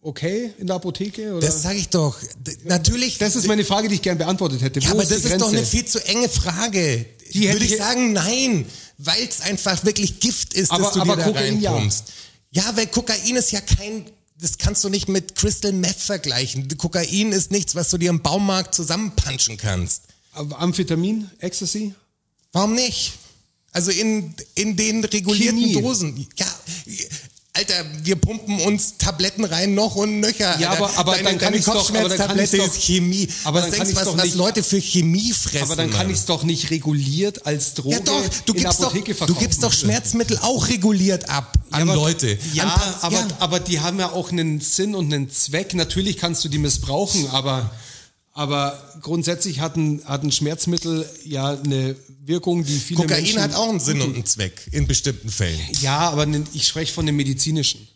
Speaker 4: okay, in der Apotheke? Oder?
Speaker 3: Das sage ich doch. D natürlich.
Speaker 4: Das ist meine Frage, die ich gerne beantwortet hätte. Wo
Speaker 3: Ja, aber
Speaker 4: ist
Speaker 3: das
Speaker 4: die
Speaker 3: ist doch
Speaker 4: Grenze?
Speaker 3: eine viel zu enge Frage.
Speaker 4: Die hätte
Speaker 3: Würde ich
Speaker 4: ich-
Speaker 3: sagen, nein, weil es einfach wirklich Gift ist,
Speaker 4: Aber-
Speaker 3: dass du
Speaker 4: aber
Speaker 3: dir da
Speaker 4: Kokain ja.
Speaker 3: reinpumpst. Ja. weil Kokain ist ja kein, das kannst du nicht mit Crystal Meth vergleichen. Kokain ist nichts, was du dir im Baumarkt zusammenpunchen kannst.
Speaker 4: Amphetamin, Ecstasy?
Speaker 3: Warum nicht? Also in, in den regulierten
Speaker 4: Chemie.
Speaker 3: Dosen. Ja, Alter, wir pumpen uns Tabletten rein, noch und nöcher. Alter.
Speaker 4: Ja, aber- aber dann kann ich's doch- aber dann kann
Speaker 3: Kopfschmerztablette
Speaker 4: ich's doch-
Speaker 3: ist Chemie.
Speaker 4: aber
Speaker 3: was
Speaker 4: dann kann
Speaker 3: denkst
Speaker 4: ich's
Speaker 3: du, was,
Speaker 4: doch
Speaker 3: was
Speaker 4: nicht-
Speaker 3: Leute für Chemie fressen?
Speaker 4: Aber dann kann
Speaker 3: Mann?
Speaker 4: ich es doch nicht reguliert als Droge
Speaker 3: Ja doch, du
Speaker 4: in der
Speaker 3: gibst doch,
Speaker 4: Apotheke
Speaker 3: du
Speaker 4: verkaufen.
Speaker 3: gibst doch Schmerzmittel auch reguliert ab an
Speaker 4: aber-
Speaker 3: Leute.
Speaker 4: Ja,
Speaker 3: an Pas-
Speaker 4: aber,
Speaker 3: ja.
Speaker 4: aber die haben ja auch einen Sinn und einen Zweck. Natürlich kannst du die missbrauchen, aber, aber grundsätzlich hat ein, hat ein Schmerzmittel ja eine Wirkung, die viele
Speaker 3: Kokain
Speaker 4: Menschen...
Speaker 3: hat auch einen Sinn und einen Zweck in bestimmten Fällen.
Speaker 4: Ja, aber nen- ich spreche von dem medizinischen.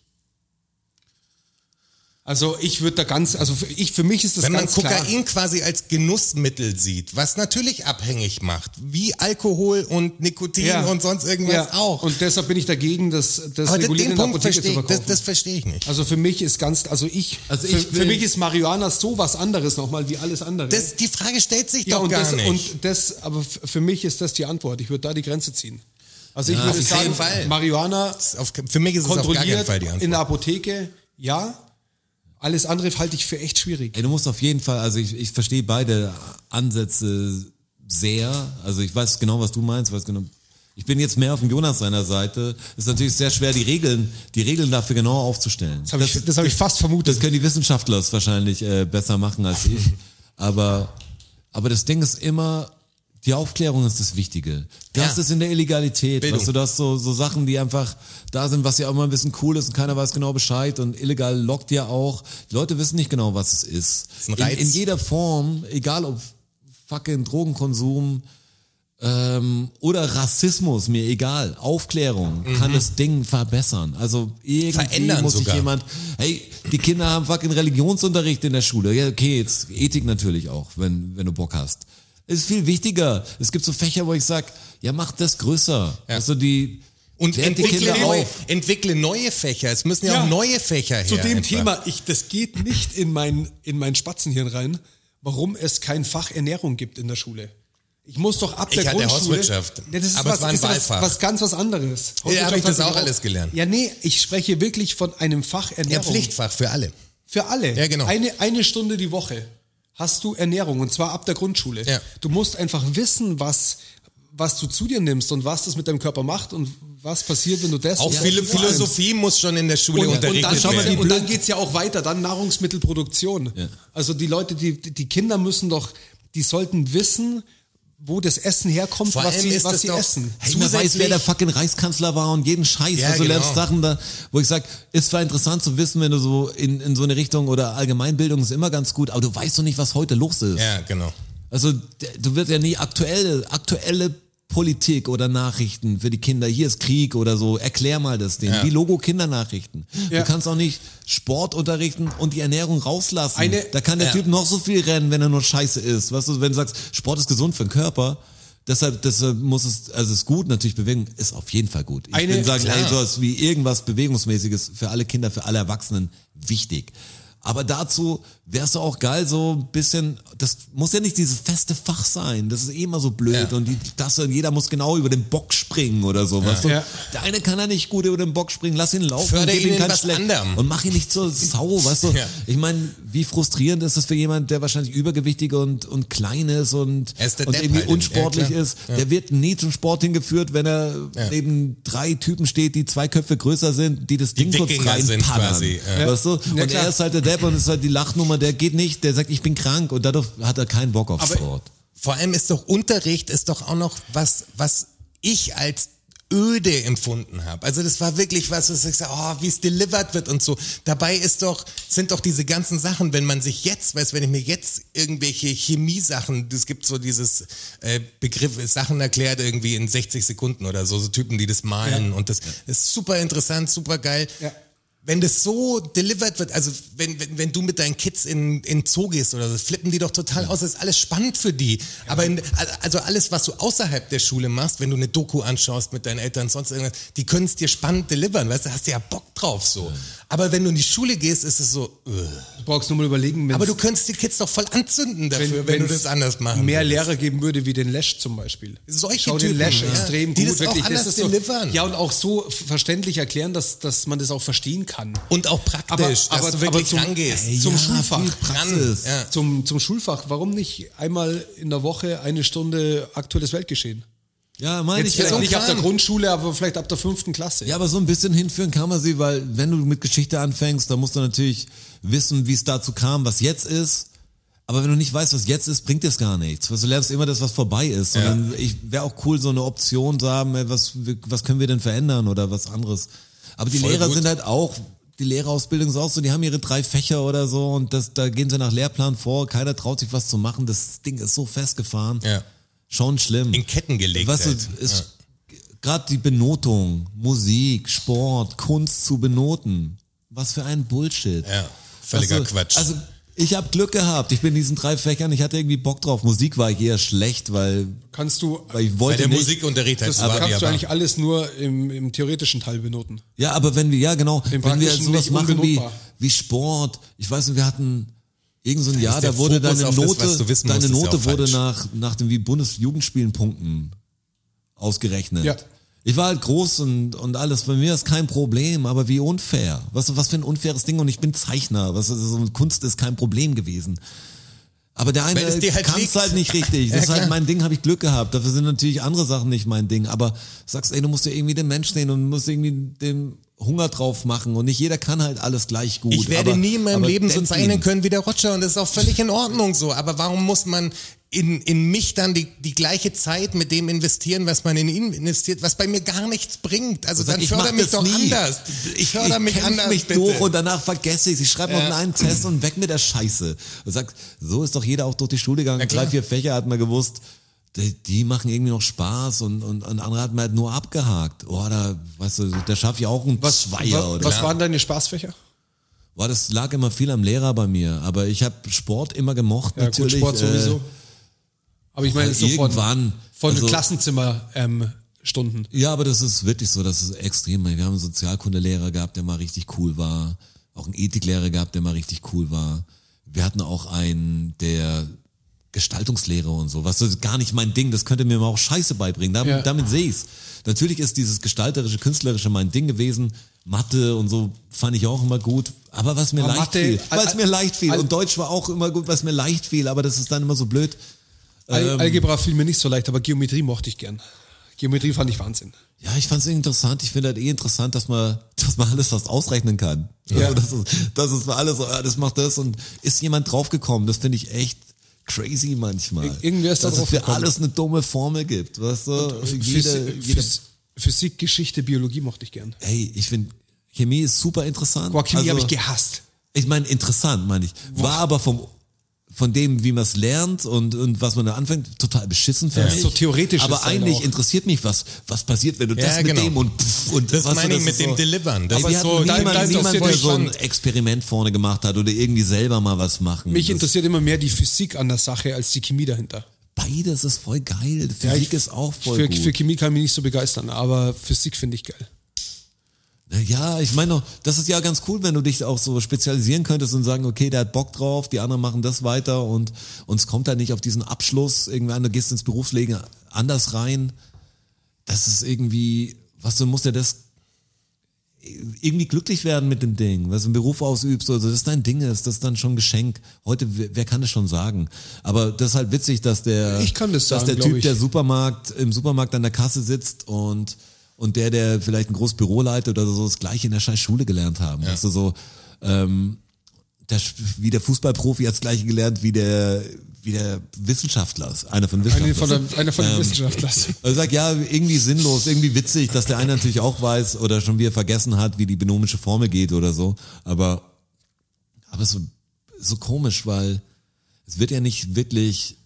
Speaker 4: Also ich würde da ganz, also für, ich, für mich ist das
Speaker 3: Wenn man
Speaker 4: ganz klar.
Speaker 3: Kokain quasi als Genussmittel sieht, was natürlich abhängig macht, wie Alkohol und Nikotin
Speaker 4: Ja.
Speaker 3: und sonst irgendwas
Speaker 4: Ja,
Speaker 3: auch.
Speaker 4: Und deshalb bin ich dagegen, das, das
Speaker 3: aber den,
Speaker 4: reguliert
Speaker 3: den
Speaker 4: in der
Speaker 3: Punkt
Speaker 4: Apotheke zu
Speaker 3: verstehe ich, das,
Speaker 4: verkaufen.
Speaker 3: das verstehe ich nicht.
Speaker 4: also für mich ist ganz, also ich,
Speaker 2: Also
Speaker 4: für,
Speaker 2: ich
Speaker 4: für
Speaker 2: will-
Speaker 4: mich ist Marihuana so was anderes nochmal wie alles andere.
Speaker 3: Das, die Frage stellt sich doch
Speaker 4: und
Speaker 3: gar
Speaker 4: das,
Speaker 3: nicht.
Speaker 4: und das, aber f- für mich ist das die Antwort. Ich würde da die Grenze ziehen. Also ich
Speaker 2: Ja,
Speaker 4: würde
Speaker 3: auf
Speaker 4: sagen,
Speaker 3: jeden Fall.
Speaker 4: Marihuana
Speaker 3: Das ist auf, für mich ist es auf gar keinen
Speaker 4: kontrolliert
Speaker 3: Fall die Antwort.
Speaker 4: in der Apotheke, ja. Alles andere halte ich für echt schwierig.
Speaker 2: Ey, du musst auf jeden Fall, also ich, ich verstehe beide Ansätze sehr. Also ich weiß genau, was du meinst, weiß genau. Ich bin jetzt mehr auf dem Jonas seiner Seite. Ist natürlich sehr schwer, die Regeln, die Regeln dafür genau aufzustellen.
Speaker 4: Das habe ich, das hab ich fast vermutet.
Speaker 2: Das können die Wissenschaftler es wahrscheinlich äh, besser machen als ich. Aber, aber das Ding ist immer, die Aufklärung ist das Wichtige. Das
Speaker 3: Ja.
Speaker 2: ist in der Illegalität.
Speaker 3: Bildung.
Speaker 2: Weißt du, das so, so Sachen, die einfach da sind, was ja auch immer ein bisschen cool ist und keiner weiß genau Bescheid und illegal lockt ja auch. Die Leute wissen nicht genau, was es ist.
Speaker 3: ein
Speaker 2: in,
Speaker 3: Reiz.
Speaker 2: in jeder Form, egal ob fucking Drogenkonsum, ähm, oder Rassismus, mir egal. Aufklärung kann das Ding verbessern. Also irgendwie
Speaker 3: Mhm. Verändern
Speaker 2: muss sich
Speaker 3: sogar.
Speaker 2: jemand, hey, die Kinder haben fucking Religionsunterricht in der Schule. Ja, okay, jetzt Ethik natürlich auch, wenn, wenn du Bock hast. Ist viel wichtiger. Es gibt so Fächer, wo ich sag, ja, mach das größer. Also die,
Speaker 3: Und
Speaker 2: klärt die
Speaker 3: entwickle
Speaker 2: Kinder
Speaker 3: neue,
Speaker 2: auf.
Speaker 3: entwickle neue Fächer. Es müssen ja,
Speaker 4: Ja.
Speaker 3: auch neue Fächer her.
Speaker 4: Zu dem
Speaker 3: einfach.
Speaker 4: Thema, ich, das geht nicht in mein, in mein Spatzenhirn rein, warum es kein Fach Ernährung gibt in der Schule. Ich muss doch ab
Speaker 3: Ich
Speaker 4: der
Speaker 3: hatte
Speaker 4: Grundschule.
Speaker 3: Hauswirtschaft.
Speaker 4: Ja, das ist
Speaker 3: Aber
Speaker 4: was,
Speaker 3: es war ein
Speaker 4: ist was,
Speaker 3: Wahlfach.
Speaker 4: was ganz was anderes.
Speaker 3: Ja, habe ich das
Speaker 4: Hauswirtschaft
Speaker 3: auch
Speaker 4: hat-
Speaker 3: alles gelernt.
Speaker 4: Ja, nee, ich spreche wirklich von einem Fach
Speaker 3: Ja,
Speaker 4: Ernährung.
Speaker 3: Pflichtfach für alle.
Speaker 4: Für alle.
Speaker 3: Ja, genau.
Speaker 4: Eine, eine Stunde die Woche hast du Ernährung und zwar ab der Grundschule.
Speaker 3: Ja.
Speaker 4: Du musst einfach wissen, was, was du zu dir nimmst und was das mit deinem Körper macht und was passiert, wenn du das
Speaker 3: Auch
Speaker 4: isst.
Speaker 3: Philo-
Speaker 4: Vor allem.
Speaker 3: Philosophie muss schon in der Schule
Speaker 4: Und, und
Speaker 3: unterrichtet
Speaker 4: dann, schau mal,
Speaker 3: werden.
Speaker 4: die- und dann geht es ja auch weiter, dann Nahrungsmittelproduktion. Also die Leute, die, die Kinder müssen doch, die sollten wissen, wo das Essen herkommt,
Speaker 3: Vor
Speaker 4: was
Speaker 3: allem
Speaker 4: sie,
Speaker 3: ist
Speaker 4: was
Speaker 3: es
Speaker 4: sie
Speaker 3: doch-
Speaker 4: essen.
Speaker 2: Hey, man weiß, wer der fucking Reichskanzler war und jeden Scheiß.
Speaker 3: Ja,
Speaker 2: also
Speaker 3: genau.
Speaker 2: lernst Sachen da, wo ich sag, ist zwar interessant zu wissen, wenn du so in, in so eine Richtung oder Allgemeinbildung ist immer ganz gut, aber du weißt doch nicht, was heute los ist.
Speaker 3: ja, genau.
Speaker 2: Also d- du wirst ja nie aktuelle, aktuelle Politik oder Nachrichten für die Kinder. Hier ist Krieg oder so. Erklär mal das Ding.
Speaker 3: Ja.
Speaker 2: Wie Logo Kindernachrichten.
Speaker 4: Ja.
Speaker 2: Du kannst auch nicht Sport unterrichten und die Ernährung rauslassen.
Speaker 4: Eine-
Speaker 2: da kann der
Speaker 3: Ja.
Speaker 2: Typ noch so viel rennen, wenn er nur Scheiße ist. Weißt du, wenn du sagst, Sport ist gesund für den Körper. Deshalb, deshalb muss es, also es ist gut, natürlich Bewegung ist auf jeden Fall gut. Ich
Speaker 4: Eine-
Speaker 2: bin sagen,
Speaker 3: klar.
Speaker 2: ey, sowas wie irgendwas Bewegungsmäßiges für alle Kinder, für alle Erwachsenen wichtig. Aber dazu wär's doch auch geil, so ein bisschen, das muss ja nicht dieses feste Fach sein, das ist eh immer so blöd
Speaker 3: Ja.
Speaker 2: und die, das, und jeder muss genau über den Bock springen oder so, weißt du?
Speaker 4: Ja.
Speaker 2: Der eine kann ja nicht gut über den Bock springen, lass ihn laufen,
Speaker 3: Förder
Speaker 2: gib
Speaker 3: ihn in
Speaker 2: keinen
Speaker 3: was
Speaker 2: Schleck
Speaker 3: anderem.
Speaker 2: und mach ihn nicht zur Sau, weißt du?
Speaker 3: Ja.
Speaker 2: Ich meine, wie frustrierend ist das für jemand, der wahrscheinlich übergewichtig und, und klein ist und,
Speaker 3: Er ist der
Speaker 2: und
Speaker 3: Depp
Speaker 2: irgendwie
Speaker 3: halt.
Speaker 2: unsportlich
Speaker 3: Ja, klar.
Speaker 2: ist, der wird nie zum Sport hingeführt, wenn er
Speaker 3: Ja.
Speaker 2: neben drei Typen steht, die zwei Köpfe größer sind, die das Ding kurz
Speaker 3: Wikinger sind
Speaker 2: reinpaddern.
Speaker 3: quasi,
Speaker 2: Weißt du?
Speaker 4: Ja,
Speaker 2: und
Speaker 4: klar.
Speaker 2: er ist halt der Depp und ist halt die Lachnummer, der geht nicht, der sagt, ich bin krank und dadurch hat er keinen Bock auf
Speaker 4: Aber-
Speaker 2: Sport.
Speaker 3: Vor allem ist doch Unterricht ist doch auch noch was, was ich als öde empfunden habe. Also das war wirklich was, was ich sage, oh, wie es delivered wird und so. Dabei ist doch, sind doch diese ganzen Sachen, wenn man sich jetzt, weiß, wenn ich mir jetzt irgendwelche Chemiesachen, es gibt so dieses äh, Begriff, Sachen erklärt irgendwie in 60 Sekunden oder so, so Typen, die das malen und das ist super interessant, super geil.
Speaker 4: Ja.
Speaker 3: Wenn das so delivered wird, also wenn, wenn, wenn du mit deinen Kids in, in den Zoo gehst oder so, flippen die doch total aus, das ist alles spannend für die. Aber in, also alles, was du außerhalb der Schule machst, wenn du eine Doku anschaust mit deinen Eltern, sonst irgendwas, die können es dir spannend delivern, weißt du, hast du ja Bock drauf so. Aber wenn du in die Schule gehst, ist es so, äh.
Speaker 4: Du brauchst nur mal überlegen,
Speaker 3: aber
Speaker 4: wenn
Speaker 3: du könntest die Kids doch voll anzünden dafür, wenn, du
Speaker 4: wenn's
Speaker 3: das anders machen
Speaker 4: mehr
Speaker 3: würdest.
Speaker 4: Lehrer geben würde wie den Lash zum Beispiel.
Speaker 3: Solche
Speaker 4: Schau den
Speaker 3: Typen,
Speaker 4: Lash
Speaker 3: ja.
Speaker 4: extrem
Speaker 3: Die
Speaker 4: gut,
Speaker 3: das auch
Speaker 4: wirklich.
Speaker 3: anders
Speaker 4: so,
Speaker 3: delivern.
Speaker 4: Ja, und auch so f- verständlich erklären, dass, dass man das auch verstehen kann.
Speaker 3: Und auch praktisch,
Speaker 4: Aber- aber-
Speaker 3: dass du
Speaker 4: aber
Speaker 3: wirklich
Speaker 4: zum-
Speaker 3: rangehst.
Speaker 4: Ey, zum
Speaker 2: ja,
Speaker 4: Schulfach.
Speaker 2: viel Praxis.
Speaker 3: Ja.
Speaker 4: Zum, zum Schulfach, warum nicht einmal in der Woche eine Stunde aktuelles Weltgeschehen?
Speaker 2: Ja, meine
Speaker 4: Jetzt
Speaker 2: ich
Speaker 4: vielleicht
Speaker 2: ja.
Speaker 4: nicht ab der
Speaker 3: Kram.
Speaker 4: Grundschule, aber vielleicht ab der fünften Klasse.
Speaker 2: Ja, aber so ein bisschen hinführen kann man sie, weil wenn du mit Geschichte anfängst, dann musst du natürlich wissen, wie es dazu kam, was jetzt ist. Aber wenn du nicht weißt, was jetzt ist, bringt es gar nichts. Weißt Du lernst immer das, was vorbei ist.
Speaker 3: Ja.
Speaker 2: Und dann, ich wäre auch cool, so eine Option zu haben, ey, was, was können wir denn verändern oder was anderes. Aber die
Speaker 3: Voll
Speaker 2: Lehrer
Speaker 3: gut.
Speaker 2: sind halt auch, die Lehrerausbildung ist auch so, die haben ihre drei Fächer oder so und das, da gehen sie nach Lehrplan vor, keiner traut sich was zu machen. Das Ding ist so festgefahren.
Speaker 3: Ja.
Speaker 2: Schon schlimm.
Speaker 3: In Ketten gelegt.
Speaker 2: Weißt du,
Speaker 3: halt. Ja.
Speaker 2: ist gerade die Benotung, Musik, Sport, Kunst zu benoten. Was für ein Bullshit.
Speaker 3: Ja, völliger
Speaker 2: Weißt du,
Speaker 3: Quatsch.
Speaker 2: Also ich habe Glück gehabt. Ich bin in diesen drei Fächern. Ich hatte irgendwie Bock drauf. Musik war ich eher schlecht, weil,
Speaker 4: Kannst du,
Speaker 2: weil ich
Speaker 3: Weil
Speaker 2: wollte
Speaker 3: der
Speaker 2: nicht.
Speaker 3: Musikunterricht halt
Speaker 4: das
Speaker 3: so war, wie
Speaker 4: kannst
Speaker 3: er
Speaker 4: du
Speaker 3: war.
Speaker 4: eigentlich alles nur im, im theoretischen Teil benoten.
Speaker 2: Ja, aber wenn wir, ja genau,
Speaker 4: Im
Speaker 2: wenn wir
Speaker 4: Praktischen
Speaker 2: sowas
Speaker 4: nicht
Speaker 2: machen wie,
Speaker 4: unbenutbar.
Speaker 2: wie Sport, ich weiß nicht, wir hatten irgend so ein Jahr,
Speaker 3: der
Speaker 2: da wurde
Speaker 3: Fokus
Speaker 2: deine
Speaker 3: auf das,
Speaker 2: Note,
Speaker 3: was du wissen musst,
Speaker 2: deine
Speaker 3: ist ja
Speaker 2: Note
Speaker 3: auch
Speaker 2: wurde
Speaker 3: falsch.
Speaker 2: nach, nach dem wie Bundesjugendspielen Punkten ausgerechnet.
Speaker 4: Ja.
Speaker 2: Ich war halt groß und, und alles, bei mir ist kein Problem, aber wie unfair. Was, was für ein unfaires Ding und ich bin Zeichner, was ist, so Kunst ist kein Problem gewesen. Aber der eine
Speaker 3: Wenn es dir halt
Speaker 2: kann es
Speaker 3: liegt.
Speaker 2: halt nicht richtig. Das ist halt mein Ding, habe ich Glück gehabt. Dafür sind natürlich andere Sachen nicht mein Ding. Aber sagst, ey, du musst ja irgendwie den Mensch sehen und musst irgendwie den Hunger drauf machen. Und nicht jeder kann halt alles gleich gut.
Speaker 3: Ich werde
Speaker 2: aber,
Speaker 3: nie in meinem
Speaker 2: aber
Speaker 3: Leben so
Speaker 2: Dentlin-
Speaker 3: zeichnen können wie der Roger und das ist auch völlig in Ordnung so. Aber warum muss man in, in mich dann die, die gleiche Zeit mit dem investieren, was man in ihn investiert, was bei mir gar nichts bringt? Also
Speaker 2: Sag,
Speaker 3: dann
Speaker 2: ich mach
Speaker 3: förder mich
Speaker 2: das
Speaker 3: doch
Speaker 2: nie.
Speaker 3: anders.
Speaker 2: Ich,
Speaker 3: förder
Speaker 2: ich
Speaker 3: mich
Speaker 2: kämpf
Speaker 3: anders.
Speaker 2: mich
Speaker 3: bitte.
Speaker 2: durch und danach vergesse ich Ich schreibe noch
Speaker 3: Ja.
Speaker 2: einen einen Test und weg mit der Scheiße. Und sagt, so ist doch jeder auch durch die Schule gegangen.
Speaker 3: Na klar.
Speaker 2: Drei, vier Fächer hat man gewusst. Die, die machen irgendwie noch Spaß und, und, und andere hat man halt nur abgehakt. Oh, da, weißt du, da schaffe ich auch einen Zweier
Speaker 4: wa-
Speaker 2: oder
Speaker 4: was waren deine Spaßfächer?
Speaker 2: Boah, das lag immer viel am Lehrer bei mir, aber ich habe Sport immer gemocht.
Speaker 4: Ja, gut,
Speaker 2: natürlich,
Speaker 4: Sport
Speaker 2: äh,
Speaker 4: sowieso. Aber ich meine,
Speaker 2: weil
Speaker 4: so von,
Speaker 2: irgendwann,
Speaker 4: von
Speaker 2: also-
Speaker 4: Klassenzimmer-Stunden.
Speaker 2: Ja, aber das ist wirklich so, das ist extrem. Wir haben einen Sozialkundelehrer gehabt, der mal richtig cool war. Auch einen Ethiklehrer gehabt, der mal richtig cool war. Wir hatten auch einen, der Gestaltungslehre und so. Was das ist gar nicht mein Ding, das könnte mir mal auch Scheiße beibringen. Damit,
Speaker 4: Ja.
Speaker 2: damit sehe ich's. Natürlich ist dieses gestalterische, künstlerische mein Ding gewesen. Mathe und so fand ich auch immer gut. Aber was mir
Speaker 4: Aber
Speaker 2: leicht
Speaker 4: Mathe-
Speaker 2: fiel,
Speaker 4: al-
Speaker 2: was mir leicht fiel.
Speaker 4: al-
Speaker 2: Und Deutsch war auch immer gut, was mir leicht fiel. Aber das ist dann immer so blöd.
Speaker 4: Al
Speaker 2: Ähm.
Speaker 4: Algebra fiel mir nicht so leicht, aber Geometrie mochte ich gern. Geometrie fand ich Wahnsinn.
Speaker 2: Ja, ich fand's interessant. Ich finde halt eh interessant, dass man, dass man alles fast ausrechnen kann.
Speaker 4: Ja.
Speaker 2: Also das ist, das ist für alles, so, ja, das macht das und ist jemand draufgekommen. Das finde ich echt crazy manchmal.
Speaker 4: Ir- irgendwer ist da
Speaker 2: dass es für
Speaker 4: draufgekommen. äh,
Speaker 2: alles eine dumme Formel gibt, weißt du? Jede,
Speaker 4: Physi-
Speaker 2: jede,
Speaker 4: Phys Physik, Geschichte, Biologie mochte ich gern.
Speaker 2: hey, ich finde Chemie ist super interessant.
Speaker 4: Boah, Chemie
Speaker 2: Also-
Speaker 4: habe ich gehasst.
Speaker 2: ich meine, interessant, meine ich. War aber vom von dem, wie man es lernt und, und was man da anfängt, total beschissen für
Speaker 3: Ja.
Speaker 2: mich.
Speaker 4: So theoretisch ist
Speaker 2: Aber
Speaker 4: dann
Speaker 2: eigentlich
Speaker 4: auch.
Speaker 2: interessiert mich, was, was passiert, wenn du
Speaker 3: halt Ja,
Speaker 2: das mit
Speaker 3: genau.
Speaker 2: dem und pff und
Speaker 3: Das
Speaker 2: weißt du,
Speaker 3: meine ich mit
Speaker 2: ist
Speaker 3: dem Delivern. Das
Speaker 2: Ey, wir
Speaker 3: ist
Speaker 2: hatten
Speaker 3: so-
Speaker 2: niemand,
Speaker 3: Dein- dein
Speaker 2: niemand, der
Speaker 3: interessiert
Speaker 2: so ein
Speaker 3: dich
Speaker 2: Experiment vorne gemacht hat oder irgendwie selber mal was machen.
Speaker 4: Mich
Speaker 2: Das-
Speaker 4: interessiert immer mehr die Physik an der Sache als die Chemie dahinter.
Speaker 2: Beides ist voll geil. Physik
Speaker 4: ich-
Speaker 2: ist auch voll
Speaker 4: Für,
Speaker 2: gut.
Speaker 4: für Chemie kann ich mich nicht so begeistern, aber Physik finde ich geil.
Speaker 2: Ja, ich meine, das ist ja ganz cool, wenn du dich auch so spezialisieren könntest und sagen, okay, der hat Bock drauf, die anderen machen das weiter und uns kommt da nicht auf diesen Abschluss irgendwann, du gehst ins Berufsleben anders rein. Das ist irgendwie, was du musst ja das irgendwie glücklich werden mit dem Ding, was du einen Beruf ausübst oder so, das dein Ding ist, das ist dann schon ein Geschenk. Heute, wer wer kann das schon sagen? Aber das ist halt witzig, dass der,
Speaker 4: Ich kann das
Speaker 2: dass
Speaker 4: sagen,
Speaker 2: der
Speaker 4: glaub
Speaker 2: Typ,
Speaker 4: ich.
Speaker 2: der Supermarkt, im Supermarkt an der Kasse sitzt und, und der, der vielleicht ein großes Büro leitet oder so, das gleiche in der scheiß Schule gelernt haben. Weißt du, so, ähm, der, wie der Fußballprofi hat's gleiche gelernt wie der, wie wie der Wissenschaftler ist. Einer von Wissenschaftlern.
Speaker 4: Eine von der, einer von den Wissenschaftlern.
Speaker 2: Also sagt, ja, irgendwie sinnlos, irgendwie witzig, dass der eine natürlich auch weiß oder schon wieder vergessen hat, wie die binomische Formel geht oder so. Aber, aber so, so komisch, weil es wird ja nicht wirklich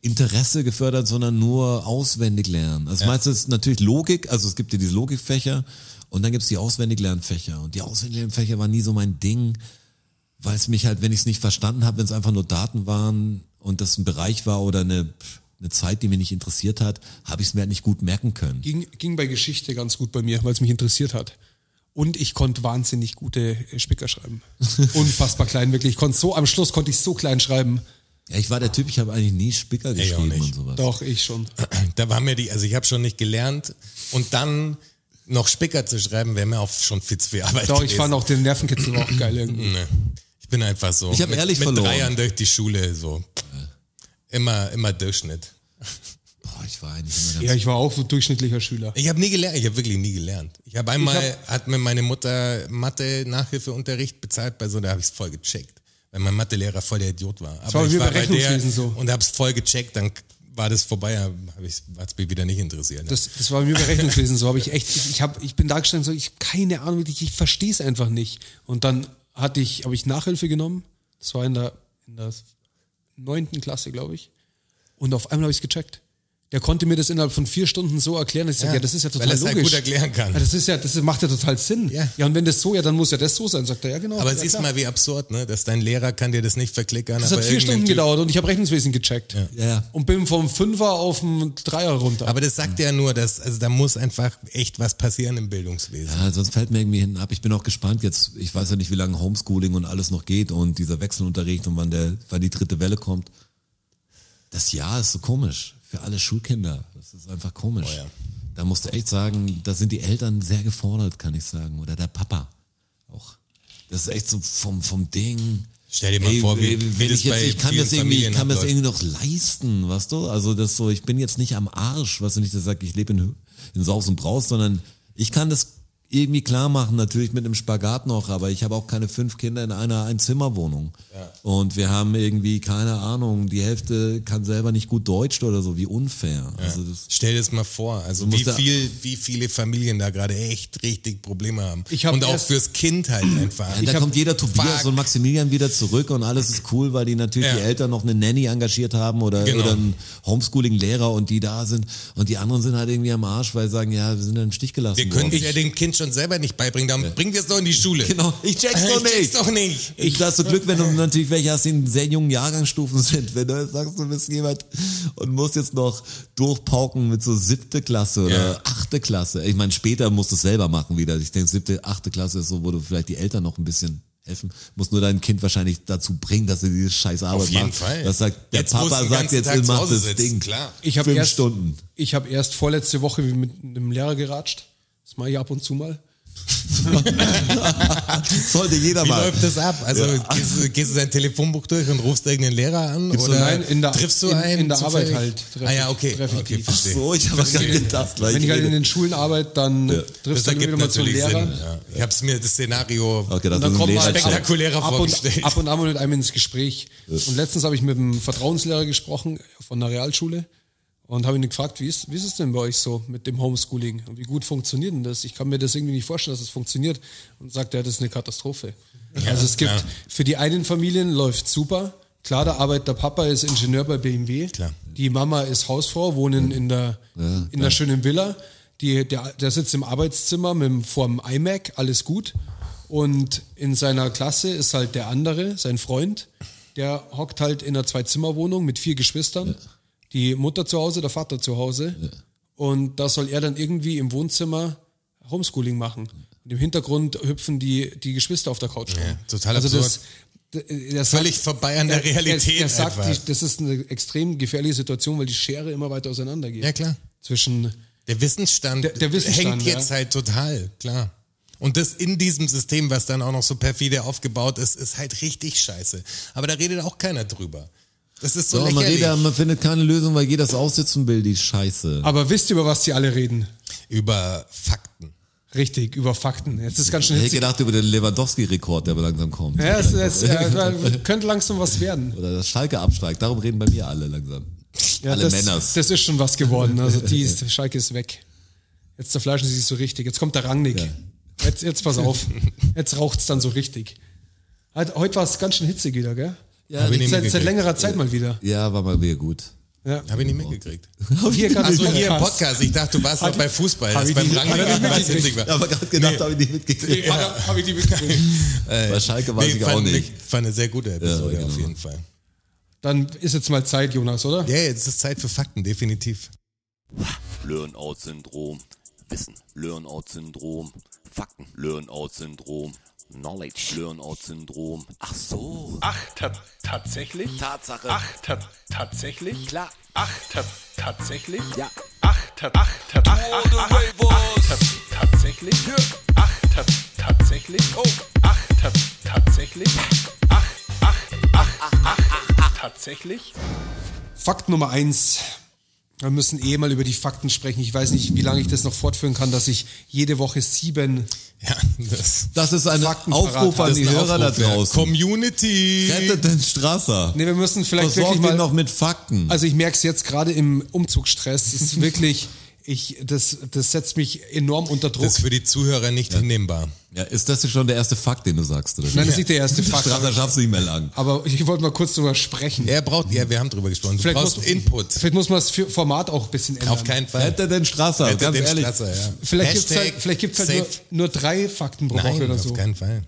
Speaker 2: Interesse gefördert, sondern nur auswendig lernen. Also meistens ist natürlich Logik, also es gibt ja diese Logikfächer und dann gibt's die auswendig Lernfächer. Und die auswendig Lernfächer waren nie so mein Ding, weil es mich halt, wenn ich es nicht verstanden habe, wenn es einfach nur Daten waren und das ein Bereich war oder eine, eine Zeit, die mich nicht interessiert hat, habe ich es mir halt nicht gut merken können.
Speaker 4: Ging, ging bei Geschichte ganz gut bei mir, weil es mich interessiert hat. Und ich konnte wahnsinnig gute äh, Spicker schreiben. Unfassbar klein, wirklich. Ich konnte so, am Schluss konnte ich so klein schreiben.
Speaker 2: Ja, ich war der Typ, ich habe eigentlich nie Spicker geschrieben
Speaker 3: nicht.
Speaker 2: und sowas.
Speaker 4: Doch, ich schon.
Speaker 3: Da war mir die, also ich habe schon nicht gelernt und dann noch Spicker zu schreiben, wäre mir auch schon viel zu viel Arbeit
Speaker 4: Doch, ich
Speaker 3: gewesen.
Speaker 4: fand auch den Nervenkitzel auch geil irgendwie.
Speaker 3: Nee. Ich bin einfach so.
Speaker 2: Ich hab
Speaker 3: mit,
Speaker 2: ehrlich
Speaker 3: mit
Speaker 2: verloren.
Speaker 3: drei Jahren durch die Schule so. Immer, immer Durchschnitt.
Speaker 2: Boah, ich war eigentlich immer ganz
Speaker 4: Ja, ich war auch so durchschnittlicher Schüler.
Speaker 3: Ich habe nie gelernt, ich habe wirklich nie gelernt. Ich habe einmal, hat mir meine Mutter Mathe-Nachhilfeunterricht bezahlt bei so, da habe ich es voll gecheckt. Weil mein Mathelehrer voll der Idiot war. Aber
Speaker 4: war
Speaker 3: ich
Speaker 4: wie
Speaker 3: war
Speaker 4: bei
Speaker 3: bei der
Speaker 4: Rechnungswesen so.
Speaker 3: und habe es voll gecheckt, dann war das vorbei, hat es mich wieder nicht interessiert. ne?
Speaker 4: Das, das war bei mir bei Rechnungswesen so. Habe ich echt, ich, ich, hab, ich bin da gestanden, so, ich habe keine Ahnung, wirklich, ich verstehe es einfach nicht. Und dann hatte ich, habe ich Nachhilfe genommen. Das war in der, in der neunten Klasse, glaube ich. Und auf einmal habe ich es gecheckt. Der konnte mir das innerhalb von vier Stunden so erklären. Ich sag, ja, das ist ja total
Speaker 3: weil er's
Speaker 4: logisch.
Speaker 3: halt gut erklären kann.
Speaker 4: Ja, das ist ja, das macht ja total Sinn.
Speaker 3: Ja.
Speaker 4: ja, und wenn das so, ja, dann muss ja das so sein, sagt er. Ja, genau.
Speaker 3: aber
Speaker 4: ja,
Speaker 3: siehst
Speaker 4: klar.
Speaker 3: mal, wie absurd, ne? Dass dein Lehrer kann dir das nicht verklickern.
Speaker 4: Das
Speaker 3: aber
Speaker 4: hat vier
Speaker 3: irgendein
Speaker 4: Stunden
Speaker 3: Typ-
Speaker 4: gedauert und ich habe Rechnungswesen gecheckt.
Speaker 2: Ja.
Speaker 4: Und bin vom Fünfer auf den Dreier runter.
Speaker 3: Aber das sagt ja nur, dass, also da muss einfach echt was passieren im Bildungswesen.
Speaker 2: Ja, sonst fällt mir irgendwie hinten ab. Ich bin auch gespannt jetzt. Ich weiß ja nicht, wie lange Homeschooling und alles noch geht und dieser Wechselunterricht und wann der, wann die dritte Welle kommt. Das Jahr ist so komisch für alle Schulkinder. Das ist einfach komisch.
Speaker 3: ja.
Speaker 2: Da musst du echt sagen, da sind die Eltern sehr gefordert, kann ich sagen. Oder der Papa auch. Das ist echt so vom, vom Ding.
Speaker 3: Stell dir mal
Speaker 2: Ey,
Speaker 3: vor, wie,
Speaker 2: ey,
Speaker 3: wie
Speaker 2: wenn
Speaker 3: das
Speaker 2: ich, jetzt,
Speaker 3: bei
Speaker 2: ich kann
Speaker 3: vielen
Speaker 2: das irgendwie, ich
Speaker 3: Familien
Speaker 2: kann das
Speaker 3: abläuft.
Speaker 2: irgendwie noch leisten, weißt du? Also das so, ich bin jetzt nicht am Arsch, weißt du nicht, dass ich sag, ich lebe in, in Saus und Braus, sondern ich kann das irgendwie klar machen, natürlich mit einem Spagat noch, aber ich habe auch keine fünf Kinder in einer Einzimmerwohnung. Und wir haben irgendwie, keine Ahnung, die Hälfte kann selber nicht gut Deutsch oder so, wie unfair. Also das,
Speaker 3: Stell dir das mal vor, also
Speaker 2: Du
Speaker 3: wie
Speaker 2: musst da-
Speaker 3: viel, wie viele Familien da gerade echt richtig Probleme haben.
Speaker 4: Ich hab
Speaker 3: und auch
Speaker 4: erst-
Speaker 3: fürs Kind halt einfach.
Speaker 2: da kommt jeder Tobias
Speaker 3: Fuck.
Speaker 2: und Maximilian wieder zurück und alles ist cool, weil die natürlich
Speaker 3: Ja.
Speaker 2: die Eltern noch eine Nanny engagiert haben oder,
Speaker 3: Genau.
Speaker 2: oder einen Homeschooling-Lehrer und die da sind. Und die anderen sind halt irgendwie am Arsch, weil sie sagen, ja, wir sind im Stich gelassen.
Speaker 3: Wir können es
Speaker 2: worden.
Speaker 3: ja dem Kind schon selber nicht beibringen, dann bringt es doch in die Schule.
Speaker 2: Genau, ich check's
Speaker 3: Ich
Speaker 2: doch nicht.
Speaker 3: check's doch nicht.
Speaker 2: Ich hast du Glück, wenn du natürlich welche hast, die in sehr jungen Jahrgangsstufen sind. Wenn du jetzt sagst, du bist jemand und musst jetzt noch durchpauken mit so siebte Klasse oder
Speaker 3: Ja.
Speaker 2: achte Klasse. Ich meine, später musst du es selber machen wieder. Ich denke, siebte, achte Klasse ist so, wo du vielleicht die Eltern noch ein bisschen helfen. Musst nur dein Kind wahrscheinlich dazu bringen, dass sie diese scheiß Arbeit
Speaker 3: Auf jeden
Speaker 2: macht.
Speaker 3: Fall.
Speaker 2: Das sagt, der
Speaker 3: Jetzt muss
Speaker 2: Papa
Speaker 3: den
Speaker 2: sagt
Speaker 3: ganzen
Speaker 2: jetzt,
Speaker 3: Tag zu
Speaker 2: mach
Speaker 3: Hause
Speaker 2: das
Speaker 3: sitzen,
Speaker 2: Ding.
Speaker 3: klar.
Speaker 4: Ich hab
Speaker 2: Fünf
Speaker 4: erst-
Speaker 2: Stunden.
Speaker 4: Ich habe erst vorletzte Woche mit einem Lehrer geratscht. Das mache ich ab und zu mal.
Speaker 2: Sollte jeder
Speaker 3: Wie
Speaker 2: mal.
Speaker 3: läuft das ab? Also
Speaker 2: Ja.
Speaker 3: gehst, du- gehst du dein Telefonbuch durch und rufst irgendeinen Lehrer an?
Speaker 2: Gibt's so-
Speaker 3: oder
Speaker 4: Nein, in der-
Speaker 3: triffst du
Speaker 4: in-
Speaker 3: einen?
Speaker 4: in der
Speaker 3: zufällig?
Speaker 4: Arbeit halt treff
Speaker 3: Ah ja,
Speaker 4: ich-
Speaker 3: okay.
Speaker 4: treff ich
Speaker 3: okay
Speaker 4: die.
Speaker 2: Ach
Speaker 3: verstehe.
Speaker 2: so, ich habe gerade gedacht, gleich.
Speaker 4: Wenn ich halt in
Speaker 2: jeder-
Speaker 4: den Schulen arbeite, dann
Speaker 3: Das
Speaker 4: triffst du dann
Speaker 3: ergibt
Speaker 4: wieder mal zum
Speaker 3: natürlich
Speaker 4: Lehrer.
Speaker 3: Sinn. Ja. Ich habe es mir das Szenario
Speaker 2: okay, das
Speaker 4: Und
Speaker 2: ist ein
Speaker 4: dann kommt man
Speaker 2: Lehrer-
Speaker 4: halt ab,
Speaker 3: spektakulärer
Speaker 4: ab,
Speaker 3: vorgestellt.
Speaker 4: und, ab und an mal mit einem ins Gespräch. Und letztens habe ich mit einem Vertrauenslehrer gesprochen von einer Realschule und habe ihn gefragt, wie ist, wie ist es denn bei euch so mit dem Homeschooling? Und wie gut funktioniert denn das? Ich kann mir das irgendwie nicht vorstellen, dass es funktioniert. Und sagt er, das ist eine Katastrophe. also es gibt,
Speaker 3: klar.
Speaker 4: für die einen Familien läuft super. Klar, der Arbeit der Papa ist Ingenieur bei BMW.
Speaker 3: Klar.
Speaker 4: Die Mama ist Hausfrau, wohnen in der, in der schönen Villa. Die, der, der sitzt im Arbeitszimmer mit dem, vor dem iMac, alles gut. Und in seiner Klasse ist halt der andere, sein Freund, der hockt halt in einer Zwei-Zimmer-Wohnung mit vier Geschwistern. Die Mutter zu Hause, der Vater zu Hause. Und da soll er dann irgendwie im Wohnzimmer Homeschooling machen. Und im Hintergrund hüpfen die, die Geschwister auf der Couch rum.
Speaker 3: Ja, total
Speaker 4: also das,
Speaker 3: absurd.
Speaker 4: d- äh, der sagt-
Speaker 3: Völlig vorbei an der
Speaker 4: er-
Speaker 3: Realität.
Speaker 4: Er, er sagt,
Speaker 3: einfach.
Speaker 4: die, das ist eine extrem gefährliche Situation, weil die Schere immer weiter auseinander geht.
Speaker 3: ja, klar.
Speaker 4: Zwischen
Speaker 3: Der Wissensstand,
Speaker 4: Der- der Wissensstand,
Speaker 3: hängt jetzt
Speaker 4: ja.
Speaker 3: halt total, klar. Und das in diesem System, was dann auch noch so perfide aufgebaut ist, ist halt richtig scheiße. Aber da redet auch keiner drüber. Das ist so
Speaker 2: So, man,
Speaker 3: lächerlich.
Speaker 2: redet, man findet keine Lösung, weil jeder das aussitzen will, die Scheiße.
Speaker 4: Aber wisst ihr, über was die alle reden?
Speaker 3: Über Fakten.
Speaker 4: Richtig, über Fakten. Jetzt ist ganz
Speaker 2: Ich
Speaker 4: schön
Speaker 2: hätte
Speaker 3: genau.
Speaker 4: hitzig.
Speaker 2: gedacht über den Lewandowski-Rekord, der aber langsam kommt.
Speaker 4: Ja, es, es, äh, könnte langsam was werden.
Speaker 2: Oder das Schalke absteigt. Darum reden bei mir alle langsam.
Speaker 4: Ja,
Speaker 2: alle
Speaker 4: das,
Speaker 2: Männers.
Speaker 4: das ist schon was geworden. Also die ist, Schalke ist weg. Jetzt zerfleischen sie sich so richtig. Jetzt kommt der Rangnick.
Speaker 2: Ja.
Speaker 4: Jetzt, jetzt pass auf. Jetzt raucht's dann so richtig. Halt, heute war es ganz schön hitzig wieder, gell?
Speaker 2: ja,
Speaker 3: ich nicht
Speaker 4: Seit, seit
Speaker 3: mitgekriegt.
Speaker 4: längerer Zeit mal wieder.
Speaker 2: ja, war mal wieder gut.
Speaker 4: Ja.
Speaker 3: Habe ich nicht mitgekriegt.
Speaker 2: Genau.
Speaker 4: Hier kann
Speaker 3: Also
Speaker 4: ich-
Speaker 3: hier im Podcast, ich dachte, du warst noch bei Fußball. Das
Speaker 4: ich
Speaker 3: beim
Speaker 4: die-
Speaker 3: Rangnick
Speaker 4: hab ich die
Speaker 3: war es
Speaker 4: mitgekriegt?
Speaker 3: hitzig war.
Speaker 2: Aber gerade gedacht habe ich nicht mitgekriegt. Äh,
Speaker 4: Ja. Hab- Hab ich die mitgekriegt.
Speaker 2: Bei Schalke weiß ich auch
Speaker 3: fand,
Speaker 2: nicht.
Speaker 3: Fand eine sehr gute Episode
Speaker 2: Ja, genau.
Speaker 3: auf jeden Fall.
Speaker 4: Dann ist jetzt mal Zeit, Jonas, oder?
Speaker 3: Ja, jetzt ist Zeit für Fakten, definitiv.
Speaker 1: Learn-out-Syndrom. Wissen. Learn-out-Syndrom. Fakten. Learn-out-Syndrom. Knowledge. Learn-out-Syndrom. Ach so.
Speaker 5: Ach, ta tatsächlich?
Speaker 1: Tatsache.
Speaker 5: Ach, ta tatsächlich?
Speaker 1: Klar.
Speaker 5: Ach, ta tatsächlich?
Speaker 1: Ja.
Speaker 5: Ach, ta ach, ta ach, ach, ach, ach, ta tatsächlich? Ach, ta tatsächlich? Oh. Ach, ta tatsächlich? Ach, ach, ach, ach, ach, ach, tatsächlich?
Speaker 4: Fakt Nummer eins. Wir müssen eh mal über die Fakten sprechen. Ich weiß nicht, wie lange ich das noch fortführen kann, dass ich jede Woche sieben.
Speaker 3: Ja, das,
Speaker 2: Das ist ein
Speaker 4: Fakten
Speaker 2: Aufruf an
Speaker 3: das
Speaker 4: parat haben.
Speaker 2: die
Speaker 3: ist ein
Speaker 2: Hörer da
Speaker 3: Aufruf, ja.
Speaker 2: draußen.
Speaker 3: Community!
Speaker 2: Rettet den Strasser.
Speaker 4: Nee, wir müssen vielleicht
Speaker 2: Versorgt
Speaker 4: wirklich mal.
Speaker 2: ihn noch mit Fakten.
Speaker 4: Also ich merke es jetzt gerade im Umzugsstress. Es ist wirklich, ich, das, das setzt mich enorm unter Druck.
Speaker 3: Das ist für die Zuhörer nicht hinnehmbar.
Speaker 2: ja, ist das schon der erste Fakt, den du sagst? Oder?
Speaker 4: Nein, das ist nicht der erste Fakt.
Speaker 2: Strasser schaffst du nicht mehr lang.
Speaker 4: Aber ich wollte mal kurz drüber sprechen.
Speaker 3: Er braucht, ja, wir haben drüber gesprochen. Du brauchst Input.
Speaker 4: Vielleicht muss man das für- Format auch ein bisschen ändern.
Speaker 3: Auf keinen Fall.
Speaker 2: Rettet den Strasser,
Speaker 3: Rettet
Speaker 2: ganz
Speaker 3: den
Speaker 2: ehrlich.
Speaker 3: Strasser, ja.
Speaker 4: Vielleicht gibt es
Speaker 3: Hashtag
Speaker 4: halt, vielleicht gibt's halt nur,
Speaker 3: safe.
Speaker 4: nur drei Fakten pro
Speaker 3: Nein,
Speaker 4: Woche oder
Speaker 3: auf
Speaker 4: so.
Speaker 3: keinen Fall.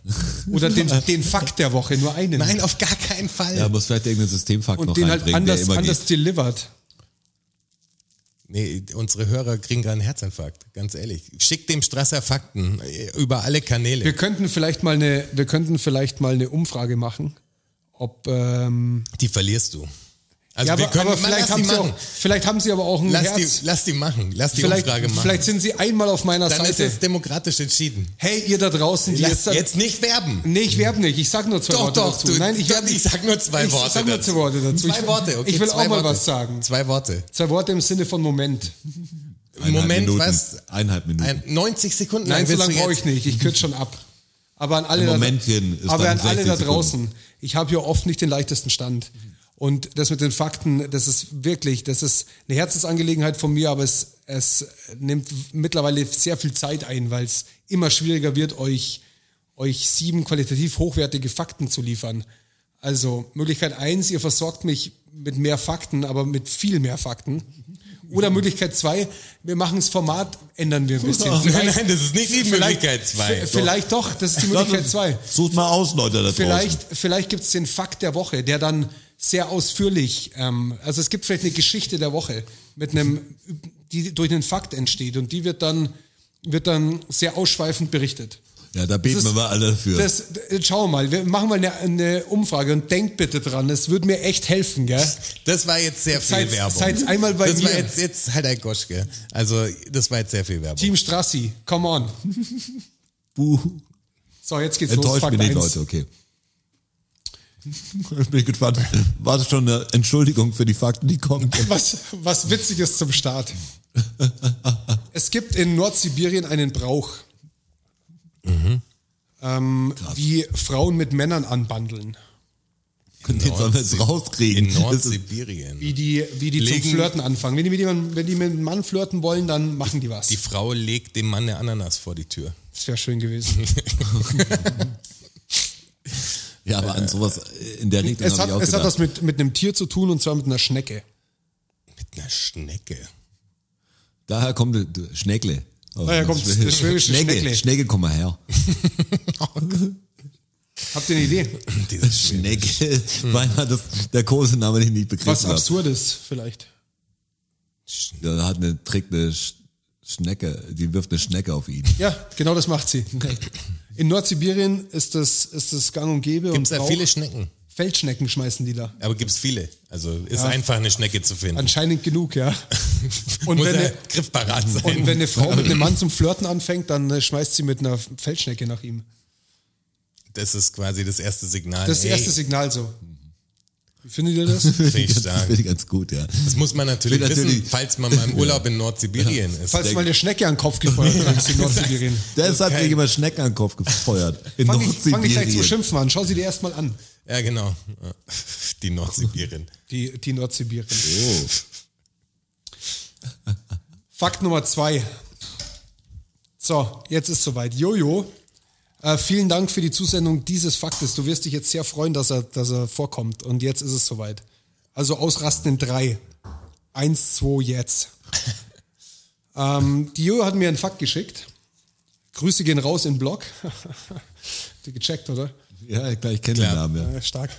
Speaker 4: Oder den, den Fakt der Woche, nur einen.
Speaker 3: Nein, auf gar keinen Fall.
Speaker 2: Ja, muss vielleicht irgendein Systemfakt noch
Speaker 4: und den halt
Speaker 2: reinbringen, der
Speaker 4: anders,
Speaker 2: immer
Speaker 4: anders
Speaker 2: geht.
Speaker 4: delivered.
Speaker 3: Nee, unsere Hörer kriegen gerade einen Herzinfarkt, ganz ehrlich. Schick dem Strasser Fakten äh, über alle Kanäle.
Speaker 4: Wir könnten vielleicht mal eine, wir könnten vielleicht mal eine Umfrage machen, ob ähm,
Speaker 3: die verlierst du. Also
Speaker 4: ja,
Speaker 3: wir
Speaker 4: aber,
Speaker 3: können
Speaker 4: aber
Speaker 3: Mann,
Speaker 4: vielleicht
Speaker 3: lass
Speaker 4: haben
Speaker 3: die
Speaker 4: sie
Speaker 3: machen.
Speaker 4: auch, vielleicht haben sie aber auch ein
Speaker 3: lass,
Speaker 4: Herz.
Speaker 3: die, lass die machen. Lass die
Speaker 4: vielleicht,
Speaker 3: Umfrage machen.
Speaker 4: vielleicht sind sie einmal auf meiner
Speaker 3: Dann ist
Speaker 4: Seite.
Speaker 3: es demokratisch entschieden.
Speaker 4: Hey, ihr da draußen, die
Speaker 3: Lass
Speaker 4: jetzt,
Speaker 3: jetzt nicht werben.
Speaker 4: Nee, ich werbe nicht. Ich sag nur zwei
Speaker 3: Doch,
Speaker 4: Worte
Speaker 3: doch,
Speaker 4: dazu.
Speaker 3: du-
Speaker 4: Nein, ich,
Speaker 3: ja,
Speaker 4: werd-
Speaker 3: ich sag nur zwei
Speaker 4: ich
Speaker 3: Worte
Speaker 4: sag nur zwei
Speaker 3: dazu.
Speaker 4: Worte dazu.
Speaker 3: Zwei
Speaker 4: ich,
Speaker 3: Worte, okay.
Speaker 4: Ich will
Speaker 3: zwei
Speaker 4: auch mal
Speaker 3: Worte.
Speaker 4: was sagen.
Speaker 3: Zwei Worte.
Speaker 4: Zwei Worte im Sinne von Moment.
Speaker 2: Eineinhalb
Speaker 3: Moment,
Speaker 2: Minuten.
Speaker 3: was?
Speaker 2: Eineinhalb Minuten.
Speaker 3: Ein, 90 Sekunden
Speaker 4: Nein, so
Speaker 3: willst
Speaker 4: lange
Speaker 3: du
Speaker 4: brauche
Speaker 3: jetzt-
Speaker 4: ich nicht. Ich kürze schon ab. Aber an alle,
Speaker 2: Ein
Speaker 4: da-
Speaker 2: Momentchen ist
Speaker 4: aber
Speaker 2: dann
Speaker 4: an alle
Speaker 2: 60
Speaker 4: da
Speaker 2: Sekunden.
Speaker 4: draußen. Ich habe hier oft nicht den leichtesten Stand. Und das mit den Fakten, das ist wirklich, das ist eine Herzensangelegenheit von mir, aber es, es nimmt mittlerweile sehr viel Zeit ein, weil es immer schwieriger wird, euch, euch sieben qualitativ hochwertige Fakten zu liefern. Also Möglichkeit eins, ihr versorgt mich mit mehr Fakten, aber mit viel mehr Fakten. Oder Möglichkeit zwei, wir machen das Format, ändern wir ein bisschen.
Speaker 3: Nein,
Speaker 4: Vielleicht-
Speaker 3: nein, das ist nicht die Möglichkeit zwei.
Speaker 4: V- Vielleicht doch, das ist die Möglichkeit zwei.
Speaker 2: Sucht mal aus, Leute, da
Speaker 4: Vielleicht, vielleicht gibt es den Fakt der Woche, der dann sehr ausführlich, ähm, also es gibt vielleicht eine Geschichte der Woche, mit einem, die durch einen Fakt entsteht und die wird dann, wird dann sehr ausschweifend berichtet.
Speaker 2: Ja, da beten
Speaker 4: Das
Speaker 2: wir
Speaker 4: ist-
Speaker 2: mal alle für.
Speaker 4: Das, d- schauen wir mal, wir machen mal eine, eine Umfrage und denkt bitte dran, es würde mir echt helfen, gell?
Speaker 3: Das war jetzt sehr viel
Speaker 4: Seid-
Speaker 3: Werbung.
Speaker 4: seid einmal bei
Speaker 3: das war
Speaker 4: mir.
Speaker 3: jetzt, jetzt halt ein Gosch, gell? Also, das war jetzt sehr viel Werbung.
Speaker 4: Team Strassi, come on.
Speaker 2: Buh.
Speaker 4: So, jetzt geht's los.
Speaker 2: Enttäuscht
Speaker 4: Fakt
Speaker 2: mich nicht,
Speaker 4: eins.
Speaker 2: Leute, okay. Bin ich gespannt. War das schon eine Entschuldigung für die Fakten, die kommen?
Speaker 4: Was, was Witziges zum Start. Es gibt in Nordsibirien einen Brauch, ähm, wie Frauen mit Männern anbandeln.
Speaker 2: Den sollen wir jetzt rauskriegen.
Speaker 3: In
Speaker 2: Das ist-
Speaker 3: Nordsibirien.
Speaker 4: Wie die, wie die zum
Speaker 3: Legen-
Speaker 4: Flirten anfangen. Wenn die, mit jemandem, wenn die mit einem Mann flirten wollen, dann machen die was.
Speaker 3: Die Frau legt dem Mann eine Ananas vor die Tür.
Speaker 4: das wäre schön gewesen.
Speaker 2: Ja, aber an sowas äh, in der Richtung
Speaker 4: es
Speaker 2: habe
Speaker 4: hat,
Speaker 2: ich auch
Speaker 4: es hat
Speaker 2: gedacht.
Speaker 4: was mit, mit einem Tier zu tun und zwar mit einer Schnecke.
Speaker 3: Mit einer Schnecke.
Speaker 2: Daher kommt die- die Schneckle. Oh,
Speaker 4: Daher Ah kommt das schwäbische Schneckle.
Speaker 2: Schnecke. Schnecke, komm mal her.
Speaker 3: Oh
Speaker 4: Habt ihr eine Idee?
Speaker 3: Dieses Schneck.
Speaker 2: Schnecke war immer das, der Kosename, den ich nicht begriffen
Speaker 4: Hm. Was
Speaker 2: habe.
Speaker 4: Absurdes vielleicht.
Speaker 2: Da hat eine, trägt eine Sch- Schnecke, die wirft eine Schnecke auf ihn.
Speaker 4: Ja, genau das macht sie. In Nordsibirien ist das, ist das gang und gäbe.
Speaker 3: Gibt es
Speaker 4: und
Speaker 3: da
Speaker 4: Brauch.
Speaker 3: viele Schnecken?
Speaker 4: Feldschnecken schmeißen die da.
Speaker 3: Aber gibt es viele. Also ist einfach eine Schnecke zu finden.
Speaker 4: Anscheinend genug, ja. Und
Speaker 3: Muss halt
Speaker 4: wenn,
Speaker 3: ja
Speaker 4: eine,
Speaker 3: griffparat sein.
Speaker 4: und wenn eine Frau mit einem Mann zum Flirten anfängt, dann äh, schmeißt sie mit einer Feldschnecke nach ihm.
Speaker 3: das ist quasi das erste Signal.
Speaker 4: Das ist das
Speaker 3: Ey, Mhm.
Speaker 4: erste Signal so. Wie findet ihr das?
Speaker 3: Finde ich
Speaker 2: ganz,
Speaker 3: stark.
Speaker 2: Finde ich ganz gut, ja.
Speaker 3: Das muss man natürlich,
Speaker 2: Will natürlich-
Speaker 3: wissen, falls man mal im Urlaub in Nordsibirien ist.
Speaker 4: Falls mal eine Schnecke an den Kopf gefeuert ist in Nordsibirien.
Speaker 2: Deshalb
Speaker 3: Geil.
Speaker 2: kriege ich immer Schnecken an den Kopf gefeuert. In
Speaker 4: Also Fang ich, fang ich gleich
Speaker 2: Nordsibirien.
Speaker 4: zum Schimpfen an. Schau sie dir erstmal an.
Speaker 3: Ja, genau. Die Nordsibirien.
Speaker 4: Die, die Nordsibirien. Fakt Nummer zwei. So, jetzt ist soweit. Jojo, äh, vielen Dank für die Zusendung dieses Faktes. Du wirst dich jetzt sehr freuen, dass er, dass er vorkommt. Und jetzt ist es soweit. Also ausrasten in drei. Eins, zwei, jetzt. ähm, die Jojo hat mir einen Fakt geschickt. Grüße gehen raus in den Blog. Habt ihr gecheckt, oder?
Speaker 2: Ja, klar, ich kenne den
Speaker 3: Klar.
Speaker 2: Namen,
Speaker 4: Äh, stark.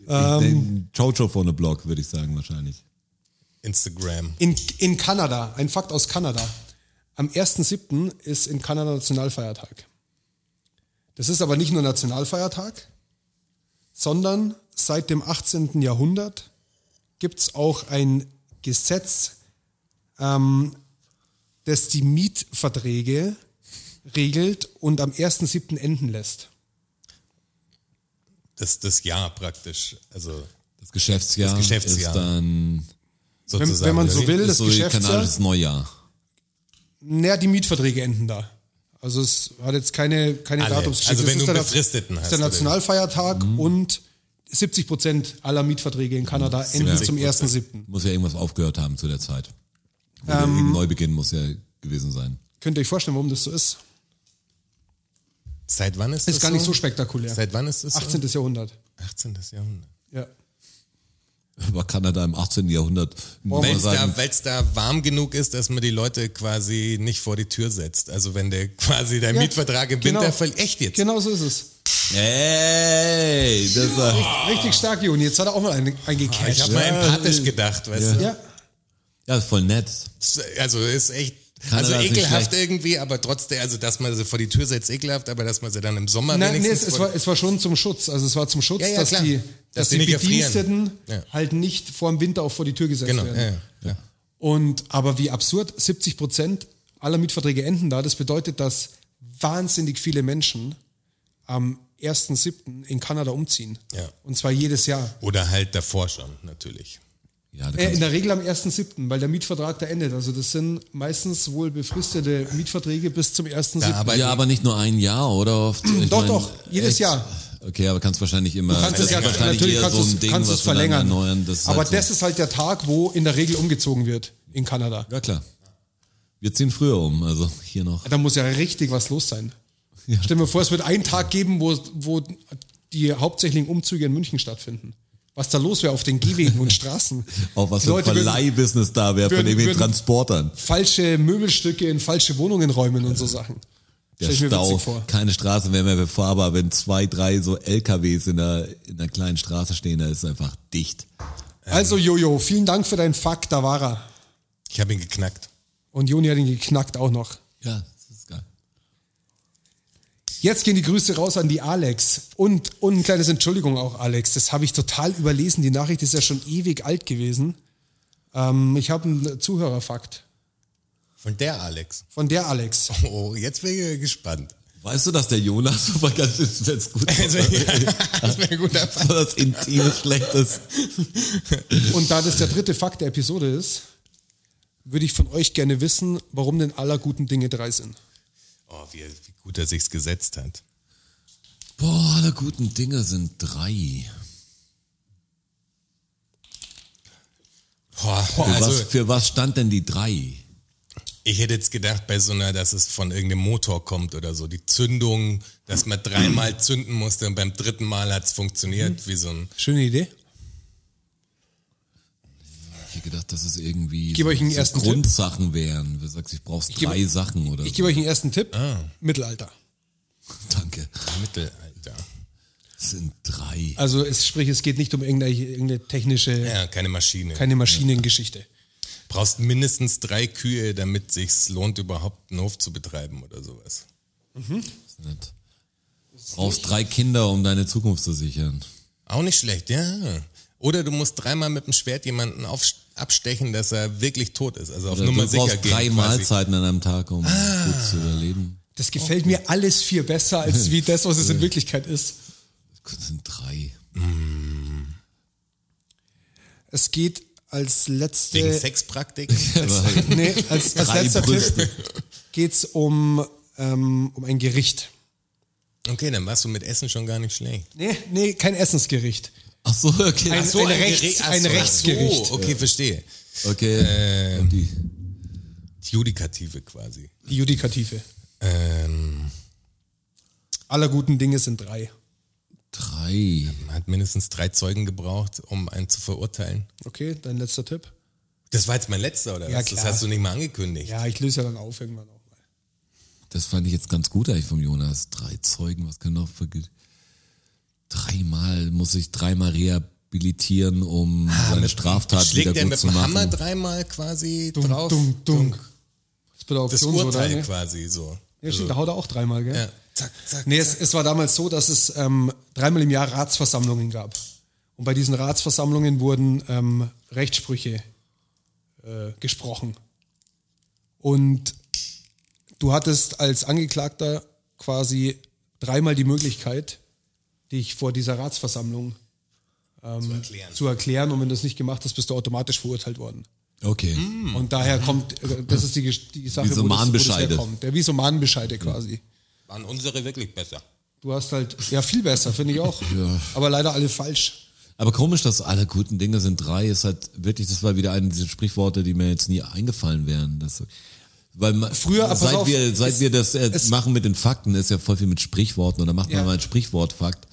Speaker 4: Ähm.
Speaker 2: ja. Den Jojo von der Block, würde ich sagen, wahrscheinlich.
Speaker 3: Instagram.
Speaker 4: In, in Kanada, ein Fakt aus Kanada. Am 1.7. ist in Kanada Nationalfeiertag. Das ist aber nicht nur Nationalfeiertag, sondern seit dem 18. Jahrhundert gibt's auch ein Gesetz, ähm, das die Mietverträge regelt und am 1.7. enden lässt.
Speaker 3: Das, das Jahr praktisch. Also
Speaker 2: Das Geschäftsjahr,
Speaker 3: Das Geschäftsjahr.
Speaker 2: ist dann
Speaker 3: sozusagen.
Speaker 4: wenn man so
Speaker 3: das-
Speaker 4: will,
Speaker 2: ist
Speaker 4: das
Speaker 2: so ihr
Speaker 4: Geschäftsjahr?
Speaker 2: kanadisches Neujahr.
Speaker 4: Naja, die Mietverträge enden da. Also es hat jetzt keine, keine
Speaker 3: Alle.
Speaker 4: Datumsgeschichte.
Speaker 3: Also
Speaker 4: Das
Speaker 3: wenn
Speaker 4: ist
Speaker 3: du
Speaker 4: der-
Speaker 3: befristeten
Speaker 4: Das
Speaker 3: hast,
Speaker 4: ist der
Speaker 3: oder Mhm. wie?
Speaker 4: Nationalfeiertag und 70 Prozent aller Mietverträge in Kanada
Speaker 3: Mhm.
Speaker 4: enden zum 1.7.
Speaker 2: Muss ja irgendwas aufgehört haben zu der Zeit.
Speaker 4: Ähm.
Speaker 2: Oder irgendein Neubeginn muss ja gewesen sein.
Speaker 4: Könnt ihr euch vorstellen, warum das so ist?
Speaker 3: Seit wann ist das
Speaker 4: Ist gar nicht so
Speaker 3: so
Speaker 4: spektakulär.
Speaker 3: Seit wann ist das
Speaker 4: 18. Jahrhundert.
Speaker 3: So? 18. Jahrhundert.
Speaker 4: Ja.
Speaker 2: War Kanada im 18. Jahrhundert. Muss man
Speaker 3: Weil es
Speaker 2: sagen,
Speaker 3: da, weil's da warm genug ist, dass man die Leute quasi nicht vor die Tür setzt. Also wenn der quasi der
Speaker 4: Ja,
Speaker 3: Mietvertrag im
Speaker 4: genau.
Speaker 3: Winter verliert. Echt jetzt?
Speaker 4: Genau so ist es.
Speaker 2: Ey, das war,
Speaker 4: Richtig stark, Juni. Jetzt hat er auch mal einen, einen
Speaker 3: Ah, Ich
Speaker 4: gecasht.
Speaker 3: habe mal empathisch gedacht, weißt du?
Speaker 4: Ja.
Speaker 2: ja, ist voll nett.
Speaker 3: Also ist echt.
Speaker 2: Kanada
Speaker 3: also
Speaker 2: ist nicht
Speaker 3: ekelhaft
Speaker 2: schlecht.
Speaker 3: irgendwie, aber trotzdem, also dass man sie vor die Tür setzt, ekelhaft, aber dass man sie dann im Sommer
Speaker 4: Nein, nee,
Speaker 3: wenigstens.
Speaker 4: es, es,
Speaker 3: vor-
Speaker 4: war, es war schon zum Schutz. Also es war zum Schutz,
Speaker 3: Ja, ja,
Speaker 4: dass,
Speaker 3: klar.
Speaker 4: die,
Speaker 3: Dass
Speaker 4: dass
Speaker 3: die
Speaker 4: die
Speaker 3: nicht erfrieren.
Speaker 4: Bediensteten
Speaker 3: Ja.
Speaker 4: halt nicht vor dem Winter auch vor die Tür gesetzt
Speaker 3: genau,
Speaker 4: werden.
Speaker 3: ja, ja, klar.
Speaker 4: Und aber wie absurd, 70 Prozent aller Mietverträge enden da. Das bedeutet, dass wahnsinnig viele Menschen am 1.7. in Kanada umziehen.
Speaker 3: Ja.
Speaker 4: Und zwar jedes Jahr.
Speaker 3: Oder halt davor schon, natürlich.
Speaker 2: Ja, da
Speaker 4: Äh, in
Speaker 2: kannst-
Speaker 4: der Regel am 1.7., weil der Mietvertrag da endet. Also das sind meistens wohl befristete Mietverträge bis zum 1.7.
Speaker 3: Da arbeiten
Speaker 2: ja, aber nicht nur ein Jahr, oder? Oft, ich
Speaker 4: Hm, Doch, doch, jedes Jahr.
Speaker 2: Okay, aber kannst wahrscheinlich immer.
Speaker 4: kannst es
Speaker 2: ist
Speaker 4: ja,
Speaker 2: wahrscheinlich
Speaker 4: natürlich
Speaker 2: eher
Speaker 4: kannst
Speaker 2: so
Speaker 4: du
Speaker 2: ein
Speaker 4: es-
Speaker 2: Ding,
Speaker 4: kannst du
Speaker 2: was
Speaker 4: es
Speaker 2: du dann
Speaker 4: verlängern.
Speaker 2: Erneuern, das ist
Speaker 4: aber
Speaker 2: halt so.
Speaker 4: das ist halt der Tag, wo in der Regel umgezogen wird in Kanada.
Speaker 2: Ja, klar. Wir ziehen früher um, also hier noch.
Speaker 4: Da muss ja richtig was los sein. Stell dir mal vor, es wird einen Tag geben, wo, wo die hauptsächlichen Umzüge in München stattfinden. Was da los wäre auf den Gehwegen und Straßen.
Speaker 2: Auch was
Speaker 4: Die
Speaker 2: für ein
Speaker 4: würden
Speaker 2: Verleihbusiness da wäre von
Speaker 4: würden-
Speaker 2: irgendwelchen
Speaker 4: würden-
Speaker 2: Transportern.
Speaker 4: falsche Möbelstücke in falsche Wohnungen räumen und so Sachen.
Speaker 2: Der
Speaker 4: Stell ich mir
Speaker 2: Stau,
Speaker 4: witzig vor.
Speaker 2: keine Straße wäre mehr befahrbar, wenn zwei, drei so LKWs in der, in der kleinen Straße stehen, da ist es einfach dicht.
Speaker 4: Also Jojo, vielen Dank für deinen Fakt, da war er.
Speaker 3: Ich habe ihn geknackt.
Speaker 4: Und Joni hat ihn geknackt auch noch.
Speaker 2: Ja, das ist geil.
Speaker 4: Jetzt gehen die Grüße raus an die Alex. Und, und ein kleines Entschuldigung auch, Alex. Das habe ich total überlesen. Die Nachricht ist ja schon ewig alt gewesen. Ähm, ich habe einen Zuhörerfakt
Speaker 3: Von der Alex.
Speaker 4: von der Alex.
Speaker 3: Oh, jetzt bin ich gespannt.
Speaker 2: Weißt du, dass der Jonas so ganz das ist jetzt gut
Speaker 3: Also, ja, das wäre ein guter Fall.
Speaker 2: so das intime Schlechtes.
Speaker 4: Und da das der dritte Fakt der Episode ist, würde ich von euch gerne wissen, warum denn aller guten Dinge drei sind.
Speaker 3: Oh, wie, wie gut er sich's gesetzt hat.
Speaker 2: Boah, alle guten Dinge sind drei.
Speaker 3: Boah,
Speaker 2: Für, was,
Speaker 3: also,
Speaker 2: für was stand denn die drei?
Speaker 3: ich hätte jetzt gedacht, bei so einer, dass es von irgendeinem Motor kommt oder so. Die Zündung, dass man dreimal zünden musste und beim dritten Mal hat's
Speaker 2: Mhm.
Speaker 3: funktioniert, wie so ein.
Speaker 4: Schöne Idee.
Speaker 2: Ich hätte gedacht, dass es irgendwie
Speaker 4: gebe euch einen
Speaker 2: so
Speaker 4: ersten Tipp.
Speaker 2: Grundsachen wären. Du sagst, ich brauchst
Speaker 4: gebe-
Speaker 2: drei Sachen oder
Speaker 4: Ich
Speaker 2: so.
Speaker 4: gebe euch einen ersten Tipp. Mittelalter.
Speaker 2: Danke.
Speaker 3: Mittelalter.
Speaker 2: Es sind drei.
Speaker 4: Also es, sprich, es geht nicht um irgendeine, irgendeine technische,
Speaker 3: Ja, keine Maschine.
Speaker 4: keine Maschinengeschichte.
Speaker 3: Brauchst mindestens drei Kühe, damit sich's lohnt, überhaupt einen Hof zu betreiben oder sowas.
Speaker 2: Das ist nett. Brauchst drei Kinder, um deine Zukunft zu sichern.
Speaker 3: Auch nicht schlecht, ja. Oder du musst dreimal mit dem Schwert jemanden auf, abstechen, dass er wirklich tot ist. Also auf
Speaker 2: Oder
Speaker 3: Nummer
Speaker 2: du
Speaker 3: sicher
Speaker 2: brauchst
Speaker 3: gehen.
Speaker 2: drei
Speaker 3: quasi.
Speaker 2: Mahlzeiten an einem Tag, um
Speaker 4: Ah.
Speaker 2: gut zu überleben.
Speaker 4: Das gefällt mir alles viel besser als wie das, was es in Wirklichkeit ist.
Speaker 2: Das sind drei.
Speaker 4: es geht als letzte,
Speaker 3: Wegen Sexpraktiken.
Speaker 4: nee, als, als
Speaker 2: Drei
Speaker 4: letzter
Speaker 2: Brüste.
Speaker 4: Tipp geht's um, ähm, um ein Gericht.
Speaker 3: Okay, dann warst du mit Essen schon gar nicht schlecht.
Speaker 4: Nee, nee, kein Essensgericht.
Speaker 2: Ach so, okay.
Speaker 4: Ein-
Speaker 2: Ach so,
Speaker 4: ein
Speaker 2: ein-
Speaker 4: Rechts-
Speaker 3: Geri- ach
Speaker 4: ein
Speaker 3: so, ach
Speaker 4: Rechtsgericht.
Speaker 3: So, okay, verstehe.
Speaker 2: okay.
Speaker 4: Äh.
Speaker 2: Und die,
Speaker 3: Die Judikative quasi.
Speaker 4: Die Judikative.
Speaker 3: Ähm,
Speaker 4: Aller guten Dinge sind drei.
Speaker 2: drei.
Speaker 3: man hat mindestens drei Zeugen gebraucht, um einen zu verurteilen.
Speaker 4: Okay, dein letzter Tipp?
Speaker 3: Das war jetzt mein letzter, oder
Speaker 4: Ja,
Speaker 3: was?
Speaker 4: klar.
Speaker 3: Das hast du nicht mal angekündigt.
Speaker 4: Ja, ich löse ja dann auf irgendwann auch mal.
Speaker 2: Das fand ich jetzt ganz gut eigentlich vom Jonas. Drei Zeugen, was kann noch für... Dreimal muss ich dreimal rehabilitieren, um
Speaker 4: Ah,
Speaker 2: seine Straftat wieder
Speaker 3: Schlägt der
Speaker 2: gut
Speaker 3: mit
Speaker 2: zu
Speaker 3: dem
Speaker 2: machen.
Speaker 3: Hammer dreimal quasi drauf?
Speaker 4: dunk, dunk. Das Also ist bei der
Speaker 3: Das
Speaker 4: Auktion so,
Speaker 3: Urteil
Speaker 4: oder? Ne?
Speaker 3: quasi so.
Speaker 4: Ja, stimmt, da haut er auch dreimal, gell?
Speaker 3: Ja. Zack, zack.
Speaker 4: Nee, es, es war damals so, dass es ähm, dreimal im Jahr Ratsversammlungen gab. Und bei diesen Ratsversammlungen wurden ähm, Rechtssprüche äh, gesprochen. Und du hattest als Angeklagter quasi dreimal die Möglichkeit, dich vor dieser Ratsversammlung ähm, zu, erklären. Und wenn du es nicht gemacht hast, bist du automatisch verurteilt worden.
Speaker 2: Okay.
Speaker 4: Und daher kommt, äh, das ist die, Gesch- die Sache,
Speaker 2: Hm. Wie so
Speaker 4: wo das, wo das
Speaker 2: Mahnbescheide.
Speaker 4: herkommt. Der Visomanbescheide quasi.
Speaker 3: Waren unsere wirklich besser?
Speaker 4: Du hast halt, ja, viel besser, finde ich auch. Aber leider alle falsch.
Speaker 2: Aber komisch, dass alle guten Dinge sind drei, ist halt wirklich, das war wieder eine dieser Sprichworte, die mir jetzt nie eingefallen wären. Das, weil man,
Speaker 4: Früher, aber pass
Speaker 2: seit
Speaker 4: auf,
Speaker 2: wir, seit
Speaker 4: es-
Speaker 2: wir das äh,
Speaker 4: es-
Speaker 2: machen mit den Fakten, ist ja voll viel mit Sprichworten und da macht
Speaker 4: Ja.
Speaker 2: man mal einen Sprichwortfakt.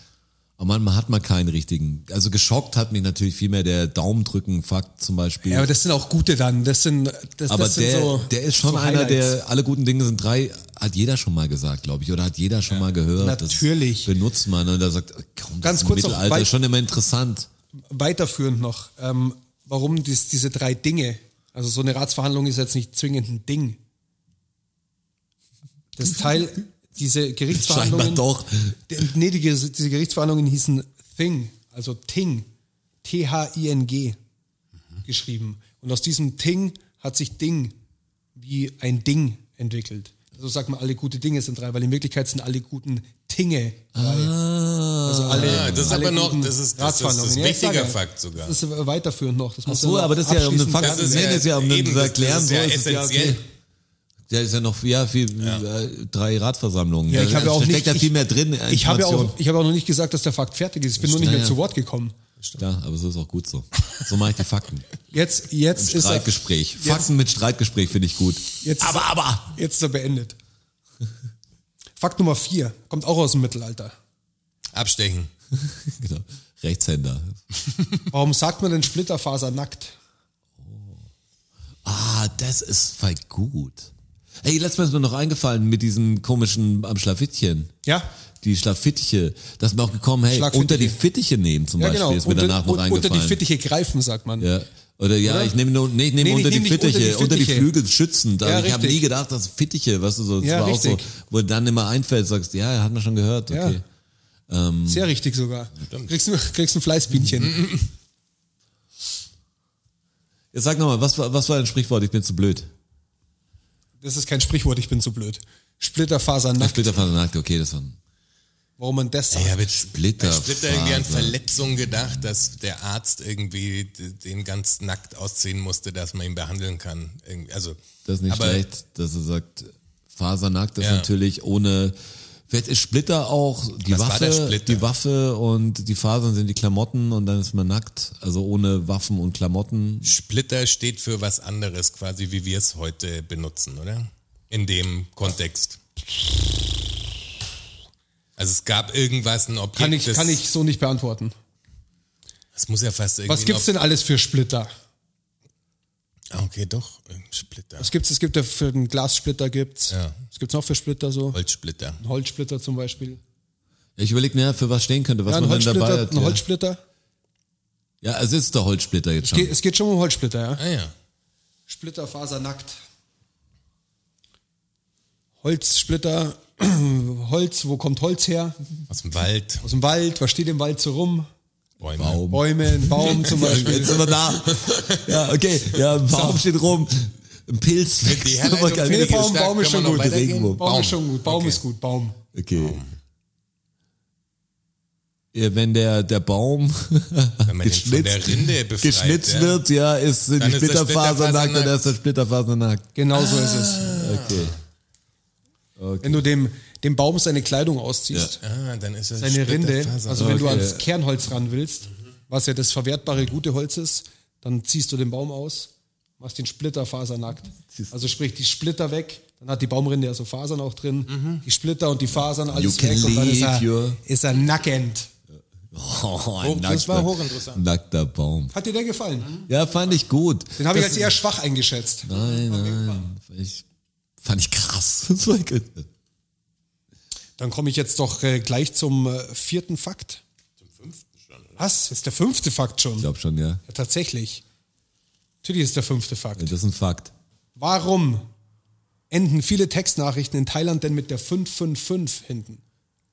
Speaker 2: Aber manchmal hat man keinen richtigen. Also geschockt hat mich natürlich viel mehr der Daumendrücken-Fakt zum Beispiel.
Speaker 4: Ja, aber das sind auch gute dann. Das sind, das,
Speaker 2: Aber
Speaker 4: das sind
Speaker 2: der,
Speaker 4: so.
Speaker 2: der ist schon
Speaker 4: so
Speaker 2: einer,
Speaker 4: Highlights.
Speaker 2: der alle guten Dinge sind drei, hat jeder schon mal gesagt, glaube ich, oder hat jeder schon mal gehört.
Speaker 4: Natürlich.
Speaker 2: Das benutzt man und da sagt, komm, das
Speaker 4: Ganz
Speaker 2: ist im
Speaker 4: kurz noch,
Speaker 2: Mittelalter
Speaker 4: weil-
Speaker 2: ist schon immer interessant.
Speaker 4: Weiterführend noch, ähm, warum dies, diese drei Dinge, also so eine Ratsverhandlung ist jetzt nicht zwingend ein Ding. Das Teil, diese
Speaker 2: Scheinbar
Speaker 4: Gerichtsverhandlungen.
Speaker 2: doch.
Speaker 4: D- Nee, die, Ger- diese Gerichtsverhandlungen hießen Thing, also Ting, T-H-I-N-G geschrieben. Und aus diesem Ting hat sich Ding wie ein Ding entwickelt. Also sagt man, alle gute Dinge sind drei, weil in Wirklichkeit sind alle guten Tinge drei. also alle,
Speaker 3: Ah, das ist
Speaker 4: alle
Speaker 3: Ah. aber noch-
Speaker 4: guten
Speaker 3: das ist- das ist- das ist
Speaker 4: Ratsverhandlungen.
Speaker 3: ein
Speaker 4: Ja, ich sage
Speaker 3: wichtiger
Speaker 4: ja,
Speaker 3: Fakt sogar.
Speaker 4: Das ist weiterführend noch. Das
Speaker 2: Ach
Speaker 4: muss
Speaker 2: so,
Speaker 4: ja
Speaker 2: aber das ist ja um den
Speaker 4: also abschließend
Speaker 2: Fakt,
Speaker 4: sein.
Speaker 3: ist
Speaker 2: nee,
Speaker 3: ja
Speaker 2: das ist ja um den
Speaker 3: eben,
Speaker 2: zu
Speaker 3: das- das
Speaker 2: erklären,
Speaker 3: ist
Speaker 2: so
Speaker 3: ja
Speaker 2: ist es ja
Speaker 3: essentiell.
Speaker 2: okay. Da ist ja noch ja, viel, äh, drei Ratversammlungen.
Speaker 4: Ja,
Speaker 2: Da
Speaker 4: ich habe ja auch
Speaker 2: steckt
Speaker 4: nicht-
Speaker 2: ja viel
Speaker 4: ich-
Speaker 2: mehr drin.
Speaker 4: Ich habe ja
Speaker 2: Information.
Speaker 4: auch, ich habe auch noch nicht gesagt, dass der Fakt fertig ist. Ich bin nur nicht
Speaker 2: Ja,
Speaker 4: mehr
Speaker 2: ja.
Speaker 4: zu Wort gekommen.
Speaker 2: Ja, aber so ist auch gut so. So mache ich die Fakten.
Speaker 4: Jetzt, jetzt ist er,
Speaker 2: Streitgespräch. Fakten mit Streitgespräch finde ich gut.
Speaker 4: Jetzt-
Speaker 2: aber, aber.
Speaker 4: Jetzt ist er beendet. Fakt Nummer vier kommt auch aus dem Mittelalter.
Speaker 3: Abstechen.
Speaker 2: Genau. Rechtshänder.
Speaker 4: Warum sagt man denn Splitterfaser nackt?
Speaker 2: Ah, das ist voll gut. Ey, letztes Mal ist mir noch eingefallen mit diesem komischen am Schlafittchen.
Speaker 4: Ja?
Speaker 2: Die Schlafittiche. Da ist mir auch gekommen, hey,
Speaker 4: Schlagfittiche.
Speaker 2: unter die Fittiche nehmen zum
Speaker 4: Ja,
Speaker 2: Beispiel.
Speaker 4: genau.
Speaker 2: Ist mir
Speaker 4: Unter,
Speaker 2: danach noch
Speaker 4: un-
Speaker 2: eingefallen.
Speaker 4: unter die Fittiche greifen, sagt man.
Speaker 2: Ja. Oder ja,
Speaker 4: Oder?
Speaker 2: ich nehme nur, nee, ich nehme
Speaker 4: Nee,
Speaker 2: unter,
Speaker 4: ich
Speaker 2: die
Speaker 4: nehme nicht unter die
Speaker 2: Fittiche, unter die
Speaker 4: Fittiche.
Speaker 2: Flügel schützend.
Speaker 4: Ja,
Speaker 2: Aber ich habe
Speaker 4: richtig.
Speaker 2: nie gedacht, dass Fittiche, weißt du, so, das
Speaker 4: Ja,
Speaker 2: war auch so,
Speaker 4: richtig.
Speaker 2: wo dann immer einfällt, sagst, ja, hat man schon gehört,
Speaker 4: Ja.
Speaker 2: okay. Ähm,
Speaker 4: Sehr richtig sogar. Kriegst, du- kriegst ein
Speaker 2: Mhm.
Speaker 4: Fleißbienchen.
Speaker 2: Jetzt sag nochmal, was war, was war dein Sprichwort? Ich bin zu blöd.
Speaker 4: Das ist kein Sprichwort, ich bin zu blöd. Splitterfaser
Speaker 2: Ach,
Speaker 4: nackt.
Speaker 2: Splitterfaser nackt, okay, das war ein
Speaker 4: Warum man das sagt?
Speaker 3: Ich habe jetzt
Speaker 2: Splitter-
Speaker 3: bei Splitter irgendwie an
Speaker 2: Faser.
Speaker 3: Verletzungen gedacht, dass der Arzt irgendwie d- den ganz nackt ausziehen musste, dass man ihn behandeln kann. Irgendwie, Also,
Speaker 2: Das ist nicht
Speaker 3: aber
Speaker 2: schlecht, dass er sagt, fasernackt ist
Speaker 3: Ja.
Speaker 2: natürlich ohne. Vielleicht ist Splitter auch die
Speaker 3: Was war der
Speaker 2: Waffe,
Speaker 3: Splitter?
Speaker 2: die Waffe und die Fasern sind die Klamotten und dann ist man nackt, also ohne Waffen und Klamotten.
Speaker 3: Splitter steht für was anderes, quasi wie wir es heute benutzen, oder? In dem Kontext. Also es gab irgendwas, ein Objekt.
Speaker 4: Kann ich,
Speaker 3: das,
Speaker 4: kann ich so nicht beantworten.
Speaker 3: Das muss ja fast irgendwie.
Speaker 4: Was gibt's denn alles für Splitter?
Speaker 3: denn? Ah, Okay, doch. irgendein Splitter.
Speaker 4: Was gibt's? Es gibt ja für einen Glassplitter gibt's.
Speaker 3: Ja.
Speaker 4: Was gibt's noch für Splitter so?
Speaker 3: Holzsplitter.
Speaker 4: Ein Holzsplitter zum Beispiel.
Speaker 2: Ich überlege mir, für was stehen könnte, was
Speaker 4: Ja, ein
Speaker 2: man dann dabei
Speaker 4: Holzsplitter.
Speaker 2: hat.
Speaker 4: Ein
Speaker 2: Ja.
Speaker 4: Holzsplitter.
Speaker 2: ja, es ist der Holzsplitter jetzt
Speaker 4: Ge-
Speaker 2: schon.
Speaker 4: Es geht schon um Holzsplitter, ja?
Speaker 3: Ah ja.
Speaker 4: Splitterfaser nackt. Holzsplitter, Holz, wo kommt Holz her?
Speaker 3: Aus dem Wald.
Speaker 4: Aus dem Wald, was steht im Wald so rum?
Speaker 3: Bäume.
Speaker 4: Bäume, ein Baum zum Beispiel.
Speaker 2: Jetzt sind wir da. Ja, okay. Ja, ein Baum steht rum. Ein Pilz. wächst,
Speaker 3: die Herleitung
Speaker 2: aber kein
Speaker 3: finde ich
Speaker 2: Pilz.
Speaker 4: Baum,
Speaker 3: stark.
Speaker 4: Baum ist
Speaker 3: Kann
Speaker 4: schon
Speaker 3: man noch
Speaker 4: gut.
Speaker 3: weitergehen?
Speaker 2: Regenbogen.
Speaker 4: Baum ist
Speaker 3: Baum.
Speaker 4: schon gut, Baum
Speaker 3: Okay.
Speaker 4: ist gut, Baum.
Speaker 2: Okay. äh, wenn der, der Baum
Speaker 3: Wenn man ihn von der
Speaker 2: geschnitzt,
Speaker 3: Rinde befreit.
Speaker 2: geschnitzt
Speaker 3: ja.
Speaker 2: wird, ja, ist sind
Speaker 3: Dann
Speaker 2: die
Speaker 3: ist der
Speaker 2: Splitterfaser nackt,
Speaker 3: Splitterfasernackt.
Speaker 2: dann ist der Splitterfaser nackt.
Speaker 4: Genau so ist
Speaker 3: Ah.
Speaker 4: es.
Speaker 2: Okay.
Speaker 4: Wenn du dem, dem Baum seine Kleidung ausziehst,
Speaker 3: Ah, dann ist das
Speaker 4: seine Rinde,
Speaker 3: Splitterfaser.
Speaker 4: also wenn du
Speaker 2: Okay.
Speaker 4: ans Kernholz ran willst, was ja das verwertbare gute Holz ist, dann ziehst du den Baum aus, machst den Splitter fasernackt. Also sprich die Splitter weg, dann hat die Baumrinde ja so Fasern auch drin, die Splitter und die Fasern,
Speaker 2: Mhm. You
Speaker 4: alles
Speaker 2: can
Speaker 4: weg und dann ist
Speaker 2: leave
Speaker 4: er,
Speaker 2: your-
Speaker 4: ist er nackend.
Speaker 2: Oh, ein
Speaker 3: Hoch- das war hochinteressant.
Speaker 2: Nackter Baum.
Speaker 4: Hat dir der gefallen?
Speaker 2: Ja, fand ich gut.
Speaker 4: Den habe ich
Speaker 2: Mhm. Das-
Speaker 4: als eher schwach eingeschätzt.
Speaker 2: Nein, nein. Ich, fand ich krass. Das war gut.
Speaker 4: Dann komme ich jetzt doch äh, gleich zum äh, vierten Fakt. Zum fünften schon. Was? Ist der fünfte Fakt schon?
Speaker 2: Ich glaube schon, ja.
Speaker 4: Ja, tatsächlich. Natürlich ist der fünfte Fakt.
Speaker 2: Das ist ein Fakt.
Speaker 4: Warum enden viele Textnachrichten in Thailand denn mit der 555 hinten?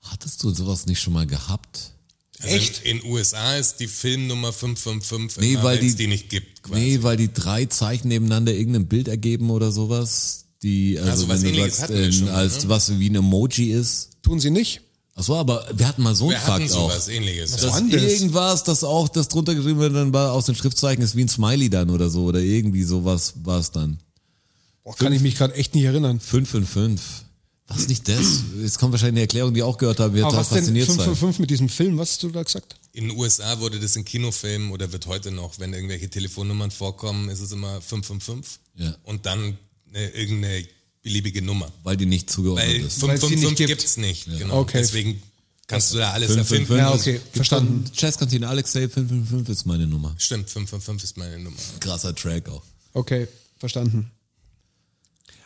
Speaker 2: Hattest du sowas nicht schon mal gehabt?
Speaker 3: Also
Speaker 4: Echt?
Speaker 3: In den USA ist die Filmnummer 555,
Speaker 2: Nee,
Speaker 3: immer,
Speaker 2: weil
Speaker 3: wenn's
Speaker 2: die-
Speaker 3: die nicht gibt. Quasi.
Speaker 2: Nee, weil die drei Zeichen nebeneinander irgendein Bild ergeben oder sowas. Die, also,
Speaker 3: Also was
Speaker 2: wenn du
Speaker 3: Ähnliches
Speaker 2: sagst,
Speaker 3: hatten wir
Speaker 2: in,
Speaker 3: schon, ne?
Speaker 2: als was wie ein Emoji ist.
Speaker 4: Tun sie nicht?
Speaker 2: Ach so, aber wir hatten mal so einen
Speaker 3: Wir hatten
Speaker 2: Fakt auch.
Speaker 3: sowas ähnliches.
Speaker 4: so,
Speaker 3: ja.
Speaker 4: an- Anders.
Speaker 2: Irgendwas, das auch, das drunter geschrieben wird, dann war aus den Schriftzeichen ist wie ein Smiley dann oder so. Oder irgendwie sowas war es dann.
Speaker 4: Boah, kann ich mich gerade echt nicht erinnern.
Speaker 2: 5 in 5. Was nicht das? Jetzt kommt wahrscheinlich eine Erklärung, die ich auch gehört habe. Wird
Speaker 4: Aber
Speaker 2: total
Speaker 4: was denn
Speaker 2: fasziniert sein.
Speaker 4: 555 mit diesem Film? Was hast du da gesagt?
Speaker 3: In den USA wurde das in Kinofilmen oder wird heute noch, wenn irgendwelche Telefonnummern vorkommen, ist es immer 555
Speaker 2: Ja.
Speaker 3: und dann eine, irgendeine beliebige Nummer. Äh,
Speaker 2: Weil die nicht zugeordnet
Speaker 3: Weil
Speaker 2: ist.
Speaker 4: Weil's die nicht
Speaker 3: 555
Speaker 4: gibt.
Speaker 3: gibt's nicht. Genau.
Speaker 4: Okay.
Speaker 3: Deswegen kannst du da alles
Speaker 2: 555.
Speaker 3: erfinden.
Speaker 4: Ja, okay, verstanden.
Speaker 2: Jazzkantine Alex Sale 555 ist meine Nummer.
Speaker 3: Stimmt, 555 ist meine Nummer.
Speaker 2: Krasser Track auch.
Speaker 4: Okay, verstanden.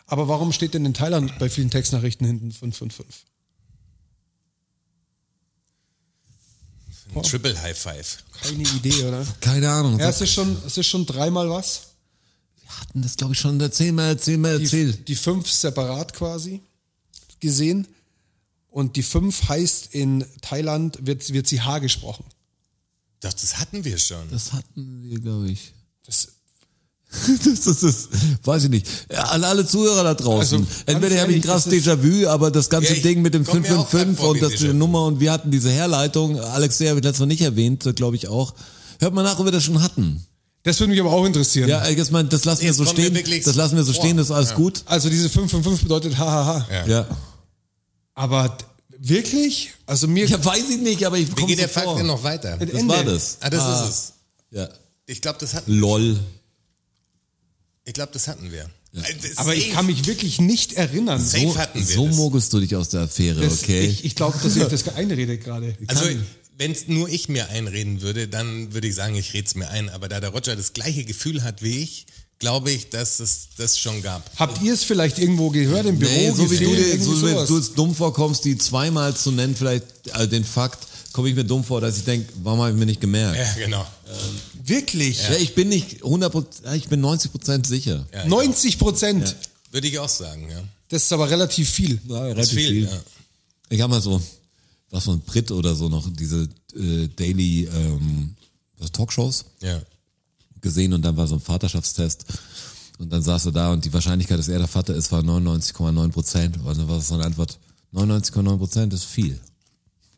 Speaker 4: Aber warum steht denn in Thailand bei vielen Textnachrichten hinten 555?
Speaker 3: Ein Triple High Five.
Speaker 4: Keine Idee, oder?
Speaker 2: Keine Ahnung.
Speaker 4: Ja, es ist schon, es ist schon dreimal was.
Speaker 2: Wir hatten das, glaube ich, schon. Erzähl mal, erzähl mal,
Speaker 4: Die,
Speaker 2: erzähl.
Speaker 4: die fünf separat quasi gesehen. Und die fünf heißt in Thailand, wird, wird sie H gesprochen.
Speaker 3: Doch, das hatten wir schon.
Speaker 2: Das hatten wir, glaube ich.
Speaker 4: Das,
Speaker 2: Das, das ist, weiß ich nicht. Ja, An alle Zuhörer da draußen.
Speaker 4: Also, ganz
Speaker 2: Entweder habe ich ein
Speaker 4: ehrlich,
Speaker 2: krasses
Speaker 4: das ist-
Speaker 2: Déjà-vu, aber das ganze
Speaker 3: Ja, ich
Speaker 2: Ding mit dem
Speaker 3: komm mir auch
Speaker 2: 555
Speaker 3: grad vor
Speaker 2: und
Speaker 3: wie
Speaker 2: das
Speaker 3: ein
Speaker 2: diese
Speaker 3: Déjà-vu.
Speaker 2: Nummer und wir hatten diese Herleitung. Alex Seher habe ich letztes Mal nicht erwähnt, glaube ich auch. Hört mal nach, ob wir das schon hatten.
Speaker 4: das würde mich aber auch interessieren.
Speaker 2: Ja, ich meine, das lassen wir
Speaker 3: Jetzt
Speaker 2: so
Speaker 3: kommen wir
Speaker 2: stehen.
Speaker 3: wirklich
Speaker 2: das lassen wir so
Speaker 3: vor.
Speaker 2: stehen, das ist alles gut.
Speaker 4: Also diese 555 bedeutet hahaha.
Speaker 3: Ja.
Speaker 2: Ja.
Speaker 4: Aber d- wirklich? Also mir
Speaker 2: Ja, weiß ich nicht, aber ich
Speaker 3: Wie
Speaker 2: komme
Speaker 3: geht
Speaker 2: so
Speaker 3: der Fakt
Speaker 2: vor.
Speaker 3: denn noch weiter?
Speaker 2: Das
Speaker 4: Ende.
Speaker 2: war das.
Speaker 3: Ah, das ist es.
Speaker 2: Ja.
Speaker 3: Ich glaube, das hatten
Speaker 2: LOL.
Speaker 3: Ich glaube, das hatten wir. Das
Speaker 4: aber ich
Speaker 3: safe-
Speaker 4: kann mich wirklich nicht erinnern.
Speaker 3: safe hatten wir
Speaker 2: So
Speaker 3: das.
Speaker 2: mogelst du dich aus der Affäre,
Speaker 4: Das-
Speaker 2: okay?
Speaker 4: Ich, ich glaube, dass ich das einrede gerade.
Speaker 3: Also, wenn es nur ich mir einreden würde, dann würde ich sagen, ich rede es mir ein. Aber da der Roger das gleiche Gefühl hat wie ich, glaube ich, dass es das schon gab.
Speaker 4: Habt ihr es vielleicht irgendwo gehört im Büro?
Speaker 2: Nee, so wie
Speaker 4: gesehen,
Speaker 2: du, dir-
Speaker 4: irgendwie
Speaker 2: so, wenn
Speaker 4: sowas?
Speaker 2: du es dumm vorkommst, die zweimal zu nennen, vielleicht äh, den Fakt, komme ich mir dumm vor, dass ich denke, warum habe ich mir nicht gemerkt?
Speaker 3: Ja, genau.
Speaker 4: wirklich?
Speaker 2: Ja. ich bin nicht 100%, ja, ich bin 90% sicher.
Speaker 3: Ja,
Speaker 4: 90 Prozent.
Speaker 3: Würde ich auch sagen, ja.
Speaker 4: Das ist aber relativ viel.
Speaker 3: Das
Speaker 2: relativ
Speaker 3: viel. Ja.
Speaker 2: Ich habe mal so, was von Brit oder so noch, diese äh, Daily ähm, was, Talkshows
Speaker 3: ja.
Speaker 2: gesehen und dann war so ein Vaterschaftstest. Und dann saß er da und die Wahrscheinlichkeit, dass er der Vater ist, war 99,9 Prozent. Und dann war das so eine Antwort, 99,9 Prozent ist viel.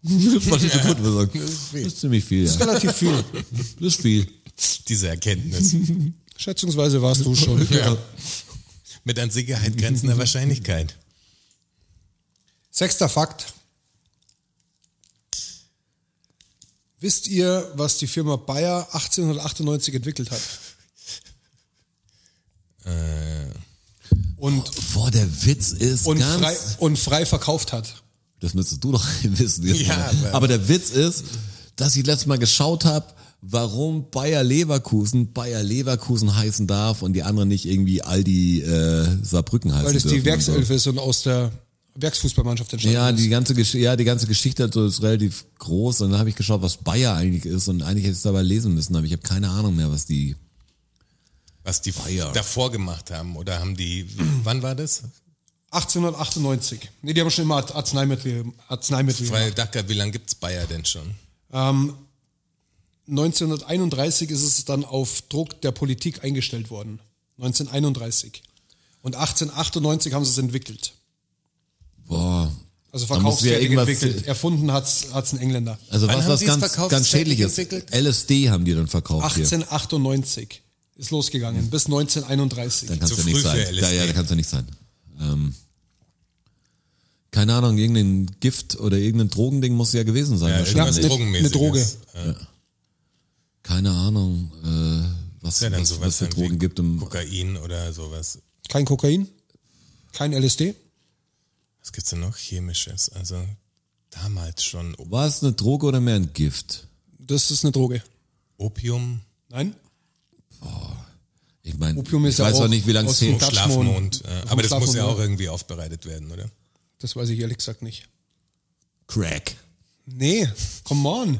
Speaker 2: das fand ich so gut. wir sagen, Das ist ziemlich viel, ja.
Speaker 4: Relativ viel.
Speaker 2: Das ist viel.
Speaker 3: Diese Erkenntnis.
Speaker 4: Schätzungsweise warst du schon.
Speaker 3: ja. Mit an Sicherheit grenzender Wahrscheinlichkeit.
Speaker 4: Sechster Fakt. Wisst ihr, was die Firma Bayer 1898 entwickelt hat? Und,
Speaker 2: Boah, der Witz ist
Speaker 4: und,
Speaker 2: ganz...
Speaker 4: frei, und frei verkauft hat.
Speaker 2: Das müsstest du doch wissen. Jetzt
Speaker 3: Ja,
Speaker 2: mal.
Speaker 3: aber-
Speaker 2: aber der Witz ist, dass ich letztes Mal geschaut habe, warum Bayer Leverkusen Bayer Leverkusen heißen darf und die anderen nicht irgendwie Aldi äh, Saarbrücken heißen
Speaker 4: Weil das die
Speaker 2: dürfen und so.
Speaker 4: Werkself ist und aus der Werksfußballmannschaft entstanden
Speaker 2: Ja,
Speaker 4: ist.
Speaker 2: die ganze Gesch ja, die ganze Geschichte hat so- ist relativ groß und dann habe ich geschaut, was Bayer eigentlich ist und eigentlich hätte ich es dabei lesen müssen, aber ich habe keine Ahnung mehr, was die
Speaker 3: Was die davor gemacht haben. Oder haben die, wann war das?
Speaker 4: 1898. Nee, die haben schon immer Arzneimittel. Arzneimittel
Speaker 3: Weil Dacker, wie lange gibt es Bayer denn schon?
Speaker 4: 1931 ist es dann auf Druck der Politik eingestellt worden. 1931. Und 1898 haben sie es entwickelt.
Speaker 2: boah,
Speaker 4: Also
Speaker 2: Da musst du ja
Speaker 4: verkaufsfertig
Speaker 2: irgendwas- äh,
Speaker 4: entwickelt. Erfunden hat's hat's ein Engländer.
Speaker 2: Also
Speaker 3: Wann
Speaker 2: was,
Speaker 3: haben
Speaker 2: was
Speaker 3: die es
Speaker 2: ganz,
Speaker 3: verkauft,
Speaker 2: ganz
Speaker 3: fertig
Speaker 2: schädliches.
Speaker 3: entwickelt?
Speaker 2: LSD haben die dann verkauft hier.
Speaker 4: 1898 ist losgegangen, bis 1931.
Speaker 2: Dann kannst
Speaker 3: Zu
Speaker 2: du nicht
Speaker 3: früh
Speaker 2: sein.
Speaker 3: für
Speaker 2: Ja,
Speaker 3: LSD.
Speaker 2: ja, da kannst du nicht sein. Ähm, keine Ahnung, irgendein Gift oder irgendein Drogending muss ja gewesen sein. wahrscheinlich.
Speaker 3: irgendwas
Speaker 4: eine-
Speaker 3: Drogenmäßiges.
Speaker 4: eine Droge.
Speaker 2: Keine Ahnung, äh, was
Speaker 3: Ja, dann
Speaker 2: was-
Speaker 3: sowas
Speaker 2: was für
Speaker 3: dann
Speaker 2: Drogen
Speaker 3: wie
Speaker 2: gibt im
Speaker 3: Kokain oder sowas.
Speaker 4: Kein Kokain, kein LSD.
Speaker 3: Was gibt's denn noch Chemisches? Also damals schon O-
Speaker 2: War es eine Droge oder mehr ein Gift?
Speaker 4: Das ist eine Droge.
Speaker 3: Opium,
Speaker 4: Nein?
Speaker 2: Ich meine, ich
Speaker 4: Opium ist
Speaker 2: weiß
Speaker 4: ja auch
Speaker 2: auch nicht, wie lange es
Speaker 4: aus
Speaker 2: her
Speaker 4: dem Dutchmond.
Speaker 3: Schlafmond. Äh,
Speaker 4: Vom
Speaker 3: aber das muss ja
Speaker 4: Schlafmond,
Speaker 3: auch irgendwie aufbereitet werden, oder?
Speaker 4: Das weiß ich ehrlich gesagt nicht.
Speaker 2: Crack,
Speaker 4: Nee, come on.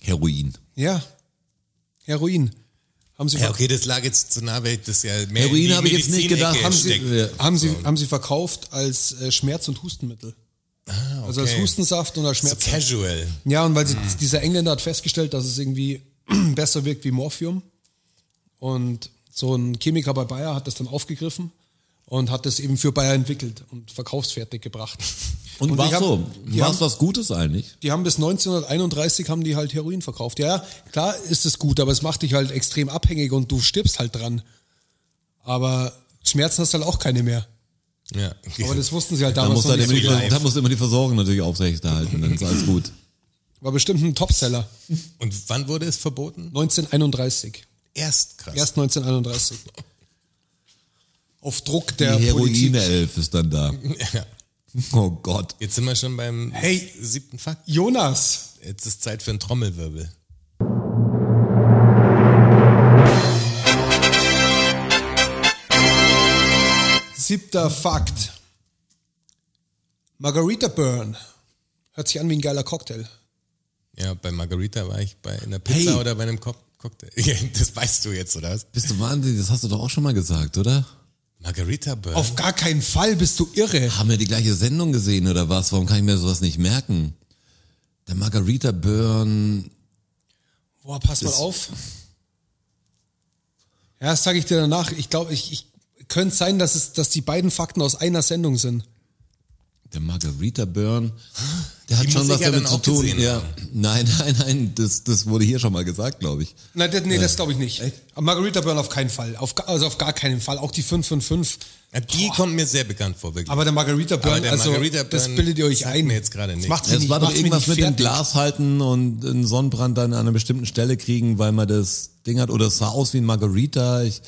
Speaker 2: Heroin.
Speaker 4: Ja. Heroin. Haben Sie,
Speaker 3: Ja,
Speaker 4: verk-
Speaker 3: okay, das lag jetzt zu nah, weil das ja mehr in
Speaker 2: Heroin
Speaker 3: die
Speaker 2: habe ich jetzt nicht
Speaker 3: Medizinecke
Speaker 2: gedacht. Haben Sie-
Speaker 3: steckt.
Speaker 2: Ja.
Speaker 4: Ah, haben, Sie, haben Sie verkauft als äh, Schmerz- und Hustenmittel?
Speaker 2: Ah,
Speaker 4: Also als Hustensaft und als
Speaker 3: so
Speaker 4: Schmerz.
Speaker 3: casual.
Speaker 4: Ja, und weil sie, dieser Engländer hat festgestellt, dass es irgendwie besser wirkt wie Morphium. Und so ein Chemiker bei Bayer hat das dann aufgegriffen und hat das eben für Bayer entwickelt und verkaufsfertig gebracht.
Speaker 2: Und,
Speaker 4: die
Speaker 2: war
Speaker 4: haben-
Speaker 2: so.
Speaker 4: Die
Speaker 2: War
Speaker 4: haben,
Speaker 2: es was Gutes eigentlich?
Speaker 4: die haben bis 1931 haben die halt Heroin verkauft. Ja, klar ist es gut, aber es macht dich halt extrem abhängig und du stirbst halt dran. Aber Schmerzen hast halt auch keine mehr.
Speaker 3: Ja.
Speaker 4: Aber das wussten sie halt
Speaker 2: Da
Speaker 4: damals
Speaker 2: musst, du
Speaker 4: noch
Speaker 2: halt immer
Speaker 4: nicht.
Speaker 2: die,
Speaker 4: so
Speaker 2: Ver-
Speaker 4: genau.
Speaker 2: da musst du immer die Versorgung natürlich aufrechterhalten, dann ist alles gut.
Speaker 4: War bestimmt ein Topseller.
Speaker 3: Und wann wurde es verboten?
Speaker 4: 1931.
Speaker 3: Erst krass.
Speaker 4: Erst 1931. Auf Druck der
Speaker 2: Die
Speaker 4: Politik.
Speaker 2: Heroine-Elf ist dann da. Oh Gott.
Speaker 3: Jetzt sind wir schon beim
Speaker 4: Hey.
Speaker 3: siebten Fakt.
Speaker 4: Jonas,
Speaker 3: Jetzt ist Zeit für einen Trommelwirbel.
Speaker 4: siebter Fakt. Margarita Byrne. Hört sich an wie ein geiler Cocktail.
Speaker 3: Ja, bei Margarita war ich bei einer Pizza
Speaker 2: Hey.
Speaker 3: oder bei einem Co Cocktail. Ja, das weißt du jetzt, oder was?
Speaker 2: Bist du wahnsinnig? Das hast du doch auch schon mal gesagt, oder?
Speaker 3: Margarita Burn.
Speaker 4: Auf gar keinen Fall bist du irre.
Speaker 2: Haben wir die gleiche Sendung gesehen oder was? Warum kann ich mir sowas nicht merken? Der Margarita Byrne,
Speaker 4: Boah, pass mal auf. Ja, das sage ich dir danach. Ich glaube, ich, ich könnte sein, dass, es, dass die beiden Fakten aus einer Sendung sind.
Speaker 2: der Margarita Byrne, der hat
Speaker 3: Die
Speaker 2: schon
Speaker 3: muss
Speaker 2: was
Speaker 3: ich ja
Speaker 2: damit
Speaker 3: dann
Speaker 2: zu
Speaker 3: auch
Speaker 2: tun.
Speaker 3: gesehen
Speaker 2: Ja. Nein, nein, nein, das, das wurde hier schon mal gesagt, glaube ich.
Speaker 4: Nein, das, nee, das glaube ich nicht. Aber Margarita Byrne auf keinen Fall. Auf, ga- also auf gar keinen Fall. Auch die 555.
Speaker 3: Ja, die kommt mir sehr bekannt vor, wirklich.
Speaker 4: Aber der Margarita Burn,
Speaker 3: Aber der
Speaker 4: also
Speaker 3: Margarita
Speaker 4: das
Speaker 3: Burn
Speaker 4: bildet ihr euch
Speaker 3: sagt
Speaker 4: ein.
Speaker 3: mir jetzt gerade
Speaker 4: Das
Speaker 3: nicht.
Speaker 4: Macht mich
Speaker 2: Es
Speaker 4: nicht,
Speaker 2: war doch
Speaker 4: macht mich
Speaker 2: irgendwas
Speaker 4: nicht
Speaker 2: mit dem
Speaker 4: fertig.
Speaker 2: Glas halten und einen Sonnenbrand dann an einer bestimmten Stelle kriegen, weil man das Ding hat. Oder es sah aus wie ein Margarita. Ich,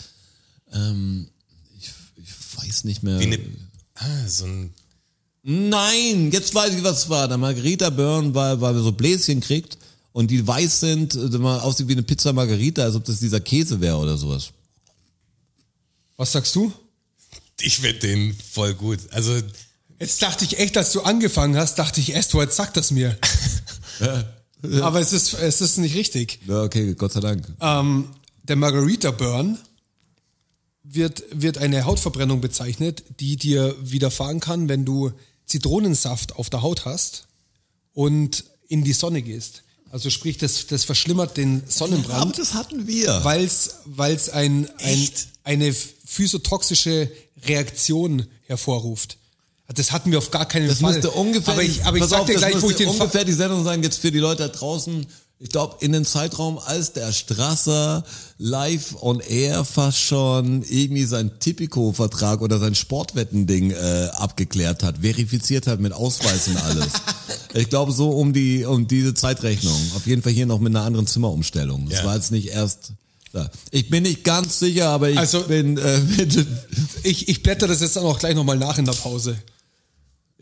Speaker 2: ähm, ich, ich weiß nicht mehr.
Speaker 3: Wie
Speaker 4: ne-
Speaker 3: eine, ah, so ein,
Speaker 2: Nein, jetzt weiß ich, was war. Der Margarita Byrne, weil, weil wir so Bläschen kriegt und die weiß sind, äh, mal aussieht wie eine Pizza Margarita, als ob das dieser Käse wäre oder sowas.
Speaker 4: Was sagst du?
Speaker 3: ich finde den voll gut. Also,
Speaker 4: Jetzt dachte ich echt, als du angefangen hast, dachte ich erst, jetzt sag das mir. Aber es ist, es ist nicht richtig. Ähm,
Speaker 2: Ja, okay, Gott sei Dank.
Speaker 4: Ah. Der Margarita Burn wird, wird eine Hautverbrennung bezeichnet, die dir widerfahren kann, wenn du Zitronensaft auf der Haut hast und in die Sonne gehst. Also sprich, das, das verschlimmert den
Speaker 2: Aber
Speaker 4: Sonnenbrand.
Speaker 2: das hatten wir.
Speaker 4: weil es ein, ein, eine physiotoxische Reaktion hervorruft. Das hatten wir auf gar keinen
Speaker 2: das
Speaker 4: Fall.
Speaker 2: müsste ungefähr,
Speaker 4: aber ich, aber ich
Speaker 2: pass
Speaker 4: sag
Speaker 2: auf,
Speaker 4: dir
Speaker 2: das
Speaker 4: gleich, wo ich
Speaker 2: müsste
Speaker 4: den Fa-
Speaker 2: ungefähr die Sendung sein, jetzt für die Leute da draußen. Ich glaube, in den Zeitraum, als der Strasser live on air fast schon irgendwie seinen Tipico-Vertrag oder sein Sportwetten-Ding äh, abgeklärt hat, verifiziert hat mit Ausweis und alles. ich glaube, so um die um diese Zeitrechnung. Auf jeden Fall hier noch mit einer anderen Zimmerumstellung. Das
Speaker 3: Ja.
Speaker 2: war jetzt nicht erst. Da. Ich bin nicht ganz sicher, aber ich
Speaker 4: Also-
Speaker 2: bin. Äh, mit,
Speaker 4: ich, ich blätter das jetzt dann auch gleich nochmal nach in der Pause.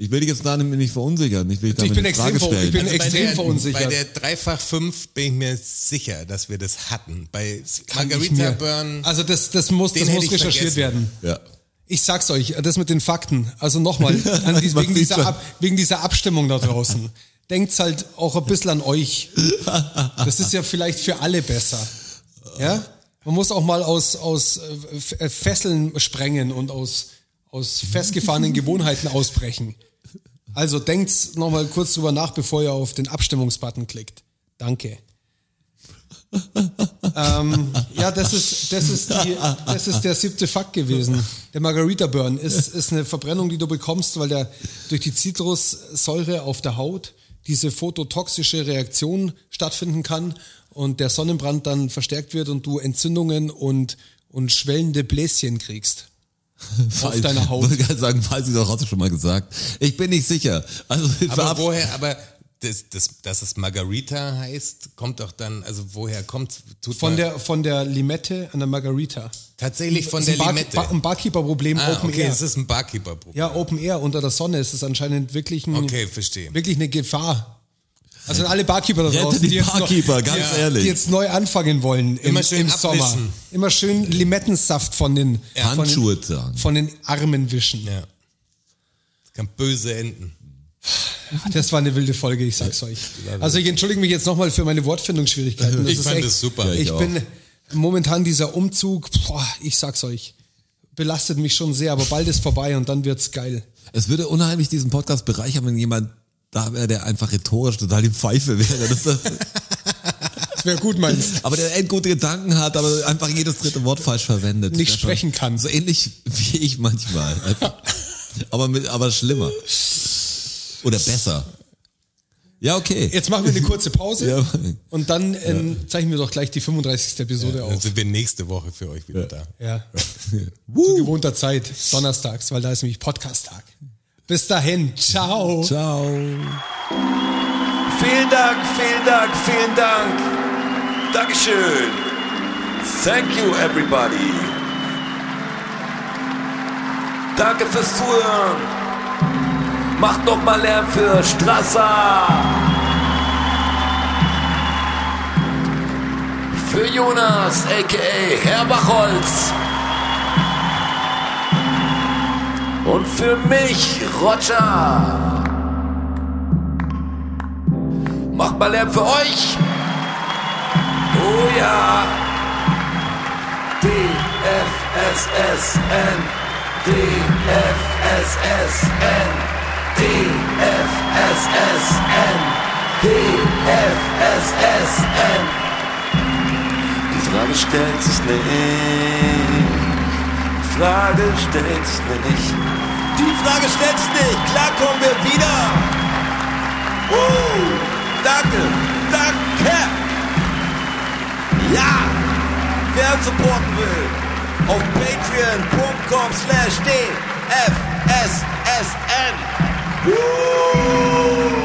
Speaker 2: ich will dich jetzt damit nicht verunsichern. Ich will dich damit
Speaker 4: Ich bin
Speaker 2: in Frage
Speaker 4: extrem ver-
Speaker 2: stellen.
Speaker 4: ich bin
Speaker 3: also
Speaker 4: extrem
Speaker 3: bei der,
Speaker 4: verunsichert.
Speaker 3: Bei der Dreifach 5 bin ich mir sicher, dass wir das hatten. Bei
Speaker 4: Kann ich
Speaker 3: Margarita
Speaker 4: mir-
Speaker 3: Burn.
Speaker 4: Also das, das muss,
Speaker 3: den
Speaker 4: das
Speaker 3: hätte
Speaker 4: muss
Speaker 3: ich
Speaker 4: recherchiert
Speaker 3: vergessen.
Speaker 2: ja.
Speaker 4: werden. Ich sag's euch, das mit den Fakten. Also nochmal, an die-
Speaker 2: Man
Speaker 4: wegen,
Speaker 2: sieht schon.
Speaker 4: dieser Ab, wegen dieser Abstimmung da draußen. Denkt's halt auch ein bisschen an euch. Das ist ja vielleicht für alle besser. Ja? Man muss auch mal aus, aus äh, F- äh, Fesseln sprengen und aus, aus festgefahrenen Gewohnheiten ausbrechen. Also denkt's nochmal kurz drüber nach, bevor ihr auf den Abstimmungsbutton klickt. Danke. Ähm, ja, das ist, das, ist die, das ist der siebte Fakt gewesen. Der Margarita Burn ist, ist eine Verbrennung, die du bekommst, weil der durch die Zitrussäure auf der Haut diese phototoxische Reaktion stattfinden kann und der Sonnenbrand dann verstärkt wird und du Entzündungen und, und schwellende Bläschen kriegst. Auf deiner Haut.
Speaker 2: Ich wollte gerade sagen, falls ich doch hast du schon mal gesagt. Ich bin nicht sicher. Also wir
Speaker 3: Aber
Speaker 2: verab-
Speaker 3: woher, aber das, das, dass es Margarita heißt, kommt doch dann, also woher kommt tut
Speaker 4: Von
Speaker 3: man-
Speaker 4: der, von der Limette an der Margarita.
Speaker 3: tatsächlich von
Speaker 4: Das
Speaker 3: der
Speaker 4: ist ein Bar-
Speaker 3: Limette.
Speaker 4: Bar- ein Barkeeper-Problem,
Speaker 3: ah,
Speaker 4: Open
Speaker 3: okay,
Speaker 4: Air.
Speaker 3: es ist ein Barkeeper-Problem.
Speaker 4: Ja, Open Air unter der Sonne ist es anscheinend wirklich, ein,
Speaker 3: Okay, verstehe.
Speaker 4: wirklich eine Gefahr. Also an alle Barkeeper da draußen,
Speaker 2: Rette die
Speaker 4: jetzt
Speaker 2: Barkeeper,
Speaker 4: noch,
Speaker 2: ganz
Speaker 4: die,
Speaker 2: ehrlich.
Speaker 4: die jetzt neu anfangen wollen im,
Speaker 3: Immer schön
Speaker 4: im Sommer.
Speaker 3: abwischen.
Speaker 4: Immer schön Limettensaft von den, von, den
Speaker 2: Handschuhe tragen.
Speaker 4: von den Armen wischen.
Speaker 3: Ja. Das kann böse enden.
Speaker 4: Das war eine wilde Folge, ich sag's euch. Also ich entschuldige mich jetzt nochmal für meine Wortfindungsschwierigkeiten. Das
Speaker 3: Ich
Speaker 4: ist
Speaker 3: fand
Speaker 4: echt-
Speaker 3: das super. Ja,
Speaker 2: ich
Speaker 4: ich
Speaker 2: auch.
Speaker 4: bin momentan dieser Umzug, boah, ich sag's euch, belastet mich schon sehr, aber bald ist vorbei und dann wird's geil.
Speaker 2: Es würde unheimlich diesen Podcast bereichern, wenn jemand da wäre, der einfach rhetorisch total die Pfeife wäre. Das ist,
Speaker 4: Das wäre gut, meinst
Speaker 2: aber der endgute Gedanken hat, aber einfach jedes dritte Wort falsch verwendet.
Speaker 4: Nicht
Speaker 2: Das
Speaker 4: sprechen kann.
Speaker 2: So ähnlich wie ich manchmal. aber, mit, aber schlimmer. Oder besser. Ja, okay.
Speaker 4: Jetzt machen wir eine kurze Pause
Speaker 2: Ja.
Speaker 4: und dann ähm, zeichnen wir doch gleich die 35. Episode
Speaker 3: Dann
Speaker 4: auf.
Speaker 3: sind wir nächste Woche für euch wieder da.
Speaker 4: Ja. Zu gewohnter Zeit, donnerstags, weil da ist nämlich Podcast-Tag. Bis dahin, ciao.
Speaker 2: Ciao.
Speaker 5: Vielen Dank, vielen Dank, vielen Dank. Dankeschön. Thank you, everybody. Danke fürs Zuhören. Macht noch mal Lärm für Strasser. Für Jonas, a.k.a. Herr Bachholz. Und für mich, Roger. Macht mal Lärm für euch. Oh ja. DFSSN. DFSSN. DFSSN. DFSSN. Die Frage stellt sich nicht. Die Frage stellt sich nicht. Die Frage stellt sich nicht. Klar kommen wir wieder. Uh, danke, danke. Ja, wer uns supporten will, auf patreon.com slash dfssn. Uh,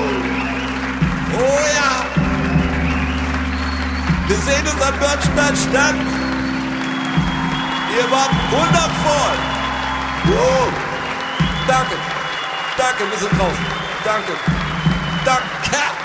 Speaker 5: oh ja. Wir sehen uns am Börnstein statt. Ihr wart wundervoll. Uh, danke, danke, wir sind draußen. Danke. Danke.